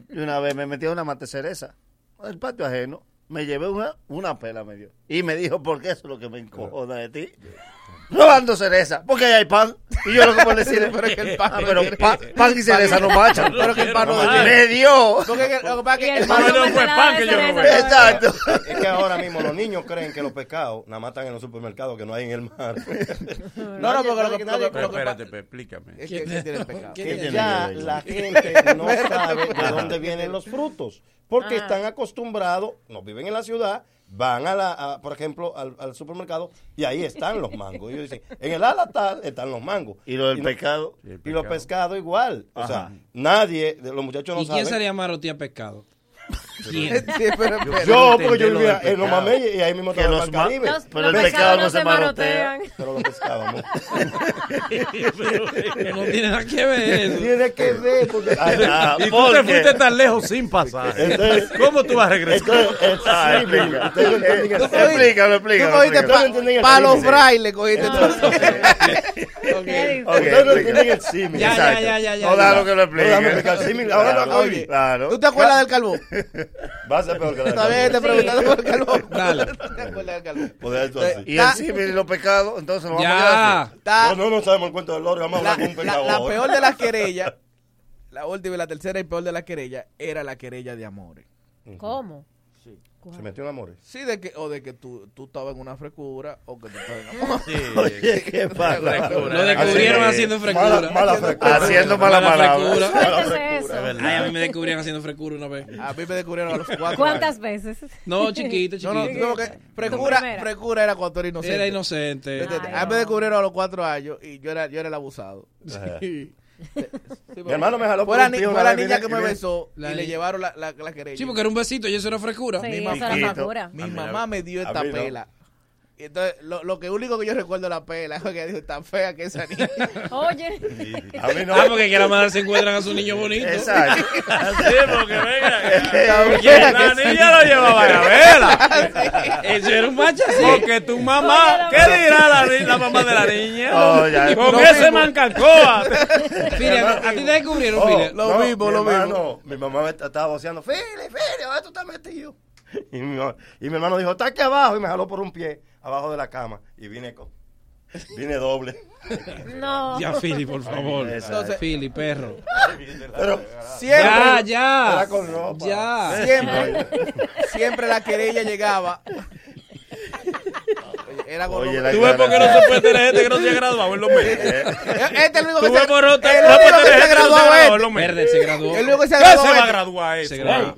S5: Y una vez me metí a una mate cereza, al patio ajeno, me llevé una, una pela, me dio. Y me dijo, ¿por qué eso es lo que me encojona de ti? Robando cereza, porque ahí hay pan. Y yo lo que puedo decir es,
S16: Pero es que el pan
S5: "Ah,
S16: no
S5: pero
S16: tiene-
S5: pa- pan y cereza no machan.
S16: Pero que el pan no
S5: Me
S16: tiene-
S5: dio.
S16: Porque es que- lo que pasa es que
S6: el pan no
S16: Ah, fue pan que yo
S5: Exacto.
S6: Es que ahora mismo los niños creen que los pescados nada más están en los supermercados que no hay en el mar.
S16: No, no, porque lo que- lo que-
S1: Pero espérate, pe- explícame.
S16: Es que- que tienen pecado.
S1: ¿Qué
S6: que
S1: tiene
S6: ya
S1: que ver?
S6: la gente no sabe de
S1: Ajá.
S6: dónde vienen los frutos, porque
S1: Ajá.
S6: están acostumbrados, no viven en la ciudad, van a la, a, por ejemplo, al, al supermercado y ahí están los mangos. Ellos dicen, en el ala tal están los mangos.
S5: Y los del
S6: no-
S5: pescado.
S1: Y el
S6: Y los
S1: pescado.
S6: pescados igual. O
S1: Ajá.
S6: sea, nadie, de- los muchachos no
S3: ¿Y quién
S6: saben.
S3: sería marotía pescado? ¿Quién?
S6: Sí, pero- pero- Yo, porque yo vivía en los mames y ahí mismo
S5: Que
S6: estaba
S5: los
S6: el
S5: ma-
S6: Caribe.
S5: Los- pero los el pescado pescados no no se se marotean. marotean.
S6: Pero los pescados no.
S1: Pero
S3: no tiene nada que ver eso.
S6: Tiene que ver porque...
S5: Ah,
S1: Y tú te fuiste tan lejos sin pasar. ¿Cómo tú vas a regresar?
S5: Ah, explica. Explícalo, explícalo. explícalo.
S16: Para los frailes cogiste
S6: Ustedes no entienden el símil.
S16: Ya,
S6: Exacto.
S16: ya, ya, ya,
S6: No,
S16: ya.
S6: déjalo que lo explique.
S16: No, déjame explicar el símil. Ahora
S6: Claro,
S16: no, oye,
S6: oye,
S16: ¿Tú te acuerdas del carbón?
S6: Va a ser peor que la
S16: Está bien, te preguntaron por el carbón.
S6: Dale.
S16: ¿Tú te acuerdas del carbón?
S6: Poder eso Pues así.
S5: Y el símil y los pecados, entonces nos vamos a
S3: Ah.
S5: quedar así.
S6: No, no, no sabemos el cuento del loro, vamos a hablar con un
S16: La,
S6: pecador.
S16: la peor de las querellas, la última y la tercera y peor de las querellas, era la querella de amores.
S21: ¿Cómo?
S6: Se metió en amores.
S16: Sí, de que, o de que tú, tú estabas en una frecura o que tú estabas en amores.
S6: Sí. Oye, qué bárbaro.
S3: Lo descubrieron haciendo frecura.
S5: Haciendo mala palabra.
S3: Ay, a mí me descubrieron haciendo frecura una vez.
S16: A mí me descubrieron a los cuatro.
S21: ¿Cuántas veces?
S3: No, chiquito, chiquito.
S16: No, no, no, que
S21: La
S16: frecura,
S21: primera.
S16: frecura era cuando era inocente.
S3: Era inocente.
S16: ¿Entiendes?
S3: Ay,
S16: a mí
S3: no.
S16: me descubrieron a los cuatro años y yo era, yo era el abusado.
S6: Ajá.
S16: Sí. Sí,
S6: Mi hermano me jaló
S16: Fue
S6: por
S16: la,
S6: un
S16: ni-
S6: tío
S16: fue
S6: una
S16: la
S6: vez,
S16: niña que
S6: viene-
S16: me
S6: viene-
S16: besó y
S3: La
S16: le
S3: niña.
S16: llevaron la, la, la querella.
S3: Sí, porque era un besito y eso era frecura.
S16: Mi
S21: Sí,
S16: mamá-
S21: eso era frescura.
S16: Mi mamá me dio
S6: A
S16: esta
S6: mí no.
S16: pela. Y Entonces, lo, lo que único que yo recuerdo de la pela es que dijo, tan fea que esa niña.
S21: Oye.
S6: A mí no.
S3: Ah, porque que la madre se encuentran a su niño bonito.
S5: Exacto.
S1: Sí, porque
S16: Tan
S1: venga.
S16: fea
S1: La
S16: que esa
S1: niña lo llevaba a la vela.
S3: Eso era un macho así.
S1: Porque tu mamá, ¿qué dirá la, ni- la mamá de la niña?
S5: Oh, ya.
S1: Con
S5: Lo
S1: ese
S5: mismo.
S1: mancancoa.
S3: Fili, a a ti te descubrieron, Fili.
S16: lo mismo,
S6: "Oh, mi
S16: lo mismo.
S6: hermano, Mi mamá me estaba voceando, Fili, Fili,
S16: Ah,
S6: ¿dónde tú estás metido? Y mi, mamá- y mi hermano dijo, está aquí abajo, y me jaló por un pie, abajo de la cama, y vine con... Vine doble.
S21: No.
S3: Ya, Fili, por favor.
S16: Entonces-
S3: Fili, perro.
S6: Pero
S16: Siempre,
S3: Ya, ya.
S6: Era con ropa.
S3: Ya.
S16: siempre, siempre la querella llegaba. Eh, Oye, Era con
S5: Oye,
S16: lo-
S5: la
S1: ¿Tú ves
S5: cara.
S1: por qué no se puede tener gente que no se ha graduado en los meses?
S16: Eh, Este es el único
S1: ¿Tú
S16: que
S1: ves
S16: se,
S1: por no- no
S16: el
S1: puede
S16: único que
S1: tener
S16: se
S1: gente que no
S16: graduó
S1: se ha graduado en
S16: este.
S1: los
S3: Verde
S1: meses?
S3: se graduó.
S16: El único que se
S1: ¿Qué se
S16: graduó
S1: va a
S16: este.
S1: graduar eh.
S3: Se
S1: eso?
S3: graduó.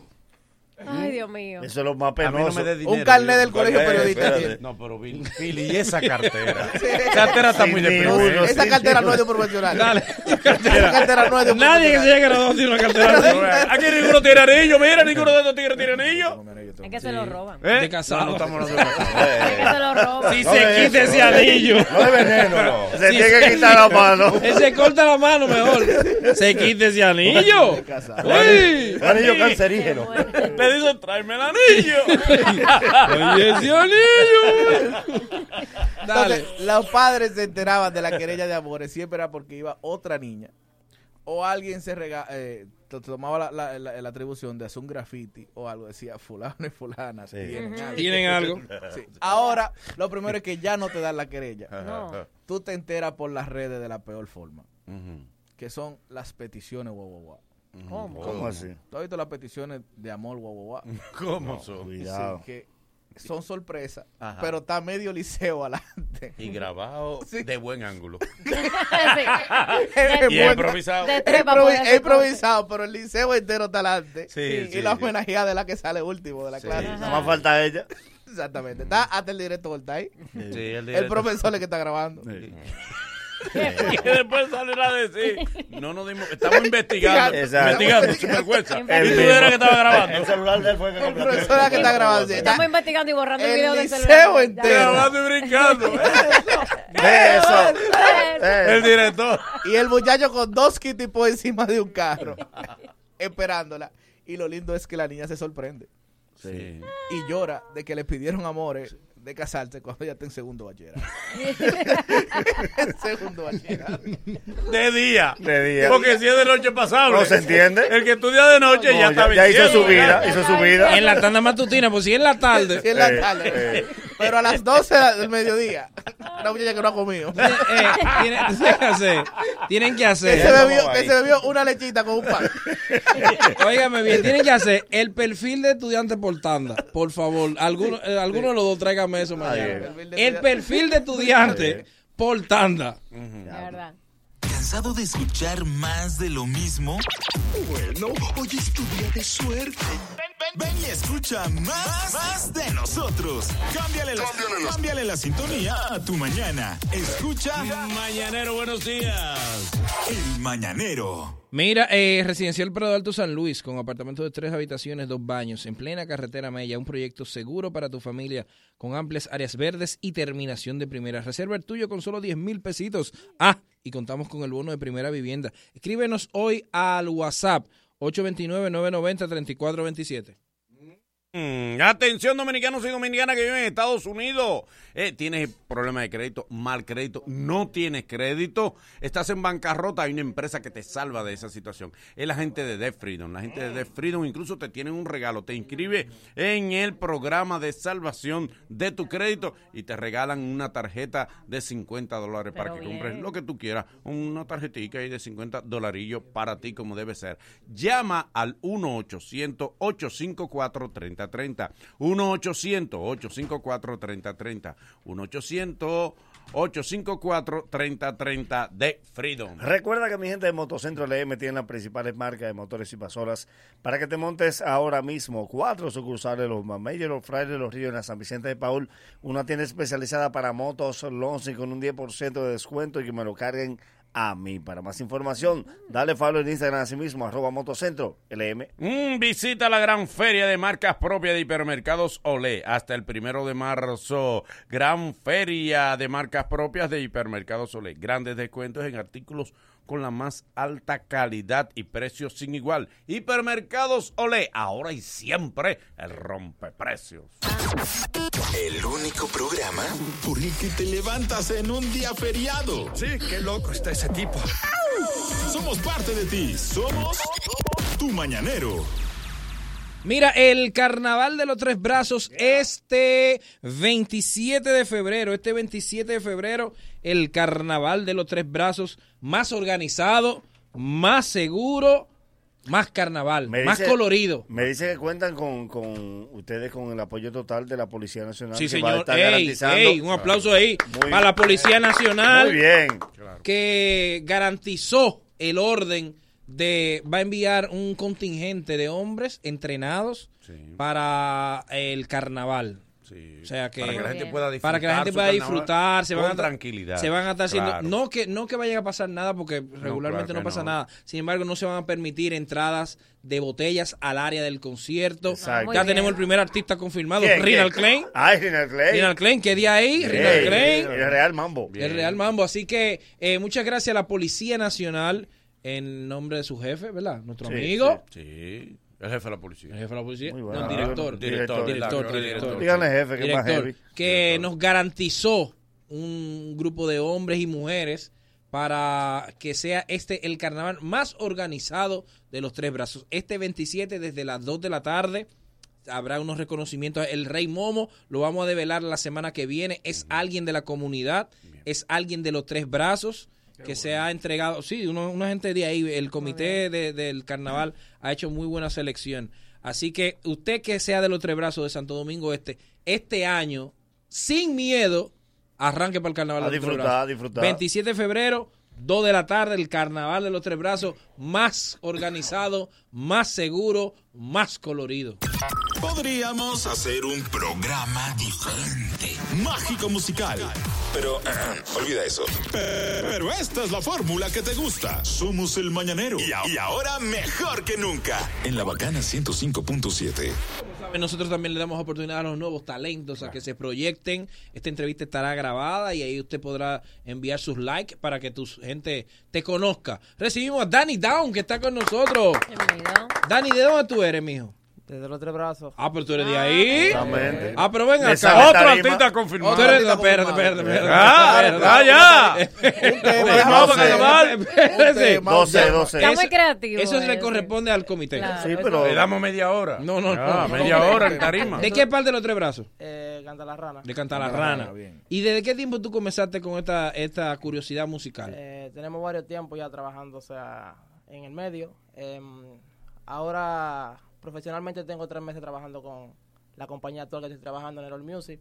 S21: Ay, Dios mío.
S5: Eso es lo más penoso.
S16: Un carnet del colegio
S6: Espérate,
S16: periodista.
S6: espérate.
S1: No, pero Bill- Billy, ¿y esa cartera? cartera está muy
S5: Sin
S1: de
S5: ninguno,
S1: peso, ¿eh?
S16: Esa
S5: sí,
S16: cartera
S5: sí.
S16: no es de un profesional.
S3: Dale.
S16: Esa cartera no es de un
S3: Nadie que se
S16: profesional.
S3: haya graduado tiene una cartera.
S1: Aquí ninguno tiene anillo, mira, ninguno de estos tigres tiene anillo.
S21: Es que se lo roban.
S1: ¿Eh?
S3: De casado.
S1: No, no estamos hablando de casado.
S21: Es que se lo roban.
S1: Si
S5: No
S1: se
S5: de
S1: quita
S5: eso,
S1: ese
S5: no de-
S1: anillo.
S5: No de veneno, no. Se tiene que quitar la mano.
S3: Él se corta la mano mejor. Se quita ese anillo. Uy.
S6: Un anillo cancerígeno.
S1: Le dice, tráeme el anillo.
S3: Oye, ese anillo. Dale.
S16: Entonces, los padres se enteraban de la querella de amores. Siempre era porque iba otra niña. O alguien se rega- eh, to- tomaba la, la- la- la atribución de hacer un graffiti o algo. Decía, fulano y fulana.
S6: Sí.
S16: tienen algo.
S3: Tienen algo.
S16: Sí. Ahora, lo primero es que ya no te dan la querella.
S21: No.
S16: Tú te enteras por las redes de la peor forma. Que son las peticiones, guau, guau, guau.
S21: ¿Cómo?
S5: ¿Cómo así?
S16: ¿Tú has visto las peticiones de amor, guau, guau, guau?
S1: ¿Cómo son?
S5: Cuidado.
S16: Sí, que son sorpresas,
S1: Ajá.
S16: pero está medio liceo adelante.
S1: Y grabado de buen ángulo.
S16: Es
S1: Y
S16: buena.
S1: improvisado.
S21: De
S16: Es
S21: tres para
S16: improvi-
S21: poder hacer
S16: es
S21: cosas.
S16: improvisado, pero el liceo entero está adelante.
S1: Sí,
S16: y
S1: sí,
S16: la
S1: sí.
S16: homenajeada de la que sale último de la clase.
S5: Nada más falta ella.
S16: Exactamente. Está hasta el director, está ahí.
S1: Sí, el,
S16: El profesor es que está grabando.
S1: que después saliera a decir, no nos dimos, estamos investigando,
S6: Exacto.
S1: investigando, sin vergüenza.
S6: El
S1: Y tú
S6: mismo.
S1: eras que estaba grabando.
S6: El celular de él fue que
S1: El
S6: profesor era que está grabando, sí.
S21: Estamos investigando y borrando el,
S6: El
S21: video del
S6: liceo
S21: celular.
S6: entero.
S1: Grabando y brincando.
S6: Eso.
S1: El director.
S22: Y el muchacho con dos kitty po encima de un carro, esperándola. Y lo lindo es que la niña se sorprende
S1: Sí.
S22: y llora de que le pidieron amores de casarse cuando ya está en segundo bachillerato. En segundo bachillerato.
S1: De día.
S22: De día.
S1: Porque si es de noche pasable.
S5: No se entiende.
S1: El que estudia de noche ya
S5: No, ya-
S1: está
S5: ya hizo
S1: venciendo,
S5: su vida,
S1: ¿verdad?
S5: hizo su vida.
S3: En la tanda matutina, pues si en la tarde. Eh,
S22: Sí, en la tarde. Pero a las 12 del mediodía, una muchacha que no ha comido.
S3: Tienen tienen que hacer. Tienen que hacer.
S22: Que se, bebió, que se bebió una lechita con un pan.
S3: Óigame bien, tienen que hacer el perfil de estudiante por tanda, por favor. Alguno, eh, alguno de los dos tráigame eso mañana. El perfil de estudiante por tanda.
S10: ¿Cansado de escuchar más de lo mismo? Bueno, hoy es tu día de suerte.
S2: Ven y escucha más, más de nosotros. Cámbiale la, cámbiale, la, sintonía a tu mañana. Escucha Mañanero, buenos días. El Mañanero.
S3: Mira, eh, Residencial Prado Alto San Luis, con apartamento de tres habitaciones, dos baños, en plena carretera Mella, un proyecto seguro para tu familia, con amplias áreas verdes y terminación de primera. Reserva el tuyo con solo 10 mil pesitos. Ah, y contamos con el bono de primera vivienda. Escríbenos hoy al WhatsApp 829-990-3427.
S1: Mm, atención dominicanos y dominicanas que viven en Estados Unidos. Eh, tienes problemas de crédito, mal crédito, no tienes crédito, estás en bancarrota, hay una empresa que te salva de esa situación. Es la gente de Debt Freedom. La gente de Debt Freedom incluso te tienen un regalo. Te inscribe en el programa de salvación de tu crédito y te regalan una tarjeta de 50 dólares para
S2: Pero
S1: que
S2: bien.
S1: compres lo que tú quieras, una tarjetita ahí de 50 dolarillos para ti como debe ser. Llama al 1-800-854-3030. 1-800-854-3030. 1-800-854-3030 de Freedom.
S5: Recuerda que mi gente de Motocentro LM tiene las principales marcas de motores y pasoras para que te montes ahora mismo. Cuatro sucursales, los Mameyes, los Frailes, los Ríos, en la San Vicente de Paul. Una tienda especializada para motos Lonsi con un 10% de descuento y que me lo carguen a mí. Para más información, dale follow en Instagram a sí mismo, arroba Motocentro LM.
S1: Mm, visita la gran feria de marcas propias de hipermercados Olé hasta el primero de marzo. Gran feria de marcas propias de hipermercados Olé. Grandes descuentos en artículos con la más alta calidad y precios sin igual. Hipermercados Olé, ahora y siempre el rompeprecios.
S10: El único programa
S2: Por el que te levantas en un día feriado. Sí, qué loco está ese tipo. Somos parte de ti. Somos tu mañanero.
S3: Mira, el Carnaval de los Tres Brazos este 27 de febrero, este 27 de febrero, el Carnaval de los Tres Brazos más organizado, más seguro, más carnaval, más
S5: dice-
S3: colorido.
S5: Me dice que cuentan con, con ustedes con el apoyo total de la Policía Nacional.
S3: Sí,
S5: que
S3: señor.
S5: Va a estar
S3: Ey,
S5: garantizando.
S3: ey, un aplauso ahí para la Policía Nacional.
S5: Muy bien.
S3: que garantizó el orden de va a enviar un contingente de hombres entrenados para el carnaval. O sea que
S1: Para que la gente pueda disfrutar
S3: para que la gente
S1: su
S3: pueda
S1: carnaval
S3: disfrutar, se
S1: con
S3: van a
S1: tranquilidad.
S3: Se van a estar haciendo
S1: Claro.
S3: no que no que vaya a pasar nada porque regularmente no,
S1: claro que
S3: pasa
S1: no.
S3: nada. Sin embargo, no se van a permitir entradas de botellas al área del concierto.
S5: Exacto. Ah, Muy
S3: Ya
S5: bien.
S3: tenemos el primer artista confirmado,
S5: ¿Quién?
S3: Rinald
S5: ¿Quién?
S3: Klein.
S5: Ay, Rinald Klein.
S3: Rinald Klein, ¿qué día ahí?
S5: Ey,
S3: Rinald Klein.
S5: El Real Mambo.
S3: El Real Mambo. Así que eh, muchas gracias a la Policía Nacional en nombre de su jefe, ¿verdad? Nuestro
S1: Sí,
S3: amigo.
S1: Sí, sí. el jefe de la policía. El
S3: jefe de la policía.
S1: Muy
S3: No, director, director, director, director.
S5: Díganle, jefe, que es más
S3: Director,
S5: heavy.
S3: que nos garantizó un grupo de hombres y mujeres para que sea este el carnaval más organizado de los tres brazos. Este 27 desde las 2 de la tarde habrá unos reconocimientos. El Rey Momo lo vamos a develar la semana que viene. Es alguien de la comunidad, es alguien de los tres brazos que se ha entregado. Sí, uno- una gente de ahí, el comité de- del carnaval ha hecho muy buena selección. Así que usted que sea de los tres brazos de Santo Domingo Este, este año, sin miedo, arranque para el carnaval.
S5: A
S3: de los Tres
S5: disfrutar,
S3: Brazos.
S5: a disfrutar.
S3: 27 de febrero, 2 de la tarde, el carnaval de los tres brazos, más organizado, más seguro, más colorido.
S2: Podríamos hacer un programa diferente. Mágico musical. Pero olvida eso. Pero esta es la fórmula que te gusta. Somos el mañanero. Y, a- y ahora mejor que nunca. En la bacana 105.7.
S3: Nosotros también le damos oportunidad a los nuevos talentos a que se proyecten. Esta entrevista estará grabada y ahí usted podrá enviar sus likes para que tu gente te conozca. Recibimos a Danny Down que está con nosotros. Danny, ¿de dónde tú eres, mijo?
S17: Desde los tres brazos.
S3: Ah, pero tú eres de ahí.
S17: Exactamente.
S3: Ah, pero venga
S17: De
S3: acá.
S17: Santa
S3: Otro
S17: Tarima.
S3: artista confirmado.
S17: Otro
S3: Tú eres-
S17: artista
S3: espérate,
S17: confirmado.
S3: espérate, espérate,
S17: Ah,
S3: espérate,
S17: ah, ya. Un
S3: espérate.
S17: tema,
S3: Confirmado
S17: no
S3: para
S17: sé.
S3: acabar.
S17: Un
S3: Espérese.
S17: tema, No sé,
S3: Ya.
S17: no sé. Está muy
S3: Eso-
S17: creativo
S3: Eso le
S17: ese.
S3: corresponde al comité.
S17: eh, Claro, Sí, eso- pero-
S1: Le damos media hora.
S3: No, no, no.
S1: Ah,
S3: no.
S1: media hora en tarima. Ah,
S3: ¿De qué parte de los tres brazos?
S17: Eh, canta la rana.
S3: De Cantar la Rana.
S17: bien.
S3: ¿Y desde qué tiempo tú comenzaste con esta, esta curiosidad musical?
S17: Eh, tenemos varios tiempos ya trabajando, o sea, en el medio. Em, ahora, profesionalmente, tengo tres meses trabajando con la compañía actual que estoy trabajando en el All Music.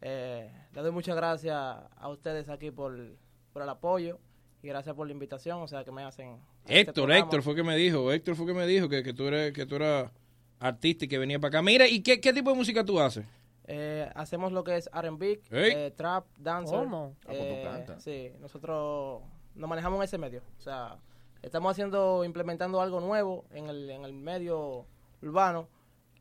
S17: Eh, le doy muchas gracias a ustedes aquí por, por el apoyo y gracias por la invitación, o sea, que me hacen. este
S3: Héctor,
S17: programa.
S3: Héctor fue que me dijo, Héctor fue que me dijo que, que tú eres que tú eras artista y que venía para acá. Mira, ¿y qué, qué tipo de música tú haces?
S17: Eh, hacemos lo que es R&B,
S3: Ey.
S17: eh, trap, dancer.
S21: ¿Cómo?
S17: Eh,
S21: Ah, pues tú cantas.
S17: sí, nosotros nos manejamos en ese medio. O sea, estamos haciendo, implementando algo nuevo en el, en el medio urbano,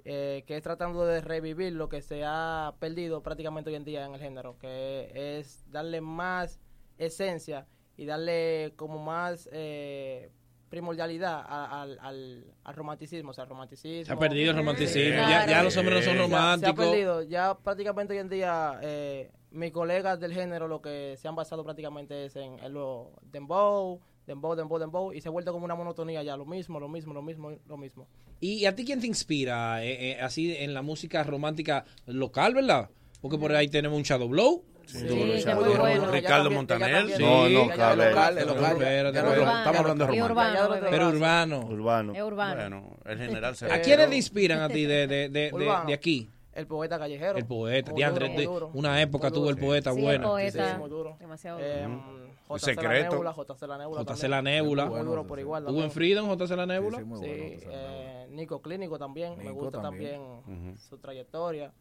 S17: eh, que es tratando de revivir lo que se ha perdido prácticamente hoy en día en el género, que es darle más esencia y darle como más eh, primordialidad a- al, al- al romanticismo. O sea, romanticismo.
S3: Se ha perdido el romanticismo, ya- ya los hombres no son
S17: Se ha- Se ha
S3: románticos.
S17: perdido. Ya prácticamente hoy en día eh, mis colegas del género lo que se han basado prácticamente es en, en lo dembow, dembow, dembow, dembow y se ha vuelto como una monotonía ya, lo mismo, lo mismo, lo mismo, lo mismo.
S3: ¿Y, y a ti quién te inspira eh, eh, así en la música romántica local, verdad? Porque por ahí tenemos un Shadow Blow.
S17: Sí, Sí, que Shadow muy Blow. bueno. Ya
S1: Ricardo
S17: cambié,
S1: Montaner.
S17: ya cambié.
S1: No, no,
S17: Carlos.
S3: local, es
S17: Ya
S3: local.
S17: no
S3: Espérate,
S17: urbano, ya
S3: espérate.
S17: no urbano, ya no
S3: romántico.
S17: te
S3: Pero
S17: vas.
S3: urbano.
S5: Urbano.
S17: Es urbano.
S1: Bueno, el general se
S3: ¿A quiénes te inspiran a ti de, de, de, de,
S17: Urbano.
S3: de aquí?
S17: El poeta callejero.
S3: El poeta.
S17: Muy
S3: Diandre,
S17: duro,
S3: de-
S17: muy duro.
S3: una época tuvo el poeta
S17: Sí,
S3: bueno.
S17: poeta.
S21: Sí.
S17: Muy duro.
S21: Demasiado
S17: Eh,
S21: duro.
S17: JC
S3: secreto.
S17: La Nebula, JC La Nebula.
S3: JC
S17: también.
S3: La Nebula.
S17: Muy duro por igual.
S3: ¿Tuvo en
S17: también.
S3: Freedom JC La Nebula?
S17: Sí, eh, Nico Clínico también, me
S3: Nico
S17: gusta
S3: también.
S17: también,
S3: Ujú.
S17: su trayectoria.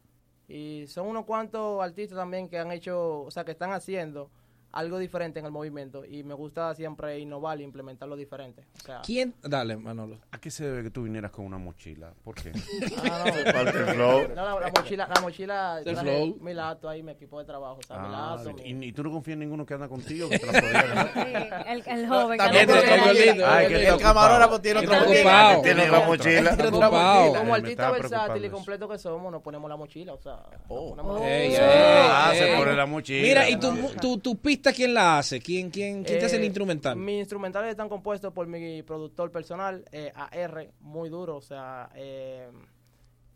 S17: Y son unos cuantos artistas también que han hecho, o sea, que están haciendo algo diferente en el movimiento. Y me gusta siempre innovar e implementar lo diferente. O sea,
S3: ¿Quién? Dale, Manolo.
S1: ¿A qué se debe que tú vinieras con una mochila? ¿Por qué?
S17: Ah, no. No, la, la mochila, la mochila,
S1: Del
S17: traje
S1: flow.
S17: mi lato ahí, mi equipo de trabajo, o sea, mi
S1: Ah,
S17: lato, mi-
S1: y, y tú no confías en ninguno que anda contigo. Que te la podría ganar?
S21: El, el joven.
S1: También
S21: Carlos
S1: te-
S21: Rivera.
S1: el gordito, Ay, el que gordito. está
S17: camarógrafo
S1: tiene otra Está mochila. ocupado. Tiene otra mochila.
S17: Está
S1: Tiene otra
S17: ocupado.
S1: mochila.
S17: Como
S1: Me estaba
S17: artista versátil
S1: preocupando
S17: y completo que somos, nos ponemos la mochila, o sea, nos ponemos la
S3: Oh, Ey,
S17: mochila.
S3: ey,
S1: Oh. Ah,
S3: ey.
S1: se pone la mochila.
S3: Mira, ¿y tu, tu, tu pista quién la hace? ¿Quién, quién, quién te hace el
S17: Eh,
S3: instrumental?
S17: Mis instrumentales están compuestos por mi productor personal, eh, AR, muy duro. O sea, eh,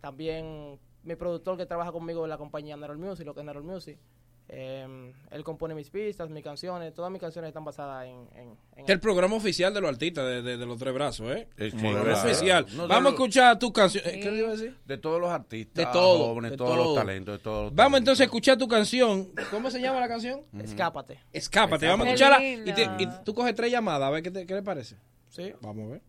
S17: también mi productor que trabaja conmigo en la compañía Neural Music, lo que es Neural Music. Eh, él compone mis pistas, mis canciones, todas mis canciones están basadas en. en- en-
S3: Este es el programa oficial de los artistas, de, de- de los tres brazos, ¿eh?
S1: Sí, sí,
S3: Programa
S1: claro.
S3: oficial.
S1: No, de
S3: Vamos a
S1: los-
S3: escuchar tus canciones. ¿Qué le iba a decir?
S1: De todos los
S3: De
S1: artistas.
S3: todo,
S1: Jóvenes,
S3: de
S1: todos
S3: todo.
S1: los talentos. De todos los
S3: Vamos entonces a escuchar tu canción. ¿Cómo se llama la canción?
S17: Escápate.
S3: Escápate. Vamos a
S17: Qué
S3: escucharla.
S17: lindo.
S3: Y, te- y tú coges tres llamadas, a ver qué, te- qué le parece.
S17: Sí.
S3: Vamos a ver.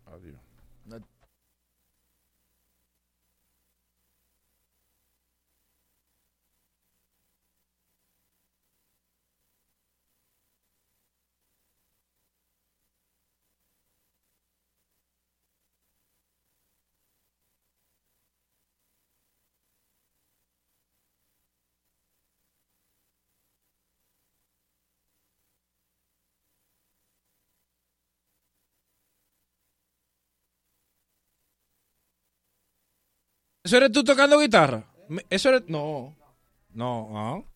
S3: ¿Eso eres tú tocando guitarra? Me- ¿Eso eres...? No. No, ah. no.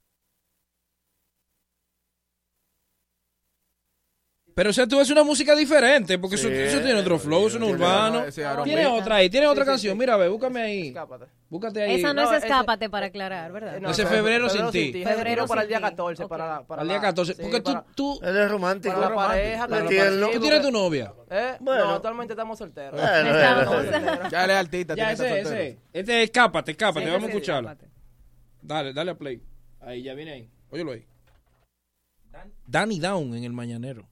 S3: Pero o sea, tú haces una música diferente, porque eso,
S22: Sí.
S3: eso tiene otro flow, eso no es
S22: Tiene la-
S3: urbano.
S22: ese R&B.
S3: Tiene otra ahí, tiene
S22: Sí,
S3: otra
S22: sí,
S3: canción.
S22: sí.
S3: Mira, ve, búscame ahí. Búscate ahí.
S21: Esa no,
S17: No,
S21: es
S17: ese-
S21: escápate para aclarar, ¿verdad?
S3: No, ese es febrero sin ti.
S17: Febrero
S21: Febrero
S17: para el
S21: sin
S17: día
S21: ti.
S17: 14. Para, la- para
S3: Al día
S17: la-
S3: 14.
S17: sí,
S3: porque tú,
S17: para-
S3: tú...
S5: Él es romántico.
S17: Para la pareja, para
S5: Él
S17: la
S5: tiene-
S17: pareja.
S3: ¿Tú tienes tu novia?
S17: Eh,
S5: Bueno.
S17: No, actualmente estamos solteros.
S5: Bueno, Estamos.
S3: bueno.
S22: Ya él es artista,
S3: Ya,
S22: tiene que
S3: ese,
S22: estar
S3: ese.
S22: soltero.
S3: Este es Escápate, Escápate.
S22: Sí,
S3: Vamos a
S22: ese,
S3: escucharla. Dale, dale a play.
S22: Mm.
S3: Ahí, ya viene ahí. Óyelo ahí. Danny Down en el mañanero.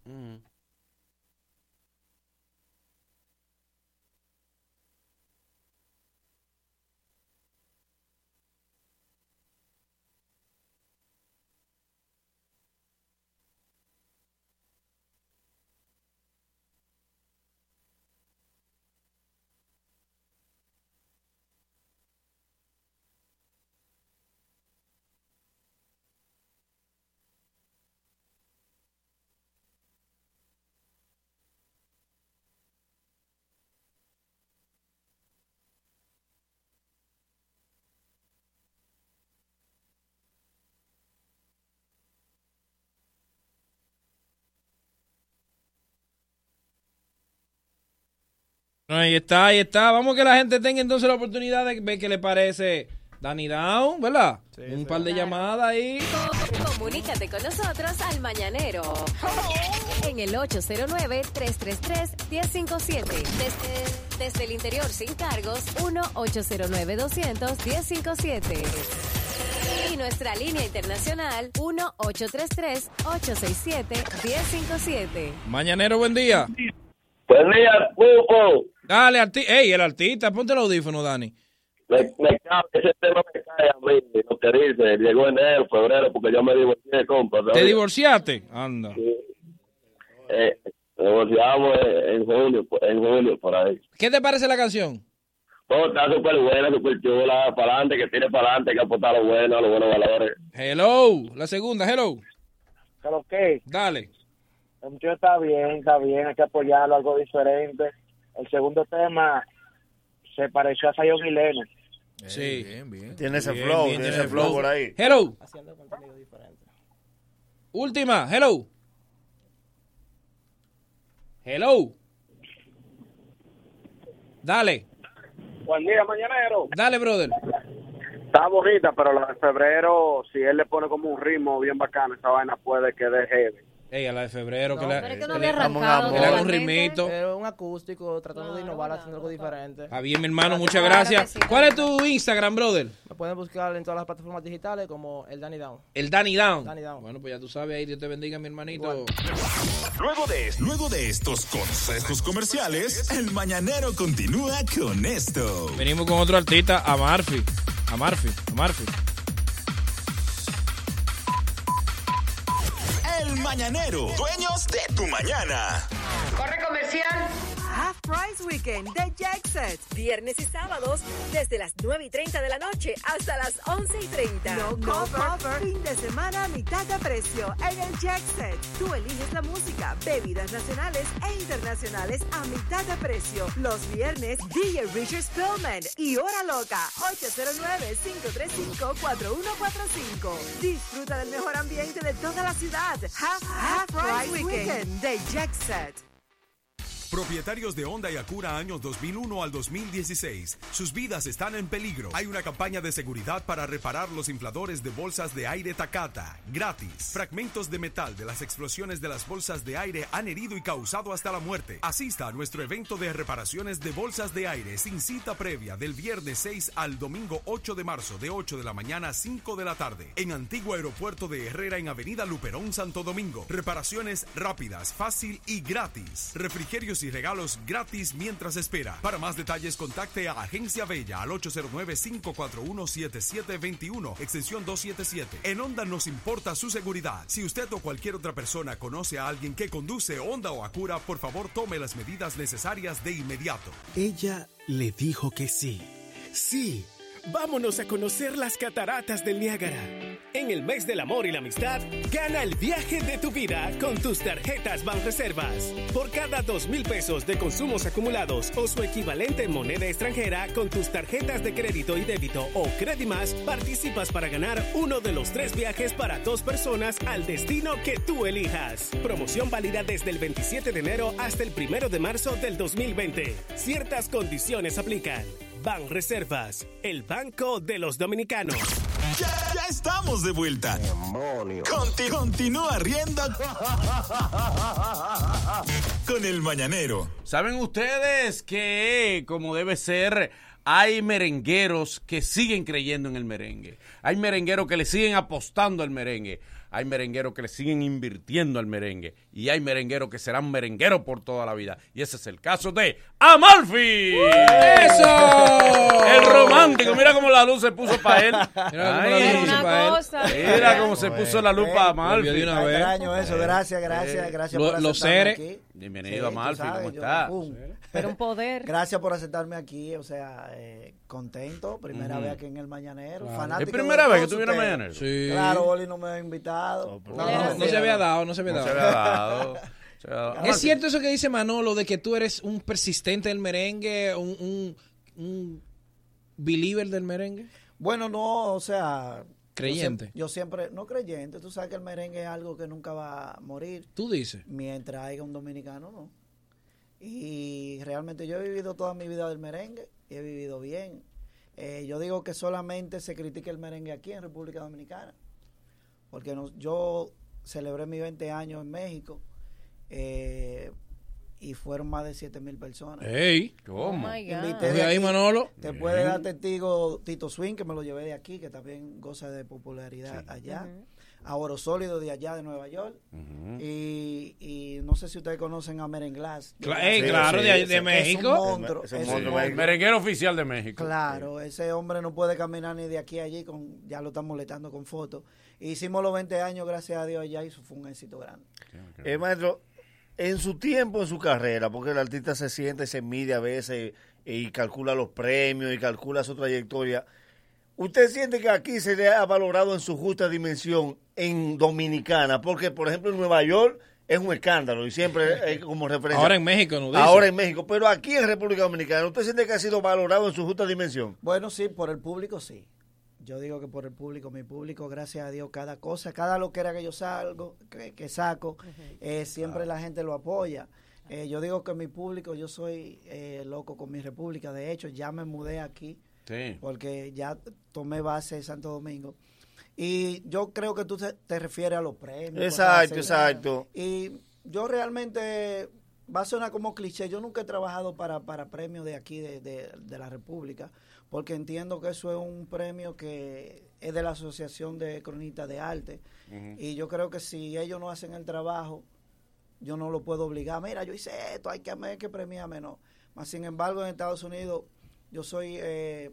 S3: Ahí está, ahí está. Vamos que la gente tenga entonces la oportunidad de ver qué le parece Danny Down, ¿verdad? Un par de llamadas ahí.
S21: Comunícate con nosotros al Mañanero. En el 809-333-1057. Desde, desde el interior sin cargos, 1-809-200-1057. Y nuestra línea internacional, 1-833-867-1057.
S3: Mañanero, buen día.
S19: Buen día, Cuco.
S3: Dale, arti ey, el artista, ponte el audífono, Dani.
S19: Me, me cabe, ese tema me cae a mí, lo que dice. Llegó enero, febrero, porque yo me divorcié, compa. ¿sabes?
S3: ¿Te divorciaste? Anda.
S19: Eh, divorciamos eh, en julio, pues, en julio, por ahí.
S3: ¿Qué te parece la canción?
S19: Todo está súper buena, súper chula, para adelante, que tiene para adelante, que aportar lo bueno, los buenos valores.
S3: Hello, la segunda, hello.
S20: ¿Pero qué?
S3: Dale.
S20: El muchacho está bien, está bien, hay que apoyarlo, algo diferente. El segundo tema se pareció a Sayon y Lennon.
S5: Eh,
S3: Sí.
S5: Tiene ese flow, tiene ese flow por ahí.
S3: Hello. Última, hello. Hello. Dale,
S20: Buen día, mañanero.
S3: dale, brother.
S20: Está bonita, pero la de febrero, si él le pone como un ritmo bien bacano, esa vaina puede que dé heavy.
S3: Ey, a la de febrero, que la,
S20: pero es que no
S3: que
S20: había
S3: le-
S20: arrancado
S3: que le haga un
S20: totalmente.
S3: rimito.
S17: Pero un acústico, tratando de innovar, haciendo algo diferente.
S3: Está bien, mi hermano, muchas
S17: Claro que
S3: gracias.
S17: sí.
S3: ¿Cuál es tu Instagram, brother?
S17: Me pueden buscar en todas las plataformas digitales como el Danny Down.
S3: El Danny Down.
S17: Danny Down.
S3: Bueno, pues ya tú sabes, ahí Dios te bendiga, mi hermanito.
S28: Luego de
S10: Luego de estos consejos comerciales, el mañanero continúa con esto.
S3: Venimos con otro artista, a Marfi. A Marfi, a Marfi.
S10: El mañanero, dueños de tu mañana.
S29: Corre comercial.
S11: Half Price Weekend de Jackset.
S26: Viernes y sábados desde las 9 y 30 de la noche hasta las 11 y 30.
S11: No cover. Fin de semana a mitad de precio en el Jackset. Tú eliges la música, bebidas nacionales e internacionales a mitad de precio. Los viernes, DJ Richard Spellman y Hora Loca. 809-535-4145. Disfruta del mejor ambiente de toda la ciudad. Half, Half Price Weekend de Jackset.
S7: Propietarios de Honda y Acura años 2001 al 2016, sus vidas están en peligro. Hay una campaña de seguridad para reparar los infladores de bolsas de aire Takata, gratis. Fragmentos de metal de las explosiones de las bolsas de aire han herido y causado hasta la muerte. Asista a nuestro evento de reparaciones de bolsas de aire sin cita previa del viernes 6 al domingo 8 de marzo de 8 de la mañana a 5 de la tarde en antiguo aeropuerto de Herrera en Avenida Luperón Santo Domingo. Reparaciones rápidas, fácil y gratis. Refrigerios y regalos gratis mientras espera. Para más detalles contacte a Agencia Bella al 809-541-7721, extensión 277. En Honda nos importa su seguridad. Si usted o cualquier otra persona conoce a alguien que conduce Honda o Acura, por favor tome las medidas necesarias de inmediato.
S13: Ella le dijo que sí. Sí, vámonos a conocer las cataratas del Niágara. En el mes del amor y la amistad, gana el viaje de tu vida con tus tarjetas Banreservas. Por cada dos mil pesos de consumos acumulados o su equivalente en moneda extranjera con tus tarjetas de crédito y débito o Credimas, participas para ganar uno de los tres viajes para dos personas al destino que tú elijas. Promoción válida desde el 27 de enero hasta el 1 de marzo del 2020. Ciertas condiciones aplican. Ban Reservas, el banco de los dominicanos.
S10: Ya, ya estamos de vuelta. Conti- continúa riendo con el mañanero.
S1: ¿Saben ustedes que, como debe ser, hay merengueros que siguen creyendo en el merengue? Hay merengueros que le siguen apostando al merengue. Hay merengueros que le siguen invirtiendo al merengue. Y hay merengueros que serán merengueros por toda la vida. Y ese es el caso de Amalfi.
S3: ¡Eso!
S1: El romántico. Mira cómo la luz se puso para él.
S3: Mira
S1: Ay,
S3: cómo la luz se puso pa' él.
S1: Mira cómo se puso la luz para Amalfi.
S3: Volvió de una vez.
S30: Extraño
S1: Eh,
S30: eso, gracias, gracias, gracias
S1: Lo-
S30: por
S1: los
S30: aceptarme
S1: seres.
S30: aquí.
S1: Bienvenido,
S30: tú
S1: Amalfi, ¿cómo
S30: yo,
S1: estás?
S30: pum.
S21: Pero un poder.
S30: Gracias por aceptarme aquí, o sea, eh, contento, primera
S1: Ujú.
S30: vez aquí en el Mañanero.
S1: Claro.
S30: fanático
S1: ¿Es primera
S30: de
S1: vez que
S30: todos
S1: tú vienes al
S30: ustedes.
S1: Mañanero? Sí.
S30: Claro, Oli no me ha invitado.
S1: No, no,
S3: No se había dado, no se había
S1: No
S3: dado.
S1: se había dado. Se había dado.
S3: ¿Es cierto eso que dice Manolo de que tú eres un persistente del merengue, un, un, un believer del merengue?
S30: Bueno, no, o sea...
S3: Creyente.
S30: Yo siempre, yo siempre- no creyente, tú sabes que el merengue es algo que nunca va a morir.
S3: Tú dices.
S30: Mientras haya un dominicano, no. Y realmente yo he vivido toda mi vida del merengue y he vivido bien. Eh, yo digo que solamente se critica el merengue aquí en República Dominicana, porque no- yo celebré mis 20 años en México eh, y fueron más de 7 mil personas.
S3: ¡Ey! ¿Cómo? Oh my God.
S30: Invité
S3: ¿De ahí,
S30: aquí.
S3: Manolo?
S30: Te
S3: Bien.
S30: puede dar testigo Tito Swing, que me lo llevé de aquí, que también goza de popularidad allá.
S4: Ujú.
S30: A Oro Sólido de allá de Nueva York. y, y no sé si ustedes conocen a Merenglass.
S1: Cla- eh, claro, de, ahí- de México.
S30: Es un monstruo. es un monstruo.
S1: El merenguero oficial de México.
S30: Claro, ese hombre no puede caminar ni de aquí a allí, con, ya lo están molestando con fotos. E Hicimos los 20 años, gracias a Dios, allá y eso fue un éxito grande.
S5: Eh, maestro, en su tiempo, en su carrera, porque el artista se siente, se mide a veces y calcula los premios y calcula su trayectoria, ¿usted siente que aquí se le ha valorado en su justa dimensión en Dominicana? Porque, por ejemplo, en Nueva York es un escándalo y siempre es como referencia.
S3: Ahora en México, no dice.
S5: Ahora en México, pero aquí en República Dominicana, ¿usted siente que ha sido valorado en su justa dimensión?
S30: Bueno, sí, por el público sí. Yo digo que por el público, mi público, gracias a Dios, cada cosa, cada lo que era que yo salgo, que, que saco, eh, siempre la gente lo apoya. Eh, yo digo que mi público, yo soy eh, loco con mi república. De hecho, ya me mudé aquí
S1: Sí.
S30: porque ya tomé base en Santo Domingo. Y yo creo que tú te, te refieres a los premios. cosas
S5: Exacto,
S30: así.
S5: exacto.
S30: Y yo realmente, va a sonar como cliché, yo nunca he trabajado para, para premios de aquí, de, de- de la República, porque entiendo que eso es un premio que es de la Asociación de Cronistas de Arte.
S12: Ujú.
S30: Y yo creo que si ellos no hacen el trabajo, yo no lo puedo obligar. Mira, yo hice esto, hay que, hay que premiarme, no. Mas, sin embargo, en Estados Unidos, yo soy eh,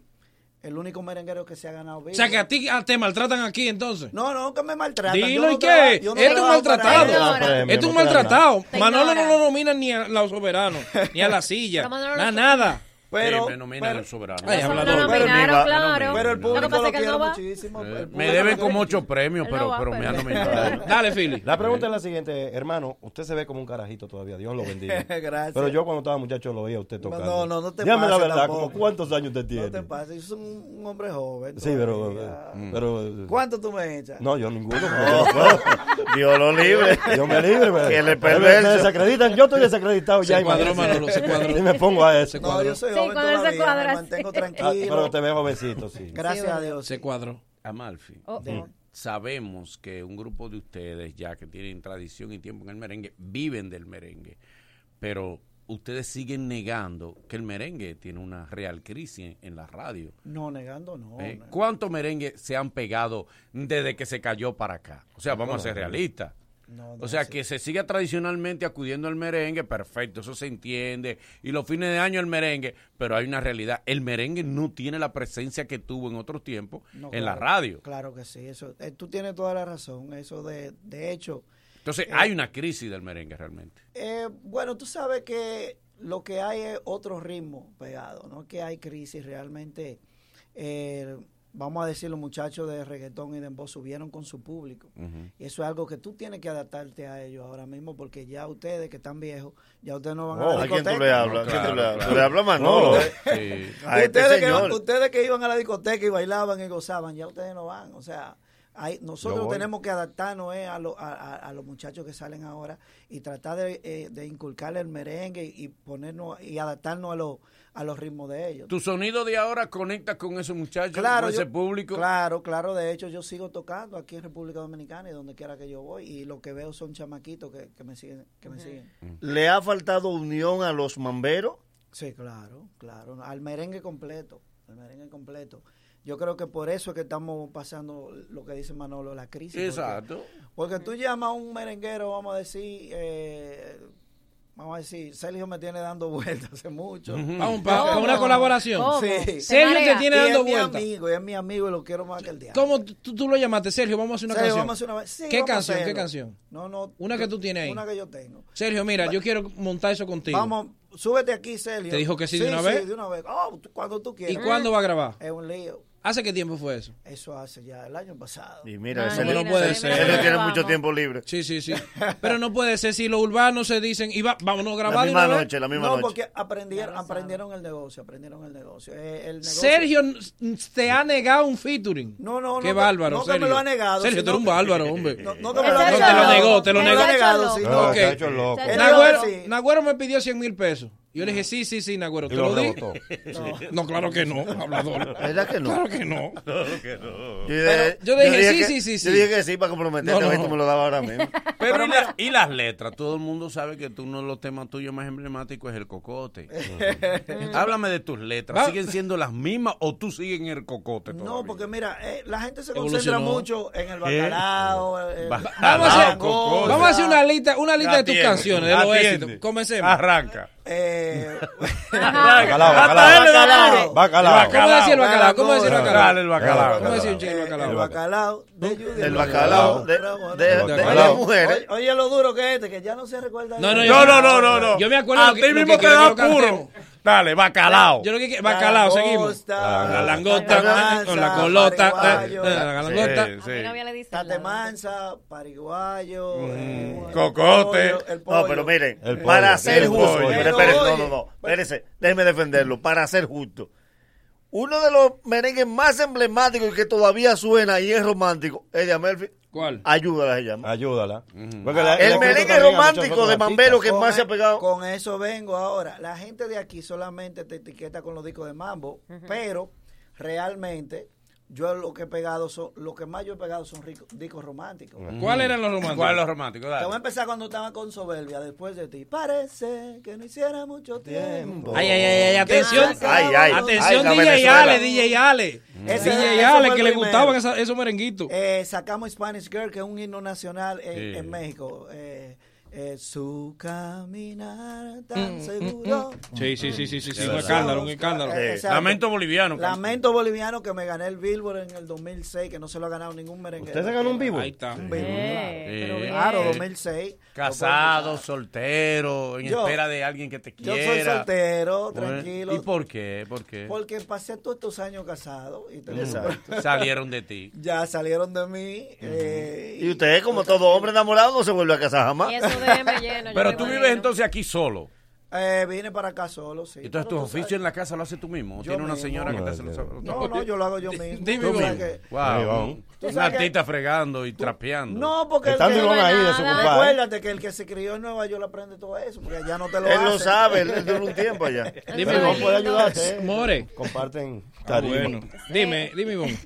S30: el único merenguero que se ha ganado
S3: O
S30: vida.
S3: sea, que a ti ah, te maltratan aquí entonces.
S30: Pues No, no, que me maltratan. Yo
S3: Dilo,
S30: no
S3: ¿y
S30: traba-
S3: qué?
S30: yo no
S3: este es un
S30: trabajo para
S3: maltratado.
S30: ellos.
S3: Este es un maltratado. Manolo no lo nomina ni a los soberanos, ni a la silla,
S30: Como no lo
S3: na-
S30: nomina.
S3: nada.
S30: Pero-
S1: Sí, me nominan
S30: pero-
S1: el soberano.
S3: Ay,
S30: Eso no
S3: hablador.
S30: lo nominaron, Pero mira, claro. pero el
S1: Lo que
S30: público
S1: pasa
S30: lo
S1: es que él
S30: quiere
S1: no va.
S30: muchísimo.
S1: Eh,
S30: el
S1: Me
S30: público
S1: deben
S30: lo
S1: como
S30: quiere.
S1: ocho premios,
S30: Él no
S1: pero,
S30: va,
S1: pero me
S30: pero-
S1: han nominado. Dale, Philly.
S31: La pregunta es la siguiente, hermano. Usted se ve como un carajito todavía, Dios lo bendiga.
S30: Gracias.
S31: Pero yo cuando estaba muchacho lo oía a usted tocando.
S30: no, no, no te
S31: Dígame la
S30: pases
S31: verdad,
S30: tampoco.
S31: ¿como ¿cuántos años usted tiene?
S30: No te pases, yo soy un, un hombre joven.
S31: Sí, pero... eh,
S30: todavía.
S31: pero- eh,
S30: ¿Cuánto tú me echas?
S31: No, yo ninguno.
S30: No.
S5: Dios lo libre.
S31: Dios me libre. pero-
S5: Que le
S31: pero
S5: perverso.
S31: Me desacreditan. Yo estoy desacreditado ya. imagínense. Y me pongo a eso.
S30: No, yo soy
S12: Sí,
S30: joven
S12: cuando él se
S30: todavía,
S12: cuadra,
S30: me mantengo
S12: sí.
S30: tranquilo.
S31: Ah, pero te veo jovencito, sí.
S30: Gracias a Dios.
S3: Se cuadró.
S1: Amalfi.
S30: Oh, oh.
S1: Sabemos que un grupo de ustedes, ya que tienen tradición y tiempo en el merengue, viven del merengue. Pero ustedes siguen negando que el merengue tiene una real crisis en, en la radio.
S30: No, negando, no.
S1: ¿eh? ¿Cuántos merengues se han pegado desde que se cayó para acá? O sea, vamos a ser realistas.
S30: No, no,
S1: O sea, que se siga tradicionalmente acudiendo al merengue, perfecto, eso se entiende. Y los fines de año el merengue, pero hay una realidad. El merengue no tiene la presencia que tuvo en otros tiempos
S30: no,
S1: en la
S30: claro-
S1: radio.
S30: Claro que sí, eso. eh, tú tienes toda la razón. Eso de, de hecho,
S1: Entonces, hay una crisis del merengue realmente.
S30: Eh, bueno, tú sabes que lo que hay es otro ritmo pegado, ¿no? Que hay crisis realmente. eh, vamos a decir, los muchachos de reggaetón y de dembow subieron con su público. Y eso es algo que tú tienes que adaptarte a ellos ahora mismo, porque ya ustedes que están viejos, ya ustedes no van a
S5: Oh,
S30: la
S5: ¿a quién tú
S30: discoteca.
S5: le hablas? ¿A quién tú le hablas? Tú le hablas a Manolo, ¿eh? Sí. A este
S30: ustedes, que,
S5: señor.
S30: ustedes que iban a la discoteca y bailaban y gozaban, ya ustedes no van. O sea, hay-
S5: Yo
S30: nosotros
S5: voy.
S30: tenemos que adaptarnos eh, a, lo- a- a- a los muchachos que salen ahora y tratar de, eh, de inculcarle el merengue y ponernos y adaptarnos a, los a los ritmos de ellos.
S1: Tu sonido de ahora conecta con esos muchachos,
S30: Claro,
S1: con ese
S30: yo-
S1: público.
S30: Claro, claro. De hecho, yo sigo tocando aquí en República Dominicana y donde quiera que yo voy. Y lo que veo son chamaquitos que, que me siguen. Que me siguen.
S5: ¿Le ha faltado unión a los mamberos?
S30: Sí, claro, claro. Al merengue completo. Al merengue completo. Yo creo que por eso es que estamos pasando lo que dice Manolo, la crisis. porque-
S1: Exacto.
S30: Porque, tú llamas a un merenguero, vamos a decir, eh, vamos a decir, Sergio me tiene dando vueltas hace mucho.
S3: Pa' un- pa- pa' una ¿Cómo? colaboración. ¿Cómo? Te Sergio te marea. tiene
S30: Y
S3: dando
S30: es mi
S3: vueltas.
S30: amigo, y es mi amigo y lo quiero más que el diablo.
S3: Eh, ¿Cómo tú, tú lo llamaste, Sergio? Vamos a hacer una
S30: Sergio,
S3: canción.
S30: vamos a hacer una vez- sí,
S3: ¿Qué
S30: vamos a
S3: canción? ¿Qué
S30: hacerlo.
S3: canción?
S30: No, no.
S3: Una que tú tienes ahí.
S30: Una que yo tengo.
S3: Sergio, mira, yo quiero montar eso contigo.
S30: Vamos, súbete aquí, Sergio.
S3: ¿Te dijo que sí de una vez?
S30: Sí, de una vez. Oh, tú- cuando tú quieras.
S3: ¿Y cuándo va a grabar?
S30: Es un lío.
S3: ¿Hace qué tiempo fue eso?
S30: Eso hace ya el año pasado.
S5: Y mira,
S3: No,
S5: ese
S3: Ah, no
S5: le-
S3: puede ser.
S5: Ese tiene
S3: Vamos.
S5: mucho tiempo libre.
S3: Sí, sí, sí. Pero no puede ser si los urbanos se dicen, y va, vámonos a grabar. de una
S5: misma
S3: vez.
S5: noche, la
S30: no, porque aprendieron, aprendieron el negocio, aprendieron el negocio. Eh, el negocio-
S3: Sergio n- te ha negado un featuring.
S30: No, no,
S3: Qué
S30: no,
S3: bárbaro,
S30: no que me
S3: Sergio.
S30: lo ha negado,
S3: Sergio,
S30: sino
S3: tú eres un
S30: que-
S3: bárbaro, hombre.
S30: No, no
S3: te
S30: que me lo ha
S3: lo
S30: negado.
S3: negó, te lo
S30: Me lo
S3: negó.
S30: ha negado, sí.
S3: Ok.
S30: No, se ha hecho loco. Se ha hecho
S3: Nagüero,
S30: loco, sí.
S3: Nagüero me pidió 100 mil pesos. Yo le dije, sí, sí, sí, Nagüero.
S5: Y
S3: ¿Te lo,
S5: lo
S3: di?
S5: rebotó.
S3: No. No, claro que no, hablador.
S5: ¿Verdad que no?
S3: Claro que no.
S5: Claro que
S3: Yo
S5: no.
S3: dije- Pero yo dije, sí,
S5: que-
S3: sí, sí, sí.
S5: Yo dije que sí para comprometerte,
S1: No, no.
S5: a ver, tú Este me lo dabas ahora mismo.
S1: Pero y, la- y las letras, todo el mundo sabe que tú, uno de los temas tuyos más emblemáticos es el cocote.
S30: Ujú.
S1: Háblame de tus
S30: Va-
S1: letras, ¿siguen siendo las mismas o tú sigues en el cocote todavía?
S30: No, porque mira, eh, la gente se concentra
S1: Evolucionó.
S30: mucho en el
S1: ¿Eh?
S30: bacalao. eh,
S1: Va-
S30: la
S1: Vamos a hacer-
S30: langosta.
S3: Vamos a hacer una lista, una lista de tus
S1: Atiende,
S3: canciones, de los
S1: atiende.
S3: éxitos. Comencemos.
S1: Arranca.
S30: Eh,
S3: Bacalao,
S30: Hasta
S3: bacalao.
S30: él le da
S3: Bacalao.
S30: duro.
S3: Bacalao. ¿Cómo decía el bacalao? ¿Cómo decía el bacalao?
S1: Dale el bacalao.
S30: ¿Cómo decía un chico el Eh, bacalao? El bacalao de Judy
S5: El
S30: Rodríguez.
S5: bacalao de-
S30: Bravo,
S5: de-
S30: bravo.
S5: de-
S30: Oye,
S5: de las mujeres.
S30: oye, Oye, lo duro que es este, que ya no se recuerda.
S3: No, no,
S30: de-
S3: yo- No, no, no, no, no. yo me acuerdo
S1: A
S3: lo que-
S1: ti
S3: lo
S1: mismo
S3: que
S1: te
S3: quiero
S1: da
S3: que lo cantemos.
S1: puro. Dale, bacalao.
S3: Yo lo que quiero- bacalao, seguimos. Ah, La langosta,
S30: Tatemansa,
S3: con la colota,
S30: pariguayo,
S3: eh, eh, la langosta. Sí, sí. A mi
S1: novia
S30: Tatemansa, pariguayo, eh,
S5: Cocote.
S30: pollo, el
S5: No,
S30: pollo.
S5: pero miren,
S30: El pollo,
S5: para ser
S30: el
S5: justo.
S30: pollo.
S5: Pero
S30: Pero
S5: espérense, no,
S30: oye,
S5: no, no. Espérense, déjeme defenderlo. Para ser justo. Uno de los merengues más emblemáticos y que todavía suena y es romántico es de Amelfi.
S3: ¿Cuál?
S5: Ayúdala se llama.
S6: Ayúdala.
S5: Mm. el merengue romántico de Mambero que
S30: Con
S5: más em- se
S30: e-
S5: ha pegado.
S30: Con eso vengo ahora. La gente de aquí solamente te etiqueta con los discos de mambo, pero realmente yo lo que he pegado son, lo que más yo he pegado son rico- discos románticos.
S3: ¿Cuáles eran los románticos?
S1: ¿Cuáles los románticos?
S30: Te voy a
S1: Dale.
S30: empezar cuando estaba con Soberbia, después de ti. Parece que no hiciera mucho tiempo.
S3: Ay, ay, ay, ay, atención.
S30: Que sacaba los-
S3: Atención, DJ Ale, DJ Ale.
S30: Mm. Ese-
S3: DJ
S30: ese
S3: Ale,
S30: fue
S3: que
S30: el
S3: le
S30: primero.
S3: gustaban esa- esos merenguitos.
S30: Eh, sacamos Spanish Girl, que es un himno nacional en,
S3: Sí.
S30: en México. Eh, eh, su caminar tan
S3: Mm,
S30: seguro.
S3: mm, mm. Sí, sí, sí, sí, sí,
S1: Es
S3: sí, un
S1: verdad.
S3: escándalo, un escándalo.
S30: Eh, exacto.
S1: Lamento boliviano.
S30: Lamento boliviano que me gané el Billboard en el 2006, que no se lo ha ganado ningún merengue.
S1: ¿Usted se ganó un Billboard? Ahí está.
S30: Un Billboard,
S1: Eh, pero bien.
S30: claro. Claro, 2006.
S1: Casado, soltero, en
S30: Yo-
S1: espera de alguien que te
S30: yo soy
S1: quiera.
S30: soltero,
S1: Bueno,
S30: tranquilo.
S1: ¿Y por qué? ¿Por qué?
S30: Porque pasé todos estos años casado y tengo-
S1: Mm. Salieron de ti.
S30: Ya salieron de mí. eh,
S5: Y usted, como todo hombre enamorado, no se vuelve a casar jamás.
S1: Pero tú vives entonces aquí solo.
S30: eh, vine para acá solo, sí.
S1: Entonces
S30: Pero
S1: tus
S30: tú sabes-
S1: oficios en la casa lo haces tú mismo. ¿O
S30: Yo
S1: Tiene una
S30: mismo.
S1: señora que te hace
S30: No,
S1: los
S30: No, no, yo lo hago yo mismo.
S1: Dime,
S30: Tú
S1: tú
S30: sabes
S1: mismo.
S30: que-
S1: Wow.
S30: Tú
S1: Un
S30: sabes que-
S1: artista fregando y trapeando.
S30: No, porque el
S6: Estando
S30: que-
S6: y van ahí, desocupado.
S30: Recuérdate que el que se crió en Nueva York aprende todo eso, porque allá no te lo
S5: Él
S30: hacen.
S5: lo sabe, él duró un tiempo allá.
S30: Dime,
S6: Dime, no
S30: Ivonne.
S6: puede ayudarte. eh.
S3: More.
S6: Comparten
S3: Ah,
S6: tarima.
S3: bueno. Dime, dime, Ivonne.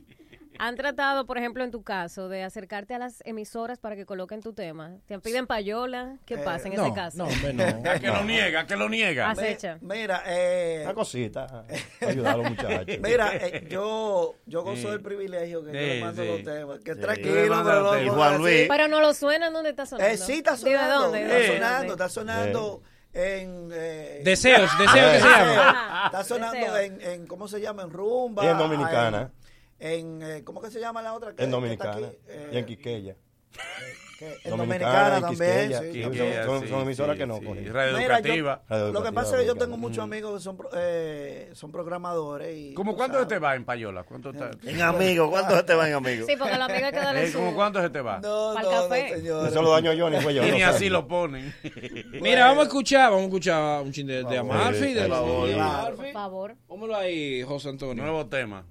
S21: ¿Han tratado, por ejemplo, en tu caso, de acercarte a las emisoras para que coloquen tu tema? ¿Te piden payola? ¿Qué pasa en
S30: Eh, no,
S21: ese caso?
S30: no,
S3: hombre, no.
S1: ¿A que lo niega? ¿A que lo niega?
S21: Acecha.
S30: Mira, eh.
S6: Una cosita. para Ayudar a los muchachos.
S30: Mira, eh, yo, yo gozo
S6: Sí.
S30: del privilegio que yo
S6: Sí,
S30: le mando
S6: sí.
S30: los temas. Que
S6: Sí. Yo le
S30: tranquilo,
S6: mando
S30: pero
S6: los
S30: no
S6: temas.
S30: puedo
S6: Juan
S30: decir-
S6: Luis.
S21: Pero no lo suena, ¿dónde está sonando?
S30: Eh, sí, está
S21: ¿De
S30: sonando.
S21: dónde?
S30: Está
S21: ¿De
S30: sonando,
S21: dónde?
S6: Eh.
S30: está sonando en. eh,
S3: Deseos, deseos que se llama.
S30: Está sonando
S21: Deseos.
S30: en, en, ¿cómo se llama? En rumba.
S6: Y en Dominicana.
S30: En, eh, ¿cómo que se llama la otra? que-
S6: En
S30: que está
S6: Dominicana.
S30: aquí? Eh,
S6: Y en Quiqueya.
S30: que- en Dominicana, también.
S6: Quisqueya,
S30: sí,
S6: son-
S30: también.
S6: son, son
S1: sí,
S6: emisoras
S1: sí,
S6: que no
S1: sí.
S6: cogen.
S1: Radio
S30: Mira, yo-
S1: Educativa.
S30: lo que pasa es que yo tengo muchos
S6: Mm.
S1: Ujú.
S30: amigos que son, pro- eh, son programadores. Y,
S1: ¿Cómo
S30: tú
S1: cuánto se
S30: sabes.
S1: te va en payola? ¿Cuánto está?
S30: En amigo, ¿cuánto se te va en amigo?
S21: Sí, porque la amiga hay que darle
S1: Eh, ¿Cómo
S21: su-
S1: cuánto se te va?
S30: No,
S21: Pa'l
S30: no, no,
S21: café.
S30: señores.
S6: Eso lo daño yo, ni fue yo,
S1: Y
S6: no
S1: ni
S6: sé.
S1: así lo ponen.
S3: Mira,
S1: Eh.
S3: vamos a escuchar, vamos a escuchar un chin de, de Amalfi. De,
S1: por favor.
S3: de-
S1: Claro.
S21: Por favor.
S3: Póngalo ahí, José Antonio.
S1: Nuevo tema.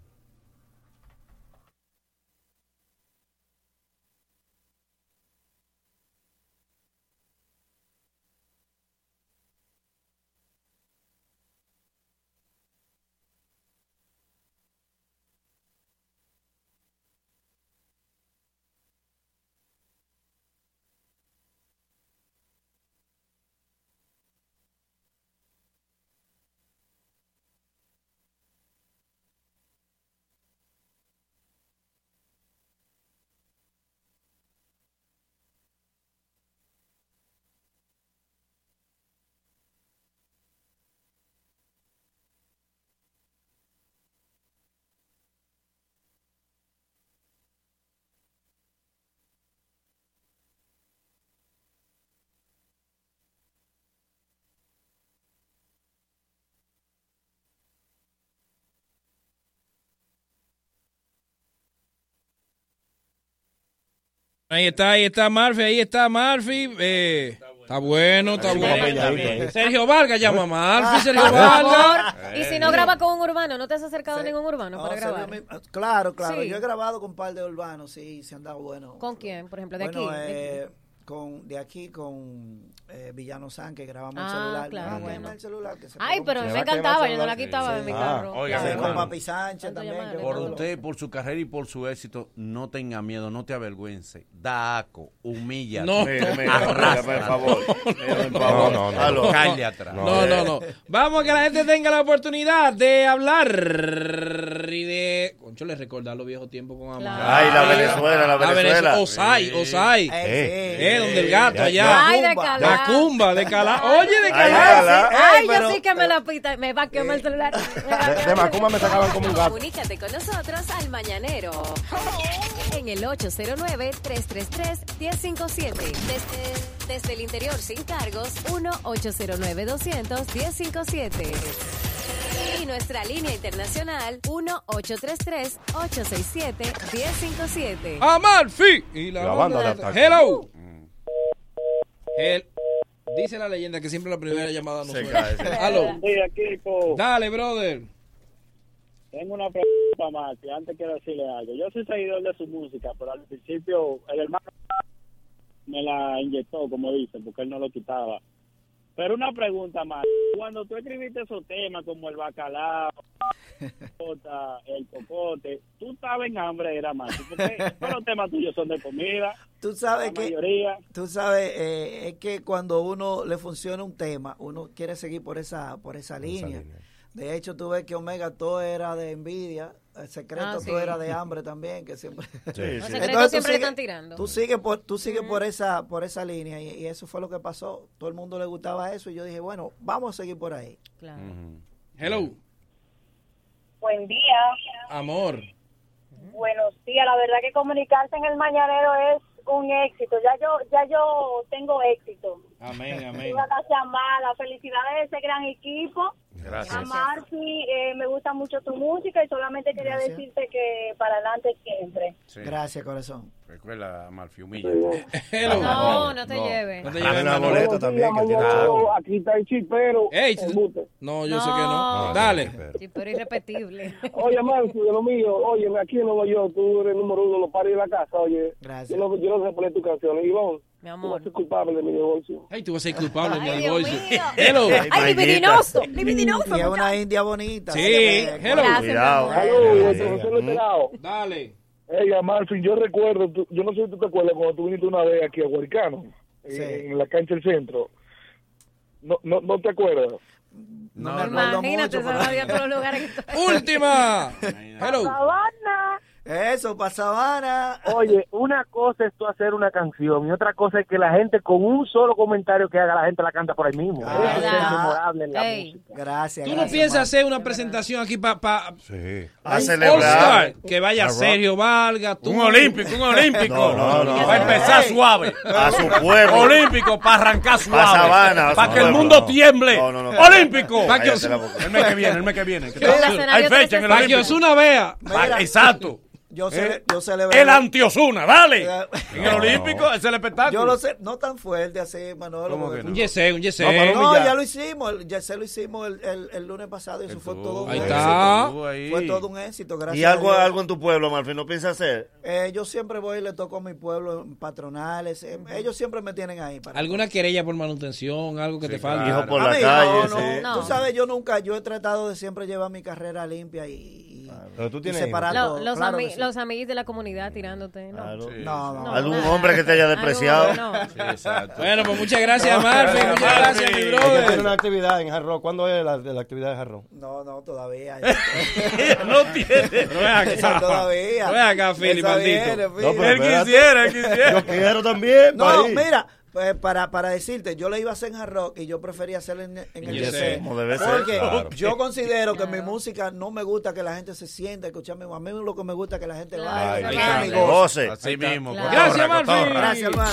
S3: Ahí está, ahí está Murphy, ahí está Murphy. eh, está bueno, está
S9: Ahí está
S3: bueno.
S9: Peña, ahí.
S3: Sergio Vargas llama a Murphy, Sergio
S9: Por
S3: Vargas.
S9: favor. Y si no graba con un urbano, ¿no te has acercado a ningún urbano
S30: No,
S9: para
S30: se
S9: grabar?
S30: ve mi- claro, claro.
S9: Sí.
S30: Yo he grabado con un par de urbanos, sí, se han dado bueno.
S9: ¿Con quién? Por ejemplo, de
S30: Bueno,
S9: aquí. de-
S30: eh, con, de aquí con eh, Villano San, que grabamos el
S9: Ah,
S30: celular.
S9: claro,
S30: No,
S9: bueno.
S30: quema el celular, que se
S9: Ay,
S30: pegó
S9: pero
S30: mucho.
S9: me encantaba, yo no la quitaba de mi carro.
S1: Oiga,
S30: Sí, con
S1: hermano.
S30: Papi Sánchez también. que
S1: Por
S30: grabó.
S1: usted, por su carrera y por su éxito, no tenga miedo, no te avergüence. Da aco, humilla.
S3: No, Mira, mira, mira, por favor. Mira, por favor. Aló.
S1: Calle atrás.
S3: No, no, no. Vamos a que la gente tenga la oportunidad de hablar y de. Concho, les recordar los viejos tiempos con amor.
S5: Claro. Ay, la Venezuela, la Venezuela.
S3: Osay,
S5: Sí.
S3: Osay.
S5: Eh,
S3: Eh,
S5: sí.
S3: donde el gato
S5: Ya-
S3: allá.
S5: ya-
S9: Ay, de
S3: Macumba.
S9: Calá.
S3: Macumba, de Calá. Oye, de
S9: Ay,
S3: Calá.
S9: yo sí-
S3: Ay,
S9: ay,
S3: pero-
S9: yo sí que me la pita, me va a quemar el celular. Me va a
S6: De,
S9: quemar
S6: de
S9: el
S6: Macumba me sacaban como un gato.
S21: Comunícate con nosotros al Mañanero. En el 809-333-1057. Desde, desde el interior sin cargos, 1-809-200-1057. Y nuestra línea internacional, 1-833-867-1057.
S3: Amalfi. Y la,
S21: La
S3: banda,
S21: banda
S3: de
S21: de
S3: ataque.
S21: ataque.
S3: Hello. El- dice la leyenda que siempre la primera llamada no
S19: Se
S3: suena.
S19: cae, se cae.
S3: Aló.
S19: Buen día, equipo.
S3: Dale, brother.
S19: Tengo una pregunta más, que antes quiero decirle algo. Yo soy seguidor de su música, pero al principio el hermano me la inyectó, como dicen, porque él no lo quitaba. Pero una pregunta más. Cuando tú escribiste esos temas como el bacalao, cota, el cocote, tú estabas en hambre, era más. Porque todos los temas tuyos son de comida.
S30: Tú sabes
S19: la
S30: que,
S19: mayoría.
S30: tú sabes, eh, es que cuando uno le funciona un tema, uno quiere seguir por esa, por esa, línea. De hecho, tú ves que Omega todo era de envidia, el secreto
S9: Ah,
S30: todo
S9: sí.
S30: era de hambre también, que siempre.
S9: sí. Los secretos
S30: tú
S9: siempre le
S30: sigues-
S9: están tirando.
S30: Tú sigues por, tú sigues por esa, por esa línea y, y eso fue lo que pasó. Todo el mundo le gustaba eso y yo dije, bueno, vamos a seguir por ahí.
S3: Hello.
S12: Buen día.
S3: Amor.
S12: Buenos días. La verdad que comunicarse en el mañanero es un éxito. Ya yo ya yo tengo éxito.
S3: Amén, amén.
S12: Una casa mala. Felicidades a ese gran equipo.
S3: Gracias.
S12: A Marcy, eh, me gusta mucho tu música y solamente quería decirte que para adelante siempre.
S30: Gracias, corazón.
S1: Recuerda, Amalfi, humilla.
S3: Hello.
S12: No, no te lleves.
S1: No te
S30: Dame
S1: lleves,
S30: una
S1: Manolo.
S30: boleta
S1: también, que tiene-
S12: Aquí está el chipero.
S3: No, yo sé que no. Dale.
S12: Sí, pero irrepetible.
S20: Oye, Manso, de lo mío, oye, aquí en Nueva York tú eres número uno, los paris de la casa, oye.
S30: Gracias.
S20: Yo no, yo no sé poner tu canción, ¿eh, Ivonne.
S9: Mi
S20: amor. Tú vas a ser culpable de mi divorcio.
S3: Ay, tú vas a ser culpable, mi
S20: Ay,
S3: amor.
S20: Dios mío.
S3: Hello.
S30: Ay, Ay, libidinoso,
S12: libidinoso,
S30: Y es una india bonita.
S3: Sí,
S30: Oye,
S3: hello. Gracias,
S20: Cuidado.
S30: mi amor.
S20: Aló, José José Luterao.
S3: Dale.
S20: Oiga, Marfin, yo recuerdo, tú- yo no sé si tú te acuerdas cuando tú viniste una vez aquí a Huaricano,
S30: Sí.
S20: en, la cancha del centro. No, no, no te acuerdas.
S30: No,
S20: no,
S12: Imagínate, se a todos los lugares que
S3: Última.
S12: Sabana.
S30: Eso, pa' sabana.
S20: Oye, una cosa es tú hacer una canción y otra cosa es que la gente con un solo comentario que haga, la gente la canta por ahí mismo.
S30: Ah,
S20: Eso es
S30: verdad.
S20: memorable en la
S30: Ey.
S20: música.
S30: Gracias.
S3: ¿Tú no piensas hacer una presentación aquí para pa,
S10: Sí.
S3: un All-Star? Que vaya Sergio Vargas. tú.
S1: Un olímpico, un olímpico.
S3: No, no, no.
S1: Para empezar
S3: Ey.
S1: suave.
S3: A su pueblo.
S1: Olímpico, para arrancar suave.
S3: Pa' Sabana, a
S1: Para
S3: su
S1: que el
S3: pueblo,
S1: mundo
S3: no.
S1: tiemble.
S3: No, no, no.
S1: Olímpico.
S3: Pa' que Cállate Os- la boca.
S1: el mes que viene, el mes que viene.
S3: Que Osuna-
S1: Hay fecha en el
S3: Pa' que
S1: Olímpico.
S3: Osuna vea.
S1: Pa-
S3: Mira.
S1: Exacto.
S30: Yo cele-
S1: sé,
S30: yo celebré-
S1: El antiosuna, dale. En el
S30: No.
S1: Olímpico es el espectáculo.
S30: Yo lo sé, no tan fuerte así, Manolo.
S1: ¿Cómo
S30: porque-
S1: que no?
S3: Un yesé, un yesé.
S30: No, pero no,
S3: Humillar.
S30: ya lo hicimos, el yesé lo hicimos el, el- el lunes pasado y eso fue todo un
S5: Ahí
S30: éxito.
S5: está.
S30: Fue todo un éxito, gracias.
S5: Y algo,
S30: a Dios.
S5: algo en tu pueblo, Marfil, ¿no piensas hacer?
S30: Eh, yo siempre voy y le toco a mi pueblo en patronales. eh, Ellos siempre me tienen ahí. Para
S3: ¿Alguna querella por manutención? Algo que te falta.
S5: claro. Hijo por la Amigo, calle,
S30: No, Tú sabes, yo nunca, yo he tratado de siempre llevar mi carrera limpia y, y- y separar
S9: Lo-
S30: todo.
S9: los,
S30: Claro que
S9: ami-
S30: sí.
S9: los amigos de la comunidad tirándote. No,
S30: No, no.
S5: Algún
S9: nada.
S5: hombre que te haya
S9: Algún
S5: despreciado.
S9: hombre, no.
S3: Bueno, pues muchas gracias, Marfil. Muchas gracias, mi
S6: Hay que tener
S3: brother.
S6: una actividad en Jarro. ¿Cuándo es la, la actividad de Jarro?
S30: No, no, todavía.
S1: no tiene.
S3: Pero ven acá.
S30: Esa todavía.
S3: Pero ven acá, Philly,
S30: Esa
S3: maldito.
S30: viene,
S3: No, pero
S30: Philly.
S3: espérate. Él quisiera, él quisiera.
S6: Yo quiero también.
S30: No,
S6: país.
S30: mira, pues, para, para decirte, yo lo iba a hacer en hard rock y yo prefería hacerlo en, en el
S5: Yes,
S30: Yes.
S5: como debe ser,
S30: Porque
S5: claro.
S30: yo considero que mi música no me gusta que la gente se sienta, escucharme. A mí lo que me gusta es que la gente
S5: Ay,
S30: vaya.
S5: ahí
S30: cante y
S5: está. Goce.
S32: Así mismo.
S30: Claro.
S32: cotorra,
S30: Gracias, Marvin.
S32: cotorra.
S30: Gracias, hermano.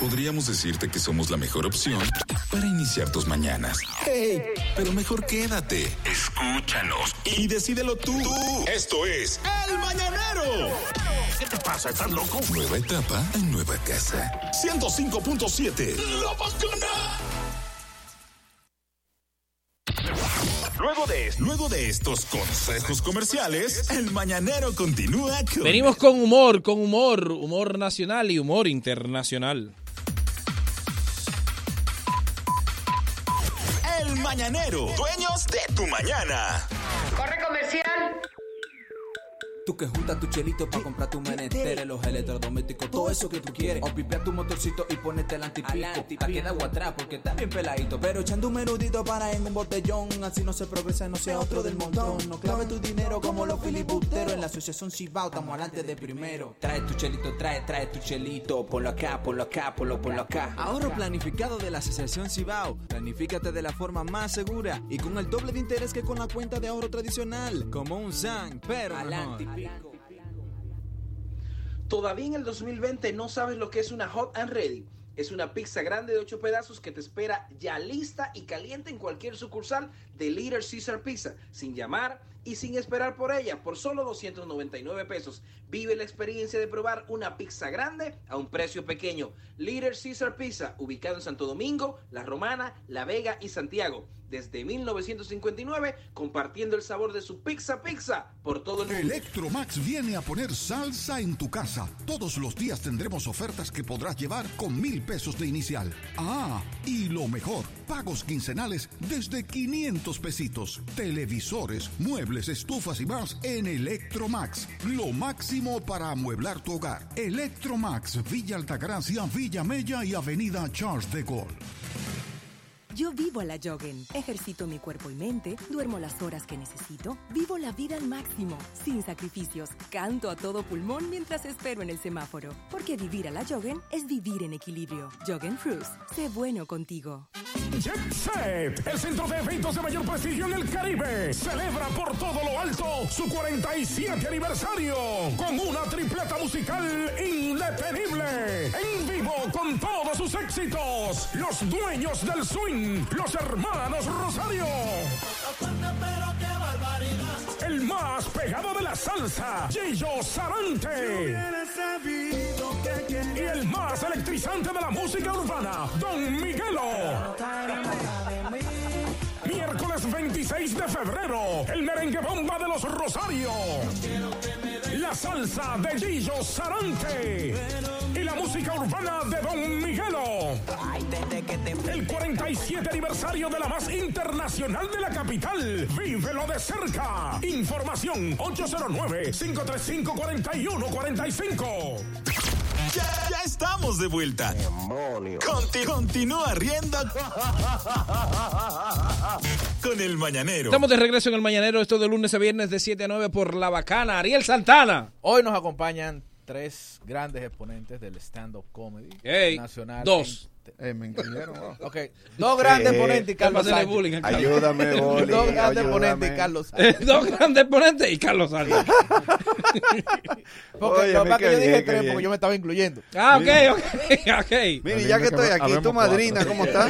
S10: Podríamos decirte que somos la mejor opción para iniciar tus mañanas. Hey, pero mejor quédate. Escúchanos y decídelo tú. Esto es El Mañanero. ¿Qué te pasa? ¿Estás loco? Nueva etapa en nueva casa. 105.7. La Luego de, Luego de estos consejos comerciales, el mañanero continúa con.
S31: Venimos con humor, con humor, humor nacional y humor internacional.
S10: El mañanero, dueños de tu mañana.
S33: Corre comercial.
S24: Tú que juntas tu chelito para comprar tus menesteres, los electrodomésticos, todo eso que tú quieres. O pipea tu motorcito y ponete el antipico. Te queda agua atrás porque está bien peladito. Pero echando un menudito para en un botellón. Así no se progresa, no sea otro del montón. No clave tu dinero como los filibusteros. En la asociación Cibao estamos adelante de primero. Trae tu chelito, trae, trae tu chelito. Ponlo acá, ponlo acá, ponlo, ponlo acá. Ahorro planificado de la Asociación Cibao. Planifícate de la forma más segura y con el doble de interés que con la cuenta de ahorro tradicional. Como un Zang, pero
S3: Adelante,
S24: mejor.
S3: Todavía en el 2020 no sabes lo que es una hot and ready. Es una pizza grande de 8 pedazos que te espera ya lista y caliente en cualquier sucursal de Little Caesar Pizza, sin llamar y sin esperar por ella, por solo 299 pesos. Vive la experiencia de probar una pizza grande a un precio pequeño. Little Caesar Pizza, ubicado en Santo Domingo, La Romana, La Vega y Santiago. Desde 1959, compartiendo el sabor de su pizza pizza por todo el mundo.
S22: Electromax viene a poner salsa en tu casa. Todos los días tendremos ofertas que podrás llevar con mil pesos de inicial. Ah, y lo mejor, pagos quincenales desde 500 pesitos. Televisores, muebles, estufas y más en Electromax. Lo máximo para amueblar tu hogar. Electromax, Villa Altagracia, Villa Mella y Avenida Charles de Gaulle.
S26: Yo vivo a la Jogen. Ejercito mi cuerpo y mente, duermo las horas que necesito, vivo la vida al máximo, sin sacrificios, canto a todo pulmón mientras espero en el semáforo. Porque vivir a la Jogen es vivir en equilibrio. Jogen Fruits, sé bueno contigo.
S25: Jet Set, el centro de eventos de mayor prestigio en el Caribe, celebra por todo lo alto su 47 aniversario con una tripleta musical indetenible. En vivo con todos sus éxitos, los dueños del swing, los hermanos Rosario. El más pegado de la salsa, Gillo Sarante. Y el más electrizante de la música urbana, Don Miguelo. Miércoles 26 de febrero, el merengue bomba de los Rosario. La salsa de Gillo Sarante. Y la música urbana de Don Miguelo. El 47 aniversario de la más internacional de la capital. Vívelo de cerca. Información 809-535-4145.
S10: Ya, ya estamos de vuelta. Conti- continúa riendo con el mañanero.
S31: Estamos de regreso en el Mañanero, esto de lunes a viernes de 7 a 9 por La Bacana. Ariel Santana.
S16: Hoy nos acompañan tres grandes exponentes del stand-up comedy
S31: Ey,
S16: nacional.
S31: dos.
S16: me engañaron. Ok, dos grandes
S31: Eh,
S16: exponentes y Carlos
S31: cálmate el
S16: Sánchez.
S31: bullying a Carlos. Ayúdame, bullying,
S16: Dos grandes
S31: ayúdame.
S16: exponentes y Carlos
S31: Eh, dos grandes ponentes y Carlos Sánchez.
S16: Porque
S31: Oye,
S16: lo
S31: mi,
S16: más que
S31: qué
S16: yo
S31: bien,
S16: dije
S31: qué
S16: tres porque
S31: bien.
S16: yo me estaba incluyendo.
S31: Ah, ok, ok, ok.
S16: Mire,
S34: ya que estoy aquí, tu madrina, ¿cómo está?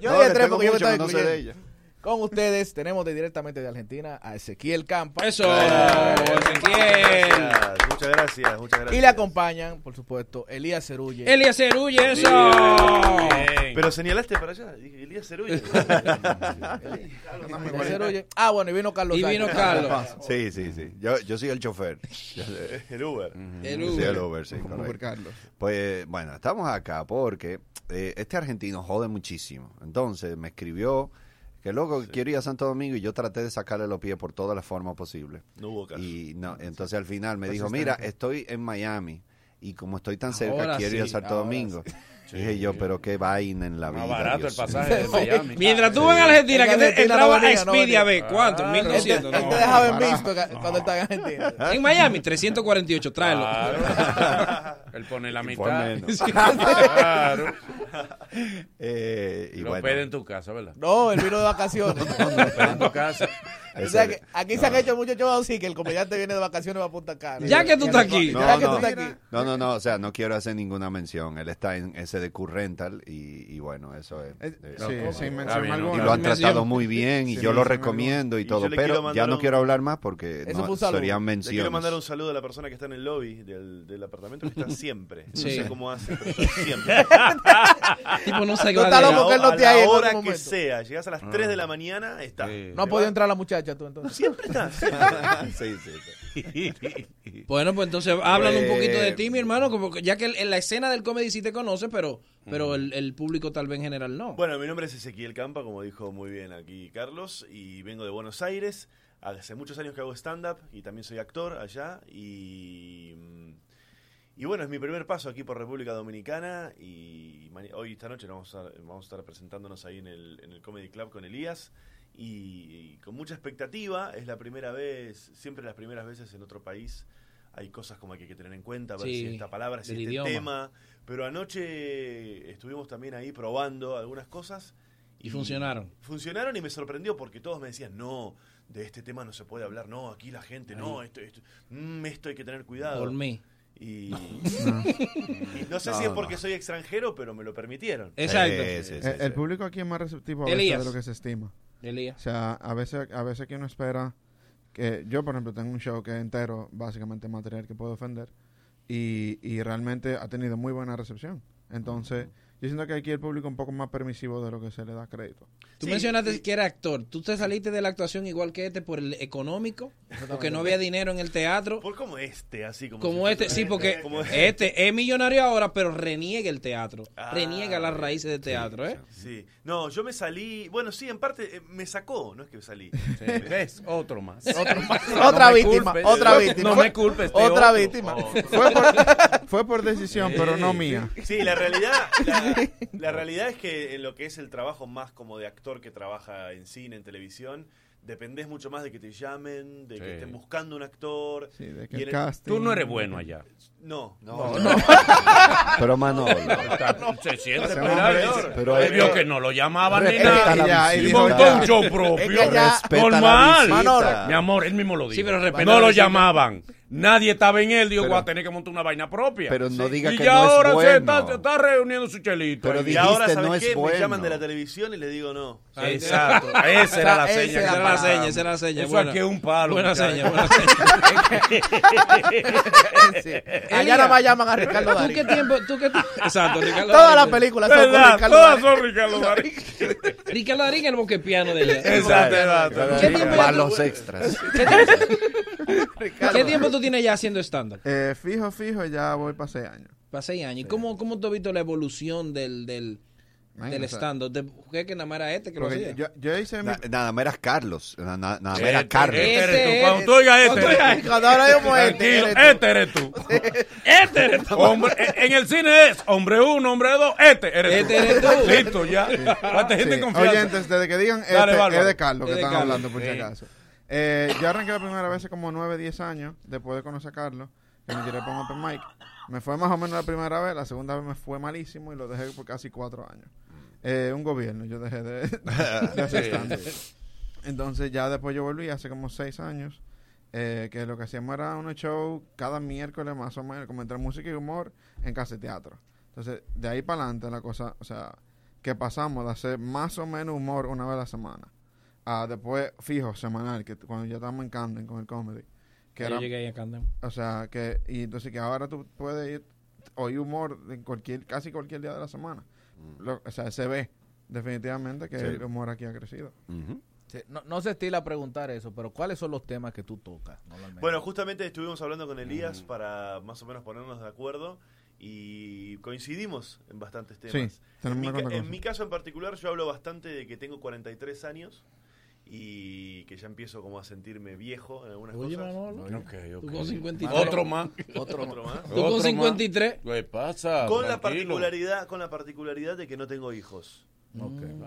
S16: Yo
S34: No,
S16: dije
S34: le
S16: tres
S34: tengo
S16: porque yo me
S34: mucho
S16: estaba
S34: que no sé de
S16: incluyendo. Con ustedes tenemos de directamente de Argentina a Ezequiel Campa.
S31: Eso,
S16: Ezequiel.
S2: Muchas gracias, muchas gracias.
S16: Y le acompañan, por supuesto, Elías Cerulle.
S31: Elías Cerulle, eso.
S16: Bien.
S2: Pero señalaste para allá, dije, Elías Cerulle.
S16: Elías Cerulle. Ah, bueno, y vino Carlos. Sánchez.
S34: Sí, sí, sí. Yo, yo soy el chofer. Yo soy-
S2: El Uber.
S34: Yo soy el Uber, sí, correcto.
S2: Uber Carlos.
S34: Pues bueno, estamos acá porque eh, este argentino jode muchísimo. Entonces me escribió que loco quiero ir a Santo Domingo y yo traté de sacarle los pies por todas las formas posibles.
S2: No hubo caso.
S34: Y no, entonces al final me
S2: Entonces
S34: dijo,
S2: está
S34: mira,
S2: acá.
S34: estoy en Miami y como estoy tan cerca
S2: Ahora
S34: quiero ir a
S2: sí,
S34: Santo
S2: ahora
S34: Domingo. Dije yo, pero qué vaina en la
S1: Más
S34: vida.
S1: barato
S34: Dios
S1: el pasaje
S34: mío.
S1: de Miami.
S3: Mientras tú vas a Argentina, que te, entraba a Expedia a ver, ¿cuánto?
S16: Ah,
S34: Claro.
S16: Este,
S3: 1200.
S34: Él te- él
S3: no.
S34: te dejaba en
S3: Barato.
S34: visto
S1: ca- cuando él estaba en Argentina.
S3: En Miami, 348, tráelo.
S1: Él pone la
S34: Y
S1: mitad.
S34: por menos.
S1: Sí. Claro.
S34: Eh, y
S1: Lo
S34: bueno.
S1: pede en tu casa, ¿verdad?
S9: No, él vino de vacaciones.
S1: No, no, pero en tu casa.
S9: O sea que aquí se han hecho muchos shows así que el comediante viene de vacaciones va a Punta Cana.
S34: No,
S9: ya que
S34: no,
S9: tú estás aquí.
S34: no, no, no, o sea, no quiero hacer ninguna mención. Él está en ese de Currental y, y bueno, eso es.
S2: Eh,
S34: eh,
S2: sí,
S34: no,
S2: sin
S34: no,
S2: mención
S34: está bien,
S2: alguna.
S34: Y lo han
S2: Sin mención.
S34: tratado muy bien y
S2: Sin
S34: yo lo
S2: mención
S34: recomiendo y
S2: alguna. Y
S34: todo,
S2: yo le quiero
S34: pero
S2: mandar
S34: ya no
S2: un-
S34: quiero hablar más porque
S2: Eso
S34: no,
S2: fue un saludo.
S34: serían
S2: Le quiero mandar un
S34: menciones.
S2: saludo a la persona que está en el lobby del, del apartamento que está siempre. No
S34: Sí.
S2: sé cómo hace, pero está siempre.
S9: Tipo, no sé qué No está va a loco que él no
S2: A
S9: esté ahí en
S2: la
S9: otro
S2: hora que
S9: momento.
S2: sea, llegas a las 3 de la mañana, está.
S9: No ha podido entrar la muchacha tú entonces.
S2: Siempre estás.
S34: sí, sí,
S3: Bueno, pues entonces háblanos un
S34: Eh,
S3: poquito de ti, mi hermano, como que- ya que el- en la escena del comedy sí te conoce, pero, pero el, el público tal vez en general no.
S2: Bueno, mi nombre es Ezequiel Campa, como dijo muy bien aquí Carlos, y vengo de Buenos Aires. Hace muchos años que hago stand-up y también soy actor allá. Y, mm, y bueno, es mi primer paso aquí por República Dominicana. Y mani- hoy, esta noche, nos vamos a, vamos a estar presentándonos ahí en el, en el Comedy Club con Elías. Y, y con mucha expectativa, es la primera vez, siempre las primeras veces en otro país. Hay cosas como que hay que tener en cuenta, ver
S3: Sí,
S2: si esta palabra, si
S3: del
S2: este
S3: idioma.
S2: tema, pero anoche estuvimos también ahí probando algunas cosas.
S3: Y funcionaron.
S2: Funcionaron y me sorprendió porque todos me decían, no, de este tema no se puede hablar, no, aquí la gente, no,
S3: Ahí.
S2: esto, esto, mm, esto hay que tener cuidado.
S3: Por mí.
S2: Y
S3: No.
S2: Mm, y no sé
S34: No,
S2: si es
S34: no.
S2: porque soy extranjero, pero me lo permitieron.
S3: Exacto.
S34: Sí, sí, sí,
S2: Eh,
S34: sí.
S2: eh.
S31: El público aquí es más receptivo a
S3: Elías.
S31: veces de lo que se estima.
S3: Elías.
S31: O sea, a veces, a veces que uno espera que yo, por ejemplo, tengo un show que es entero, básicamente material que puedo ofender y, y realmente ha tenido muy buena recepción. Entonces, yo siento que aquí el público es un poco más permisivo de lo que se le da crédito.
S3: Tú mencionaste que era actor. ¿Tú te saliste de la actuación igual que este por el económico? Porque no había dinero en el teatro.
S2: Por como este, así como.
S3: Como
S2: si
S3: este,
S2: fuera-
S3: sí, porque
S2: como-
S3: este es millonario ahora, pero reniega el teatro. reniega las raíces del
S2: sí,
S3: teatro, ¿eh?
S2: Sí. No, yo me salí. Bueno, sí, en parte eh, me sacó, no es que salí.
S1: ¿Ves? Otro más.
S2: Otro más.
S31: Otra
S2: No me
S31: víctima,
S2: culpes.
S31: otra víctima.
S1: No me culpes. este
S31: Otra
S1: otro.
S31: víctima.
S2: Oh.
S1: Otro.
S31: Fue por- fue por decisión, pero no
S1: Sí,
S31: mía.
S1: sí.
S2: Sí, la realidad, la, la realidad es que en lo que es el trabajo más como de actor que trabaja en cine, en televisión, dependés mucho más de que te llamen, de
S1: Sí.
S2: que estén buscando un actor.
S31: Sí, de
S2: Y
S31: que
S2: en
S31: el
S2: el-
S31: casting.
S1: Tú no eres bueno allá.
S2: No,
S1: No,
S2: no,
S1: no.
S2: no.
S34: Pero Manolo.
S1: Está- se siente
S34: Ese
S1: peor.
S34: hombre-
S1: Pero
S34: pero
S1: él
S34: es
S1: vio
S34: que-
S1: que no lo llamaban ni
S34: Respeta la
S1: nada.
S34: visita.
S1: Y montó un show
S34: Es que
S1: propio.
S34: allá- Respeta la
S1: Normal.
S34: visita. Manolo.
S1: Mi amor, él mismo lo dijo.
S34: Sí, pero respeta
S1: no
S34: la
S1: lo
S34: visita.
S1: llamaban. Nadie estaba en él. Digo,
S34: Pero-
S1: voy a tener que montar una vaina propia.
S34: Pero no
S1: Sí.
S34: diga
S1: y
S34: que
S1: ya
S34: no es
S1: ahora se,
S34: bueno.
S1: está, se está reuniendo su chelito.
S34: Pero
S1: ahí.
S2: Y
S34: dijiste,
S2: ahora, ¿sabes
S34: no es
S2: qué?
S34: bueno.
S2: Me llaman de la televisión y le digo no.
S1: Ah, Exacto. Esa era la seña. que
S3: Esa era la
S1: dábamos.
S3: seña, esa era la seña.
S1: Eso
S3: Buena.
S1: aquí es un palo.
S3: Buena
S1: muchacho.
S3: seña, buena seña.
S1: Sí.
S3: Elías,
S1: nada más llaman a Ricardo
S3: ¿Tú
S1: Darín.
S3: qué tiempo? ¿Tú qué tiempo? Exacto, Ricardo
S1: Todas
S3: Darín.
S1: las películas son con ¿Verdad? Ricardo Todas Darín. son Ricardo Darín.
S3: Ricardo Darín el boquepiano de ella.
S1: Exacto, exacto.
S3: ¿Qué tiempo ya
S34: Para
S3: tú-
S34: los extras.
S3: ¿Qué tiempo- ¿Qué tiempo tú tienes ya haciendo stand-up?
S31: Eh, fijo, fijo, ya voy para seis años.
S3: Para seis años. ¿Y cómo, cómo tú has visto la evolución del, del,
S34: Man,
S3: del
S34: o sea,
S3: stand-up? ¿Te- ¿Qué que nada más era este que lo
S34: porque
S3: hacía?
S34: yo-
S31: Yo hice mi...
S34: Na- nada más eras Carlos. Na- na- nada más
S1: Este,
S34: eras Carlos.
S1: este eres tú. Cuando tú oigas este. eres tú. Tranquilo, este eres tú. Este eres tú. Hombre, eh, en el cine es hombre uno, hombre dos. Este eres tú.
S31: Este eres tú.
S1: Listo, ya. Ah, Cuánta gente
S31: Sí.
S1: confianza.
S31: Oyentes, desde que digan este,
S1: Dale, Bárbara.
S31: es de Carlos que
S1: Es de
S31: están
S1: Carlos.
S31: hablando, por si
S1: Sí.
S31: acaso. Eh, yo arranqué la primera vez hace como 9, 10 años, después de conocer a Carlos, que me tiré para un open mic. Me fue más o menos la primera vez, la segunda vez me fue malísimo y lo dejé por casi cuatro años. Eh, un gobierno, yo dejé de, de hacer
S34: Sí.
S31: stand-up. Entonces ya después yo volví hace como seis años, eh, que lo que hacíamos era un show cada miércoles más o menos, como entre música y humor en casa de teatro. Entonces de ahí para adelante la cosa, o sea, que pasamos de hacer más o menos humor una vez a la semana, a después fijo, semanal, que t- cuando ya estábamos en Camden con el comedy. Que
S3: Ya yo
S31: era,
S3: llegué ahí a Camden.
S31: O sea, que, y entonces que ahora tú puedes ir, oír humor en cualquier, casi cualquier día de la semana. Lo- o sea, se ve definitivamente que
S34: Sí.
S31: el humor aquí ha crecido.
S9: Sí, No, no se estila preguntar eso, pero ¿cuáles son los temas que tú tocas normalmente?
S2: Bueno, justamente estuvimos hablando con
S1: Mm.
S2: Elías para más o menos ponernos de acuerdo y coincidimos en bastantes temas.
S31: Sí, tenemos
S2: en, mi,
S31: una
S2: ca-
S31: cosa.
S2: en mi caso en particular yo hablo bastante de que tengo 43 años y que ya empiezo como a sentirme viejo en algunas
S3: Oye,
S2: cosas.
S3: Manolo, Ok,
S1: ok.
S3: tú con 53.
S1: Otro más.
S2: Otro más.
S1: Tú con Otro más. 53. ¿Qué pasa?
S2: Con
S1: Tranquilo.
S2: la particularidad, con la particularidad de que no tengo hijos.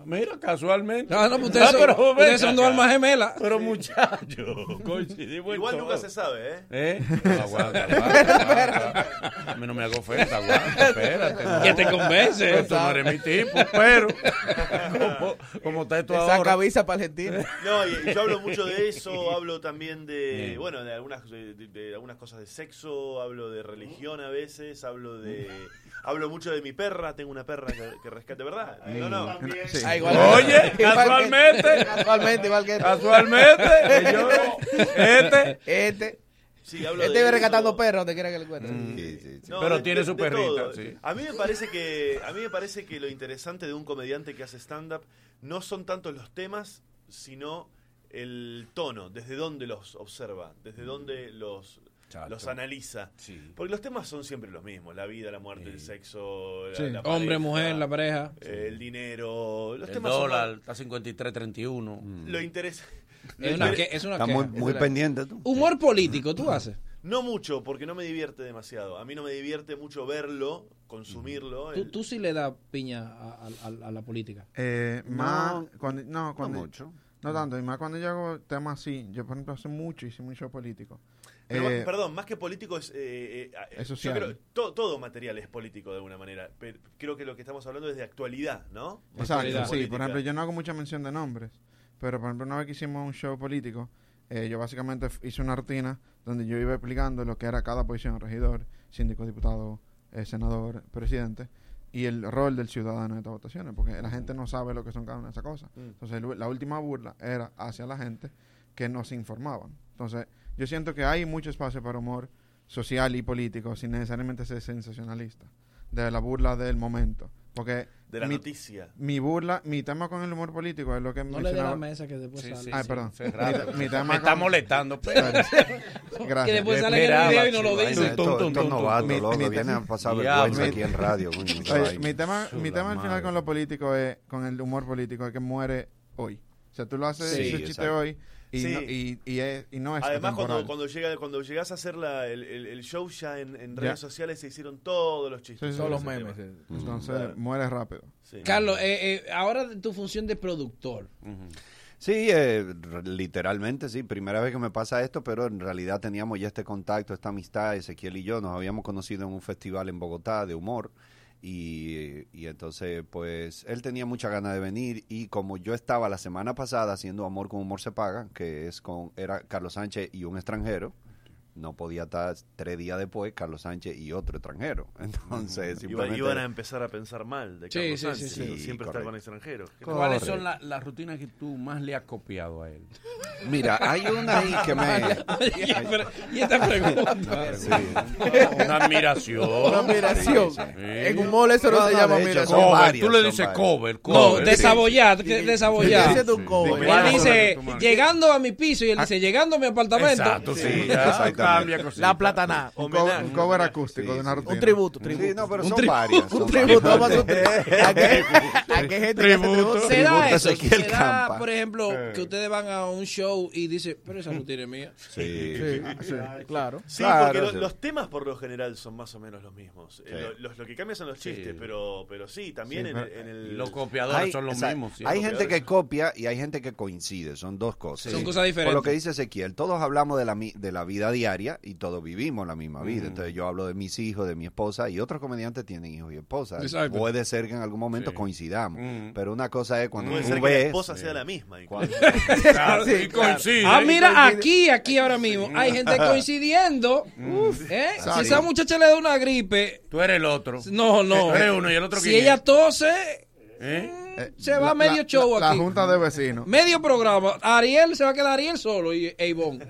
S1: Mira, casualmente. Ah,
S2: No, no, pues ustedes son- ustedes son dos almas
S3: gemelas.
S1: Pero muchachos, coincidimos.
S2: Igual
S1: en
S2: nunca
S1: todo.
S2: se sabe, ¿eh?
S1: No, aguanta, aguanta, aguanta. A mí no me hago ofensa, aguanta, espérate. no.
S9: Que te convence.
S1: Pero Tú no eres mi tipo, pero. Como, como está tú ahora.
S9: Saca visa para Argentina.
S2: No, y, y yo hablo mucho de eso, hablo también de, bueno, de algunas, de, de- de algunas cosas de sexo, hablo de religión a veces, hablo de, hablo mucho de mi perra, tengo una perra que, que rescate, ¿verdad? No, no.
S9: Sí. Ah, igual. Oye, casualmente. Casualmente, igual que- este. Casualmente, que yo- este. Este.
S2: Sí, hablo
S9: Este
S2: de
S9: vive
S2: eso.
S9: rescatando perros, te quiera que le cuente.
S2: No, de- de- de todo. A mí me parece que a mí me parece que lo interesante de un comediante que hace stand up no son tanto los temas, sino el tono, desde dónde los observa,
S1: Mm.
S2: desde dónde los los analiza. Porque los temas son siempre los mismos, la vida, la muerte, el sexo, la,
S3: Sí.
S2: la
S3: Hombre,
S2: pareja,
S3: mujer, la pareja.
S2: eh, el dinero, los
S1: El
S2: temas son
S1: dólar está 53.31.
S2: lo interesa.
S3: Es una que- es una Está muy- queja. muy
S34: pendiente tú.
S3: Humor político, tú haces.
S2: No mucho, porque no me divierte demasiado. A mí no me divierte mucho verlo, consumirlo.
S3: Tú,
S2: el-
S3: tú sí le das piña a, a- a- a la política.
S31: Eh, más
S3: No,
S31: cuando, no, cuando,
S34: mucho.
S31: No tanto, y más cuando yo hago temas así. Yo, por ejemplo, hace mucho hice mucho político.
S2: Pero,
S31: Eh,
S2: perdón, más que político es... eh, eh, eh,
S31: es
S2: yo
S31: social.
S2: creo- to- todo material es político de alguna manera, pero creo que lo que estamos hablando es de actualidad, ¿no?
S31: Exacto,
S2: Actualidad
S31: sí.
S2: política.
S31: Por ejemplo, yo no hago mucha mención de nombres, pero por ejemplo, una vez que hicimos un show político, eh, yo básicamente f- hice una rutina donde yo iba explicando lo que era cada posición, regidor, síndico, diputado, eh, senador, presidente, y el rol del ciudadano en estas votaciones, porque la gente no sabe lo que son cada una de esas cosas.
S6: Mm.
S31: Entonces, lu- la última burla era hacia la gente que no se informaban. Entonces, yo siento que hay mucho espacio para humor social y político sin necesariamente ser sensacionalista, de la burla del momento. Porque
S2: De la noticia.
S31: mi burla, mi tema con el humor político es lo que
S3: No le dé
S31: mencionaba.
S3: la mesa que después sale.
S31: Ay, perdón.
S1: hace rato.
S31: Mi, mi tema
S1: Me
S31: con-
S1: está molestando,
S34: pues.
S1: pero-
S31: Gracias.
S1: Que después sale en el Esperaba, video y no lo chico, dice.
S34: Estos
S31: Tum, tum, tum,
S34: estos
S31: tum,
S34: novatos,
S31: tum.
S34: loco,
S31: Mi- mi
S34: vienen
S31: tema-
S34: a pasar vergüenza
S31: Mi-
S34: aquí en radio. coño,
S31: Oye,
S34: esa vaina.
S31: mi tema, mi
S34: Su
S31: tema al
S34: la
S31: final con lo político es, con el humor político, es que muere hoy. O sea, tú lo haces,
S2: Sí,
S31: ese chiste
S2: exacto.
S31: hoy y,
S2: Sí.
S31: no, y, y es- y no es
S2: Además, cuando,
S31: atemporal.
S2: cuando, llega, cuando llegas a hacer la- el, el- el show ya en, en
S31: Ya.
S2: redes sociales se hicieron todos los
S31: Sí,
S2: chistes.
S31: sí,
S2: sobre
S31: sí.
S2: ese
S1: eh.
S2: tema.
S31: Entonces,
S2: Claro.
S31: mueres rápido.
S3: Carlos, eh, eh, ahora tu función de productor.
S34: Sí, eh, r- literalmente, sí. Primera vez que me pasa esto, pero en realidad teníamos ya este contacto, esta amistad, Ezequiel y yo. Nos habíamos conocido en un festival en Bogotá de humor. Y, y entonces, pues, él tenía mucha ganas de venir. Y como yo estaba la semana pasada haciendo Amor con Humor se Paga, que es con, era Carlos Sánchez y un extranjero, no podía estar tres días después Carlos Sánchez y otro extranjero. Entonces,
S2: Iba-
S34: simplemente...
S2: iban a empezar a pensar mal de
S34: Sí, sí,
S2: Carlos
S34: sí,
S2: Sánchez,
S34: sí.
S2: ¿no?
S34: Sí,
S2: siempre
S34: correcto.
S2: está con extranjeros.
S1: ¿Cuáles son la- las rutinas que tú más le has copiado a él?
S34: Mira, hay una ahí que me-
S1: y esta pregunta. Una admiración.
S9: Una admiración.
S1: Sí, sí.
S9: En humor eso no,
S1: No,
S9: se
S1: no,
S9: llama
S1: de hecho,
S9: admiración.
S1: son Cover, varias, tú le son dices varias. cover, cover.
S3: No, desabollar,
S9: Sí.
S3: que-
S9: Sí.
S3: desabollar.
S9: Sí, haciendo un cover.
S3: Él dice, llegando a mi piso, y él dice, llegando a mi apartamento.
S34: Exacto, sí, Sí, ya, exactamente. cambia cositas.
S9: La plataná.
S31: Un, co- un cover acústico de una rutina.
S9: Un tributo, tributo.
S34: Sí, no, pero
S9: Un
S34: son
S9: tributo,
S34: varias.
S9: Un
S34: son
S9: tributo,
S34: varias.
S9: vamos a hacer un tributo. ¿A qué- a qué gente que hace tributo?
S3: ¿Será
S34: Tributo
S3: eso?
S34: Ezequiel
S3: ¿Será,
S34: Campa.
S3: por ejemplo,
S34: Eh.
S3: que ustedes van a un show y dicen, pero esa rutina es mía?
S34: Sí.
S9: claro.
S2: Sí,
S9: Claro,
S2: porque lo-
S9: sí.
S2: los temas por lo general son más o menos los mismos. Eh,
S34: Sí.
S2: lo, los- lo que cambian son los chistes, pero, pero sí, también
S34: Sí,
S2: en,
S34: pero-
S2: el- en el...
S1: Los copiadores
S34: Hay-
S1: son los
S34: o sea,
S1: mismos. sí.
S34: Hay gente que copia y hay gente que coincide, son dos cosas.
S1: Son cosas diferentes.
S34: Por lo que dice Ezequiel, todos hablamos de la, mi- de la vida diaria y todos vivimos la misma vida.
S1: Ujú.
S34: Entonces yo hablo de mis hijos, de mi esposa y otros comediantes tienen hijos y esposas.
S1: Exacto.
S34: Puede ser que en algún momento
S1: Sí.
S34: coincidamos,
S1: Ujú.
S34: pero una cosa es cuando
S2: Puede
S34: tú
S2: ser que
S34: ves...
S2: la esposa sea la misma. incluso.
S34: Claro,
S2: Sí,
S34: sí, claro.
S2: coincide.
S3: Ah, mira, aquí, aquí ahora mismo, hay gente coincidiendo.
S34: Mm.
S3: Uf, ¿eh?
S1: Exacto.
S3: Si esa muchacha le da una gripe,
S1: Tú eres el otro.
S3: no, no.
S1: Tú eres uno y el otro
S3: Si
S1: quién
S3: ella
S1: es?
S3: tose,
S1: ¿Eh?
S3: se va
S31: La-
S3: medio
S31: la-
S3: show
S31: la-
S3: aquí.
S31: La junta de vecinos.
S3: Medio programa. Ariel se va a quedar Ariel solo y e Ivonne.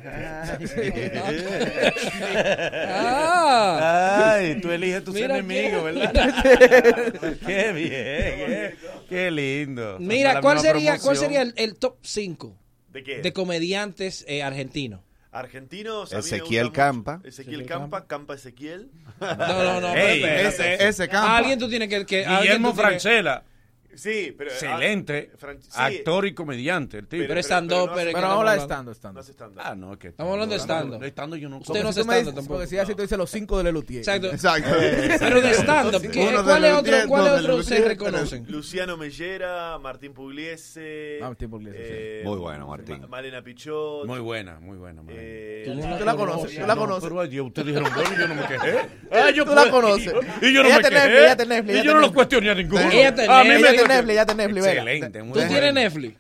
S3: Ah.
S1: Ay, tú eliges tus
S3: Mira
S1: enemigos,
S3: quién.
S1: ¿verdad? qué bien, qué, qué lindo.
S3: Mira,
S1: La
S3: ¿cuál
S1: misma
S3: sería, ¿cuál
S1: promoción.
S3: sería el, el top 5
S2: ¿De qué?
S3: comediantes eh, argentinos?
S2: Argentinos. a mí me
S34: Ezequiel
S2: gusta mucho-
S34: Campa.
S2: Ezequiel Campa, Campa Ezequiel.
S3: No, no, no. pero espérate. Alguien tú tienes que... que alguien
S1: Guillermo
S3: tú tienes-
S1: Francella.
S2: Sí, pero-
S1: Excelente.
S2: ah, Fran- sí.
S1: actor y comediante, el tipo.
S3: Pero stand-up, pero es que
S1: Pero
S3: no
S1: ahora
S3: hablamos.
S1: estando,
S2: estando.
S1: Ah, no, es que.
S3: Estamos hablando de
S1: estando.
S3: stand-up.
S1: De stand-up yo no
S3: Usted no
S1: como.
S3: hace
S1: Si tú me
S3: stand-up
S1: dices-
S3: tampoco.
S9: Porque si así tú dices los cinco de Lelutier.
S3: Exacto.
S1: Exacto.
S2: Eh,
S3: Pero de stand-up,
S1: Uno
S3: ¿qué-
S1: de
S3: ¿cuáles
S1: los
S3: otros
S1: diez,
S3: cuáles
S1: dos de
S3: otros
S1: los
S3: se
S1: diez,
S3: reconocen?
S2: Luciano Mellera, Martín Pugliese.
S1: Ah,
S2: eh,
S1: Martín Pugliese, sí. Muy bueno, Martín.
S2: Ma- Malena Pichot. Eh,
S1: Muy buena, muy buena. Marina.
S2: Tú no la
S1: Yo
S2: conoces, Eh,
S1: yo
S2: tú la
S1: conoces. Pero ay, ustedes dijeron bueno y yo no me quejé.
S9: Ah, yo
S1: Tú la
S9: puedo-
S1: conoces. Y yo no
S9: Ella
S1: me
S9: te
S1: quejé.
S9: Netflix, ella te Netflix,
S1: Y
S9: ella
S1: yo no
S9: te
S1: lo
S9: Netflix.
S1: cuestioné a ninguno.
S9: Ella te
S1: A mí
S9: Netflix,
S1: me
S9: ella te
S1: dio-
S9: Netflix, ella te Netflix, vela.
S1: Excelente. muy
S9: ¿Tú
S1: bueno.
S9: tienes
S3: Netflix?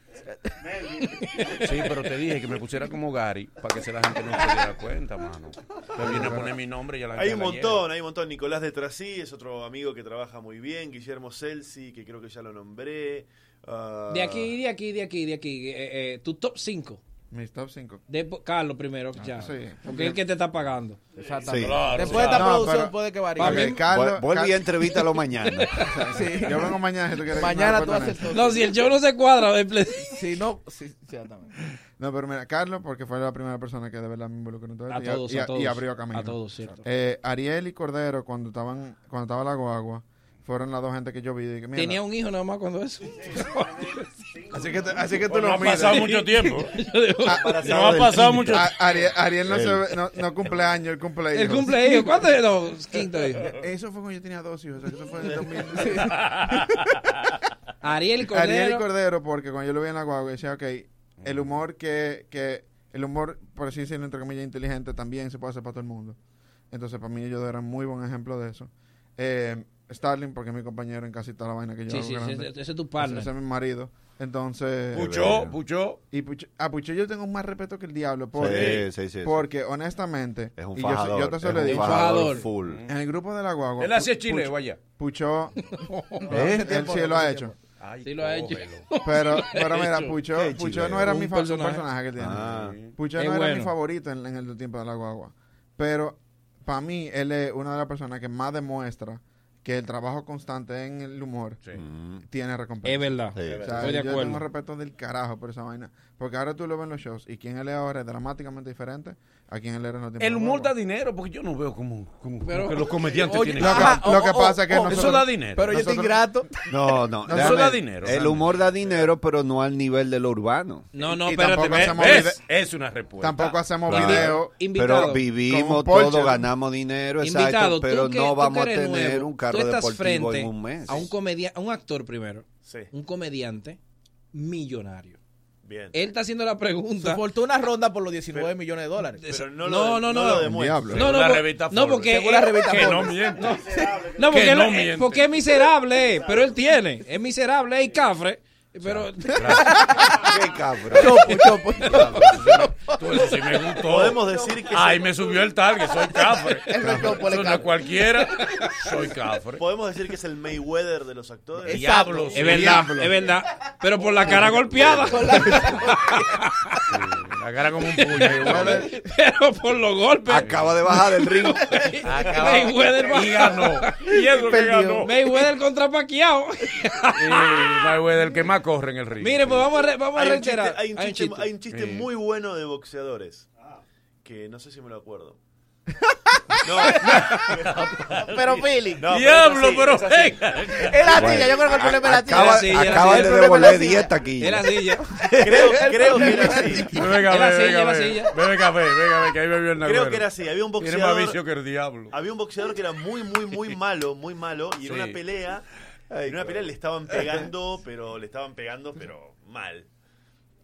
S1: Sí, pero te dije que me pusiera como Gary para que se la gente no se diera cuenta, mano. Me viene a poner mi nombre y ya la
S2: Hay
S1: ya
S2: un
S1: la
S2: montón, hay un montón. Nicolás de Trasí es otro amigo que trabaja muy bien. Guillermo Celsi, que creo que ya lo nombré. Ah,
S3: De aquí, de aquí, de aquí, de aquí. Eh, eh, tu top 5.
S31: Mis top 5.
S3: Carlos primero, ya.
S31: sí.
S3: Porque es el que te está pagando.
S31: Exactamente. Sí. Claro, Después de esta producción puede que varíe.
S3: Para mí-
S31: Ok, Carlos- Vuel- vuelve y Carlos-
S34: entrevístalo mañana.
S31: Sí. Yo vengo mañana si tú quieres. Mañana me
S9: tú
S31: acuerdo
S9: haces
S31: en eso.
S3: No, si el show no se cuadra, pues.
S9: Si no, sí, sí, exactamente.
S31: No, pero mira, Carlos, porque fue la primera persona que de verdad me involucró en todo
S3: A
S31: esto y-
S3: todos,
S31: y,
S3: a todos.
S31: y abrió camino.
S3: A todos, cierto.
S31: Eh, Ariel y Cordero, cuando estaban cuando estaba la guagua, fueron las dos gente que yo vi. y que, mira,
S3: Tenía un hijo nada más cuando eso.
S31: Así que, te- así que tú Bueno, lo Pues ha mides. pasado mucho tiempo. Ah,
S1: No ha pasado mucho-
S31: A- Ariel, Ariel no,
S1: Él.
S31: se ve- no, no cumple años, él cumple hijos. Eh,
S3: El cumple hijos. ¿Cuántos hijos? Quinto hijo.
S31: Eso fue cuando yo tenía dos hijos. o sea, que Eso fue en el 2000.
S3: Ariel Cordero.
S31: Ariel Cordero, porque cuando yo lo vi en la guagua, decía, ok, el humor que, que el humor, por así decirlo, entre comillas, inteligente, también se puede hacer para todo el mundo. Entonces, para mí ellos eran muy buen ejemplo de eso. Eh, Starling, porque es mi compañero en casi toda la vaina que yo
S3: Sí,
S31: hago
S3: sí,
S31: grande.
S3: ese- ese es tu partner.
S31: Ese, ese es mi marido. Entonces...
S1: Puchó, Puchó.
S31: Y Puchó- a Puchó yo tengo más respeto que el diablo.
S1: Sí,
S31: Porque,
S1: sí, sí, sí.
S31: Porque, honestamente...
S1: Es un
S31: y yo se-
S1: fajador,
S31: Yo, te
S1: es
S31: solo
S1: un
S31: digo...
S1: fajador full.
S31: En el grupo de la guagua...
S1: Él hacía
S31: Pu-
S1: chile,
S31: Puchó-
S1: vaya.
S31: Puchó...
S1: ¿Eh?
S31: Él sí lo ha hecho.
S1: Ay,
S3: Sí lo ha hecho.
S31: Pero,
S3: Sí Ah, lo ha
S31: pero mira,
S3: hecho.
S31: Pucho,
S3: Qué
S31: Pucho
S3: chilero.
S31: no era mi
S3: Un
S31: fa- un
S3: personaje.
S31: personaje. que tiene.
S3: Ah.
S31: Pucho
S3: Es
S31: no era
S3: bueno.
S31: mi favorito en, en el tiempo de la guagua. Pero para mí, él es una de las personas que más demuestra que el trabajo constante en el humor tiene recompensa.
S3: Es verdad.
S31: O sea,
S3: Es verdad. Estoy de
S31: Yo
S3: acuerdo.
S31: tengo respeto del carajo por esa vaina. Porque ahora tú lo ves en los shows y quien él es ahora es dramáticamente diferente a quien él era en los tiempos
S1: El
S31: de la
S1: humor
S31: guagua.
S1: da dinero porque yo no veo como, como,
S31: Pero-
S1: como que los comediantes
S31: Oye,
S1: tienen.
S31: lo que- Ajá, lo que oh, pasa oh, es que oh,
S1: eso
S31: nosotros-
S1: da dinero.
S31: pero yo estoy
S1: Nosotros-
S31: ingrato.
S34: No, no.
S1: Eso
S34: déjame-
S1: da dinero,
S34: El
S1: da
S34: humor da dinero, pero no al nivel de lo urbano.
S3: No, no,
S31: Y
S3: espérate.
S31: tampoco
S3: ve-
S31: hacemos
S3: ves,
S31: vide-
S1: Es una respuesta.
S31: Tampoco hacemos
S34: Claro.
S31: video.
S34: Pero vivimos
S31: Con un Porsche.
S34: todo, ganamos dinero, exacto,
S31: Invitado, tú
S34: pero
S31: que-
S34: no
S31: tú
S34: vamos a
S31: que eres
S34: tener
S31: nuevo,
S34: un
S31: tú
S34: carro
S31: estás
S34: deportivo
S3: frente
S34: en un mes.
S3: a un comedia a un actor primero, un comediante millonario.
S2: Bien.
S3: Él está haciendo la
S9: Su
S3: pregunta.
S9: fortuna ronda por los 19 millones de dólares.
S2: Pero
S9: no
S3: no, no, no, No, no,
S9: la
S3: por-
S9: revista
S3: no,
S9: Forbes.
S3: porque
S9: Según la revista
S3: que
S9: Forbes.
S3: no miente. No, porque,
S9: Que
S3: él-
S9: no
S3: eh,
S9: miente.
S3: porque es miserable, eh, pero él tiene, es miserable eh, y cafre, pero
S34: qué cabrón.
S9: Chopo, chopo.
S1: Tú, eso sí me gustó.
S9: Podemos decir que-
S1: Ay, me subió el target, soy cafre.
S9: Él me topó el
S1: Eso no es
S9: cafre.
S1: cualquiera. Soy cafre.
S2: Podemos decir que es el Mayweather de los actores.
S1: Diablo, sí.
S3: es verdad, es verdad, pero por la cara golpeada.
S1: La cara como un puño.
S3: Pero por los golpes.
S34: Acaba de bajar del ring.
S1: Acaba-
S3: Mayweather
S1: Y ganó. Y eso que
S3: Perdió.
S1: ganó.
S3: Mayweather contra Pacquiao.
S1: del que más corre en el ring.
S3: Mire, pues vamos a, re- vamos a
S2: Hay un chiste-
S3: reiterar.
S2: Hay un chiste, hay un chiste
S1: Sí.
S2: muy bueno de boxeadores. Que no sé si me lo acuerdo. No.
S9: Pero, Pili.
S2: No,
S9: Diablo,
S2: es así,
S9: pero
S2: es así.
S9: venga. Es la silla, yo creo que el problema es la silla.
S34: Acaba,
S9: Es la silla, es la
S34: acaba
S9: silla. El
S34: de
S9: problema es la
S34: devolver
S9: silla.
S34: 10 taquillas.
S9: Es la silla.
S2: Creo, creo que era así.
S1: Bebe
S2: Es la
S1: café, bebe
S2: silla, es la
S1: café.
S2: silla.
S1: Bebe café, bebe café, que ahí bebió el Nagüero.
S2: Creo que era así. Había un boxeador.
S1: Tiene más vicio que el diablo.
S2: Había un boxeador que era muy, muy, muy malo, muy malo. Y
S1: Sí.
S2: en una pelea, en una pelea le estaban pegando, pero le estaban pegando, pero mal.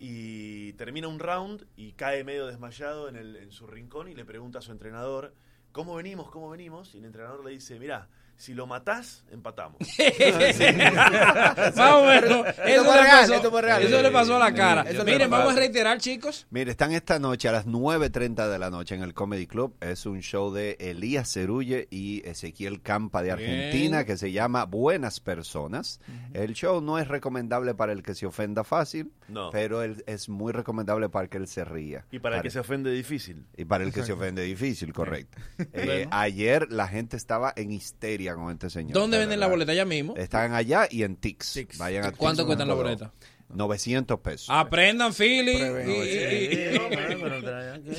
S2: Y termina un round y cae medio desmayado en, el, en su rincón y le pregunta a su entrenador, ¿cómo venimos? ¿Cómo venimos? Y el entrenador le dice, mirá, si lo matás, empatamos.
S3: Más o menos. Eso, le pasó, eso le pasó a la cara.
S34: Eso fue
S3: Miren,
S34: real.
S3: vamos a reiterar, chicos.
S34: Mire, están esta noche a las 9.30 de la noche en el Comedy Club. Es un show de Elías Cerulle y Ezequiel Campa de Argentina
S8: Bien.
S34: que se llama Buenas Personas. El show no es recomendable para el que se ofenda fácil,
S2: No.
S34: pero él- es muy recomendable para que él se ría.
S2: Y para el que se ofende difícil.
S34: Y para el que se
S2: Exacto.
S34: ofende difícil, correcto. Eh,
S2: Bueno.
S34: Ayer la gente estaba en histeria con este señor.
S3: ¿Dónde
S34: de
S3: venden la
S34: verdad.
S3: boleta? Ya mismo.
S34: Están allá y en Tix. Vayan a
S3: ¿Cuánto
S34: Tix.
S3: cuestan las boletas?
S34: 900 pesos.
S3: Aprendan, Philly. y- y- y-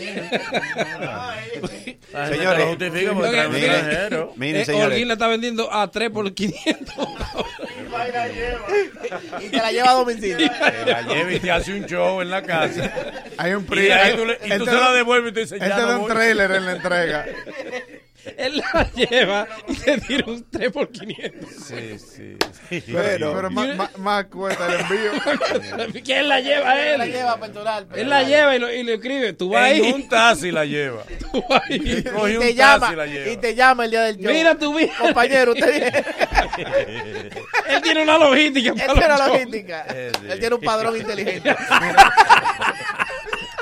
S34: Señores,
S3: Lo que-
S34: miren,
S3: miren,
S34: miren,
S3: eh,
S34: señores.
S3: Holguín la está vendiendo a 3 por 500.
S5: va y la lleva.
S3: Y te la lleva a domicilio.
S1: Te la lleva y te hace un show en la casa.
S31: Hay un este
S1: Y,
S31: pre-
S1: ahí tú, le- y
S31: él
S1: tú
S31: te
S1: se
S31: da-
S1: la devuelves y te dices,
S31: él
S1: ya
S31: te
S1: no
S31: da este un
S1: voy.
S31: trailer en la entrega.
S3: Él la lleva y te tira un 3 por 500.
S1: Sí, sí.
S31: Pero, pero más, más- más cuesta el envío.
S3: ¿Quién la lleva a él?
S31: Él la lleva a
S3: personal. Él la lleva y, lo, y le escribe, tú vas
S1: En
S3: ahí.
S1: un taxi la lleva.
S3: Tú vas ahí.
S1: Coge
S3: Y
S1: un
S3: te
S1: taxi
S3: llama,
S1: y la lleva.
S3: y te llama el día del show. Mira tu vida. Compañero, usted- Él tiene una logística.
S9: Él
S3: para
S9: tiene
S3: los
S9: una
S3: shows.
S9: logística. Él tiene un padrón inteligente.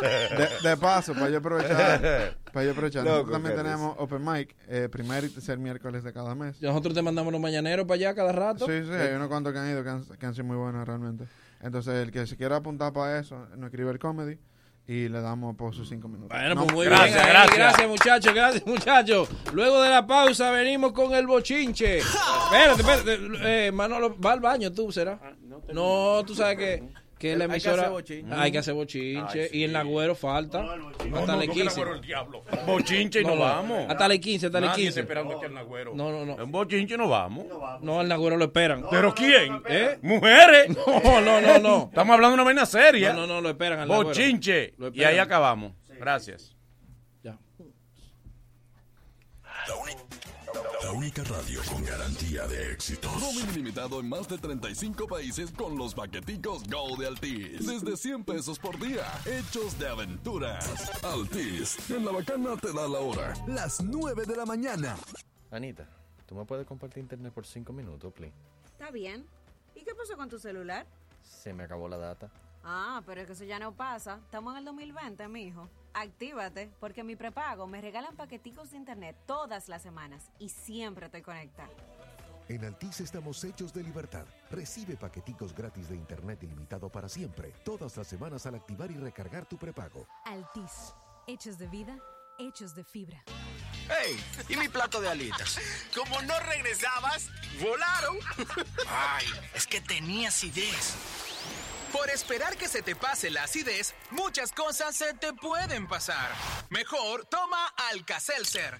S31: De, de paso, para yo aprovechar. Para yo aprovechar.
S3: Loco,
S31: nosotros también
S3: qué
S31: tenemos Open Mic, eh, primer y tercer miércoles de cada mes.
S3: Nosotros te mandamos los mañaneros para allá cada rato. Eh,
S31: Sí, sí, hay unos cuantos que han ido que han, que han sido muy buenos realmente. Entonces, el que se quiera apuntar para eso, nos escribe el comedy y le damos por sus cinco minutos.
S3: Bueno,
S31: No,
S3: pues muy bien. ahí. Gracias, muchachos. Gracias, muchachos. Luego de la pausa venimos con el bochinche. Espérate, espérate. Eh, Manolo, va al baño tú, ¿será?
S1: Ah,
S3: No, tú sabes que, que la
S1: Hay que
S3: emisora...
S1: hacer bochinche.
S3: Hay que hacer bochinche.
S1: Ay, sí.
S3: Y el Nagüero falta.
S1: No,
S3: Hasta
S1: no,
S3: el
S1: no, que
S3: 15.
S1: el Nagüero es el diablo. Bochinche y nos vamos.
S3: Hasta el 15, hasta el
S1: Nadie
S3: 15.
S1: está esperando aquí al Nagüero.
S3: No, no, no.
S1: En bochinche no vamos.
S3: No, el Nagüero lo esperan.
S1: ¿Pero quién?
S3: ¿Eh?
S1: ¿Mujeres?
S3: No, no, no, no.
S1: Estamos hablando de una vaina seria.
S3: No, no, no, lo esperan al Nagüero.
S1: Bochinche.
S3: Lo
S1: Y
S3: esperan.
S1: ahí acabamos. Gracias.
S35: La única radio con garantía de éxito. Roaming ilimitado en más de 35 países con los paqueticos Go de Altis. Desde 100 pesos por día, hechos de aventuras. Altis, en la bacana te da la hora. Las 9 de la mañana.
S34: Anita, ¿tú me puedes compartir internet por 5 minutos, please?
S21: Está bien. ¿Y qué pasó con tu celular?
S34: Se me acabó la data.
S21: Ah, pero es que eso ya no pasa. Estamos en el 2020, mijo. Actívate, porque en mi prepago me regalan paqueticos de internet todas las semanas y siempre estoy conectada.
S22: En Altiz estamos hechos de libertad. Recibe paqueticos gratis de internet ilimitado para siempre, todas las semanas al activar y recargar tu prepago.
S26: Altis, hechos de vida, hechos de fibra.
S24: ¡Ey! ¿Y mi plato de alitas? Como no regresabas, volaron. Ay, es que tenía acidez. Por esperar que se te pase la acidez, muchas cosas se te pueden pasar. Mejor toma Alka-Seltzer.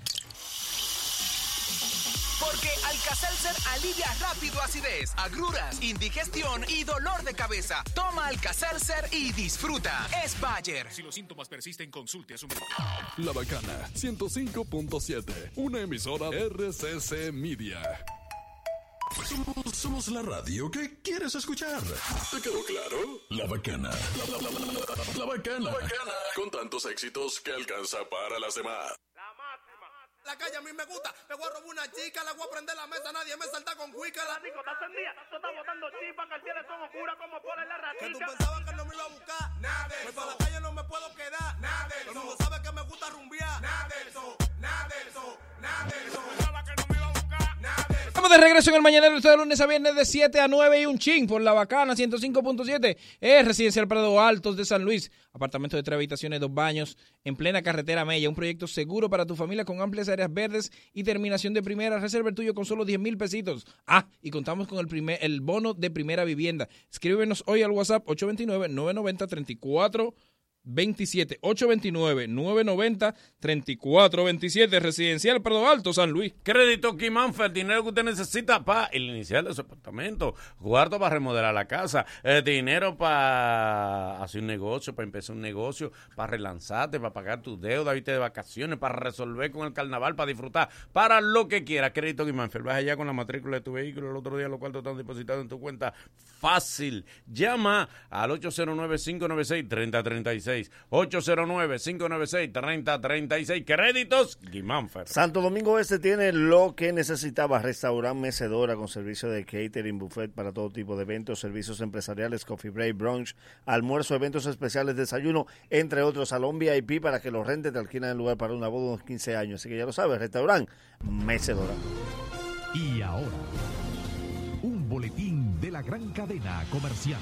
S24: Porque Alka-Seltzer alivia rápido acidez, agruras, indigestión y dolor de cabeza. Toma Alka-Seltzer y disfruta. Es Bayer. Si los síntomas persisten, consulte a su médico.
S35: La bacana 105.7, una emisora RCC Media. Somos, somos la radio que quieres escuchar. ¿Te quedó claro? La bacana. La, la, la, la, la, la bacana. Con tantos éxitos que alcanza para las demás.
S13: La calle a mí me gusta, me voy a robar una chica, la voy a prender la mesa, nadie me salta con cuica. La disco está encendida, tú estás botando chispas, carteles son oscuras como por la Pues ratica. Que tú pensabas que no me iba a buscar, nada de eso. la calle no me puedo quedar, nada de eso. Todo el mundo sabe que me gusta rumbear, nada de eso, nada de eso, nada de eso. Pensaba que no me iba a buscar, nada de eso.
S3: Estamos de regreso en el mañanero este de lunes a viernes de 7 a 9 y un ching por la bacana 105.7. Es Residencial Prado Altos de San Luis. Apartamento de tres habitaciones, dos baños, en plena carretera Mella. Un proyecto seguro para tu familia con amplias áreas verdes y terminación de primera. Reserva el tuyo con solo 10 mil pesitos. Ah, y contamos con el, primer, el bono de primera vivienda. Escríbenos hoy al WhatsApp 829-990-34. 27 829 990 3427 Residencial Prado Alto San Luis.
S1: Crédito Kimanfer, el dinero que usted necesita para el inicial de su apartamento, cuarto para remodelar la casa, eh, dinero para hacer un negocio, para empezar un negocio, para relanzarte, para pagar tus deudas, irte de vacaciones, para resolver con el carnaval, para disfrutar, para lo que quiera. Crédito Kimanfer, vas allá con la matrícula de tu vehículo el otro día, lo cual te están depositando en tu cuenta fácil. Llama al 809-596-3036. 809-596-3036. Créditos Kimanfer.
S5: Santo Domingo Este tiene lo que necesitaba, restaurante, mecedora con servicio de catering, buffet para todo tipo de eventos, servicios empresariales, coffee break, brunch, almuerzo, eventos especiales, desayuno, entre otros, salón VIP para que lo rente, te alquilan el lugar para una boda de unos 15 años. Así que ya lo sabes, restaurante, mecedora.
S22: Y ahora, un boletín de la gran cadena comercial.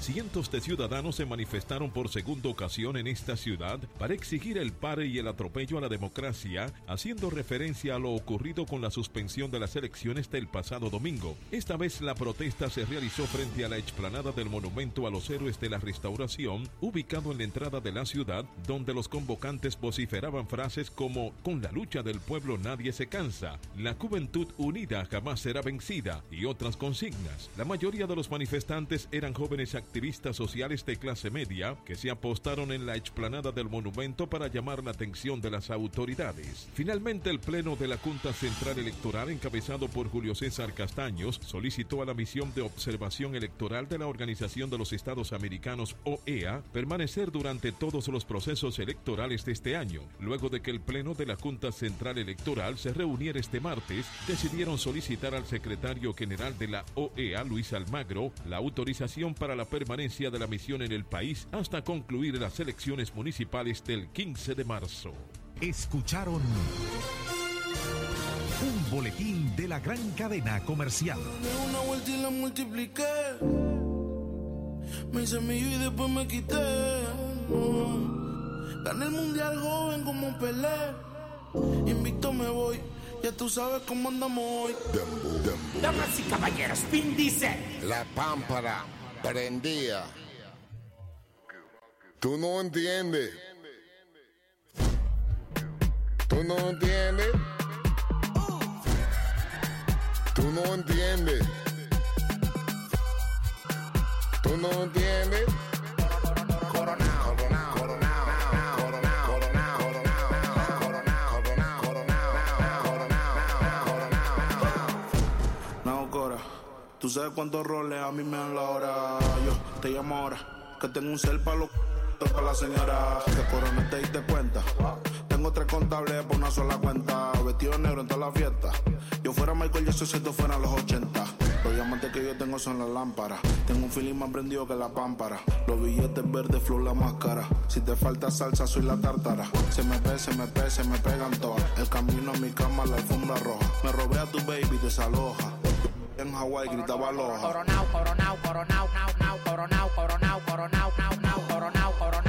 S27: Cientos de ciudadanos se manifestaron por segunda ocasión en esta ciudad para exigir el pare y el atropello a la democracia, haciendo referencia a lo ocurrido con la suspensión de las elecciones del pasado domingo. Esta vez la protesta se realizó frente a la explanada del Monumento a los Héroes de la Restauración, ubicado en la entrada de la ciudad, donde los convocantes vociferaban frases como Con la lucha del pueblo nadie se cansa, la juventud unida jamás será vencida y otras consignas. La mayoría de los manifestantes eran jóvenes activistas sociales de clase media que se apostaron en la explanada del monumento para llamar la atención de las autoridades. Finalmente, el Pleno de la Junta Central Electoral, encabezado por Julio César Castaños, solicitó a la misión de observación electoral de la Organización de los Estados Americanos, OEA, permanecer durante todos los procesos electorales de este año. Luego de que el Pleno de la Junta Central Electoral se reuniera este martes, decidieron solicitar al secretario general de la OEA, Luis Almagro, la autorización para la permanencia de la misión en el país hasta concluir las elecciones municipales del 15 de marzo.
S7: Escucharon un boletín de la gran cadena comercial.
S36: Una vuelta y la multipliqué. Me hice mío y después me quité. Oh. Gané el mundial joven como Pelé. Invicto me voy. Ya tú sabes cómo andamos hoy.
S37: Damas y caballeros, Vin Diesel.
S38: La pámpara prendía. Tú no entiendes. Tú no entiendes. Tú no entiendes. Tú no entiendes. Coronao, coronao, coronao, coronao, coronao, coronao, coronao, coronao, coronao, coronao,
S36: No, Cora, tú sabes cuántos roles a mí me dan la hora. Yo te llamo ahora, que tengo un cel para los c- para la señora. Te coroné, te diste cuenta. Tengo tres contables por una sola cuenta. Vestido de negro en todas las fiestas. Yo fuera Michael, yo soy si esto fuera los 80. Los diamantes que yo tengo son las lámparas. Tengo un feeling más prendido que la pámpara. Los billetes verdes, flow, la máscara. Si te falta salsa, soy la tártara. Se me pega, se me pega, se me pegan todas. El camino a mi cama, la alfombra roja. Me robé a tu baby, desaloja. En Hawái gritaba loja.
S37: coronao, coronao, coronao, coronao, coronao, coronao, coronao, coronao, coronao, coronao, coronao.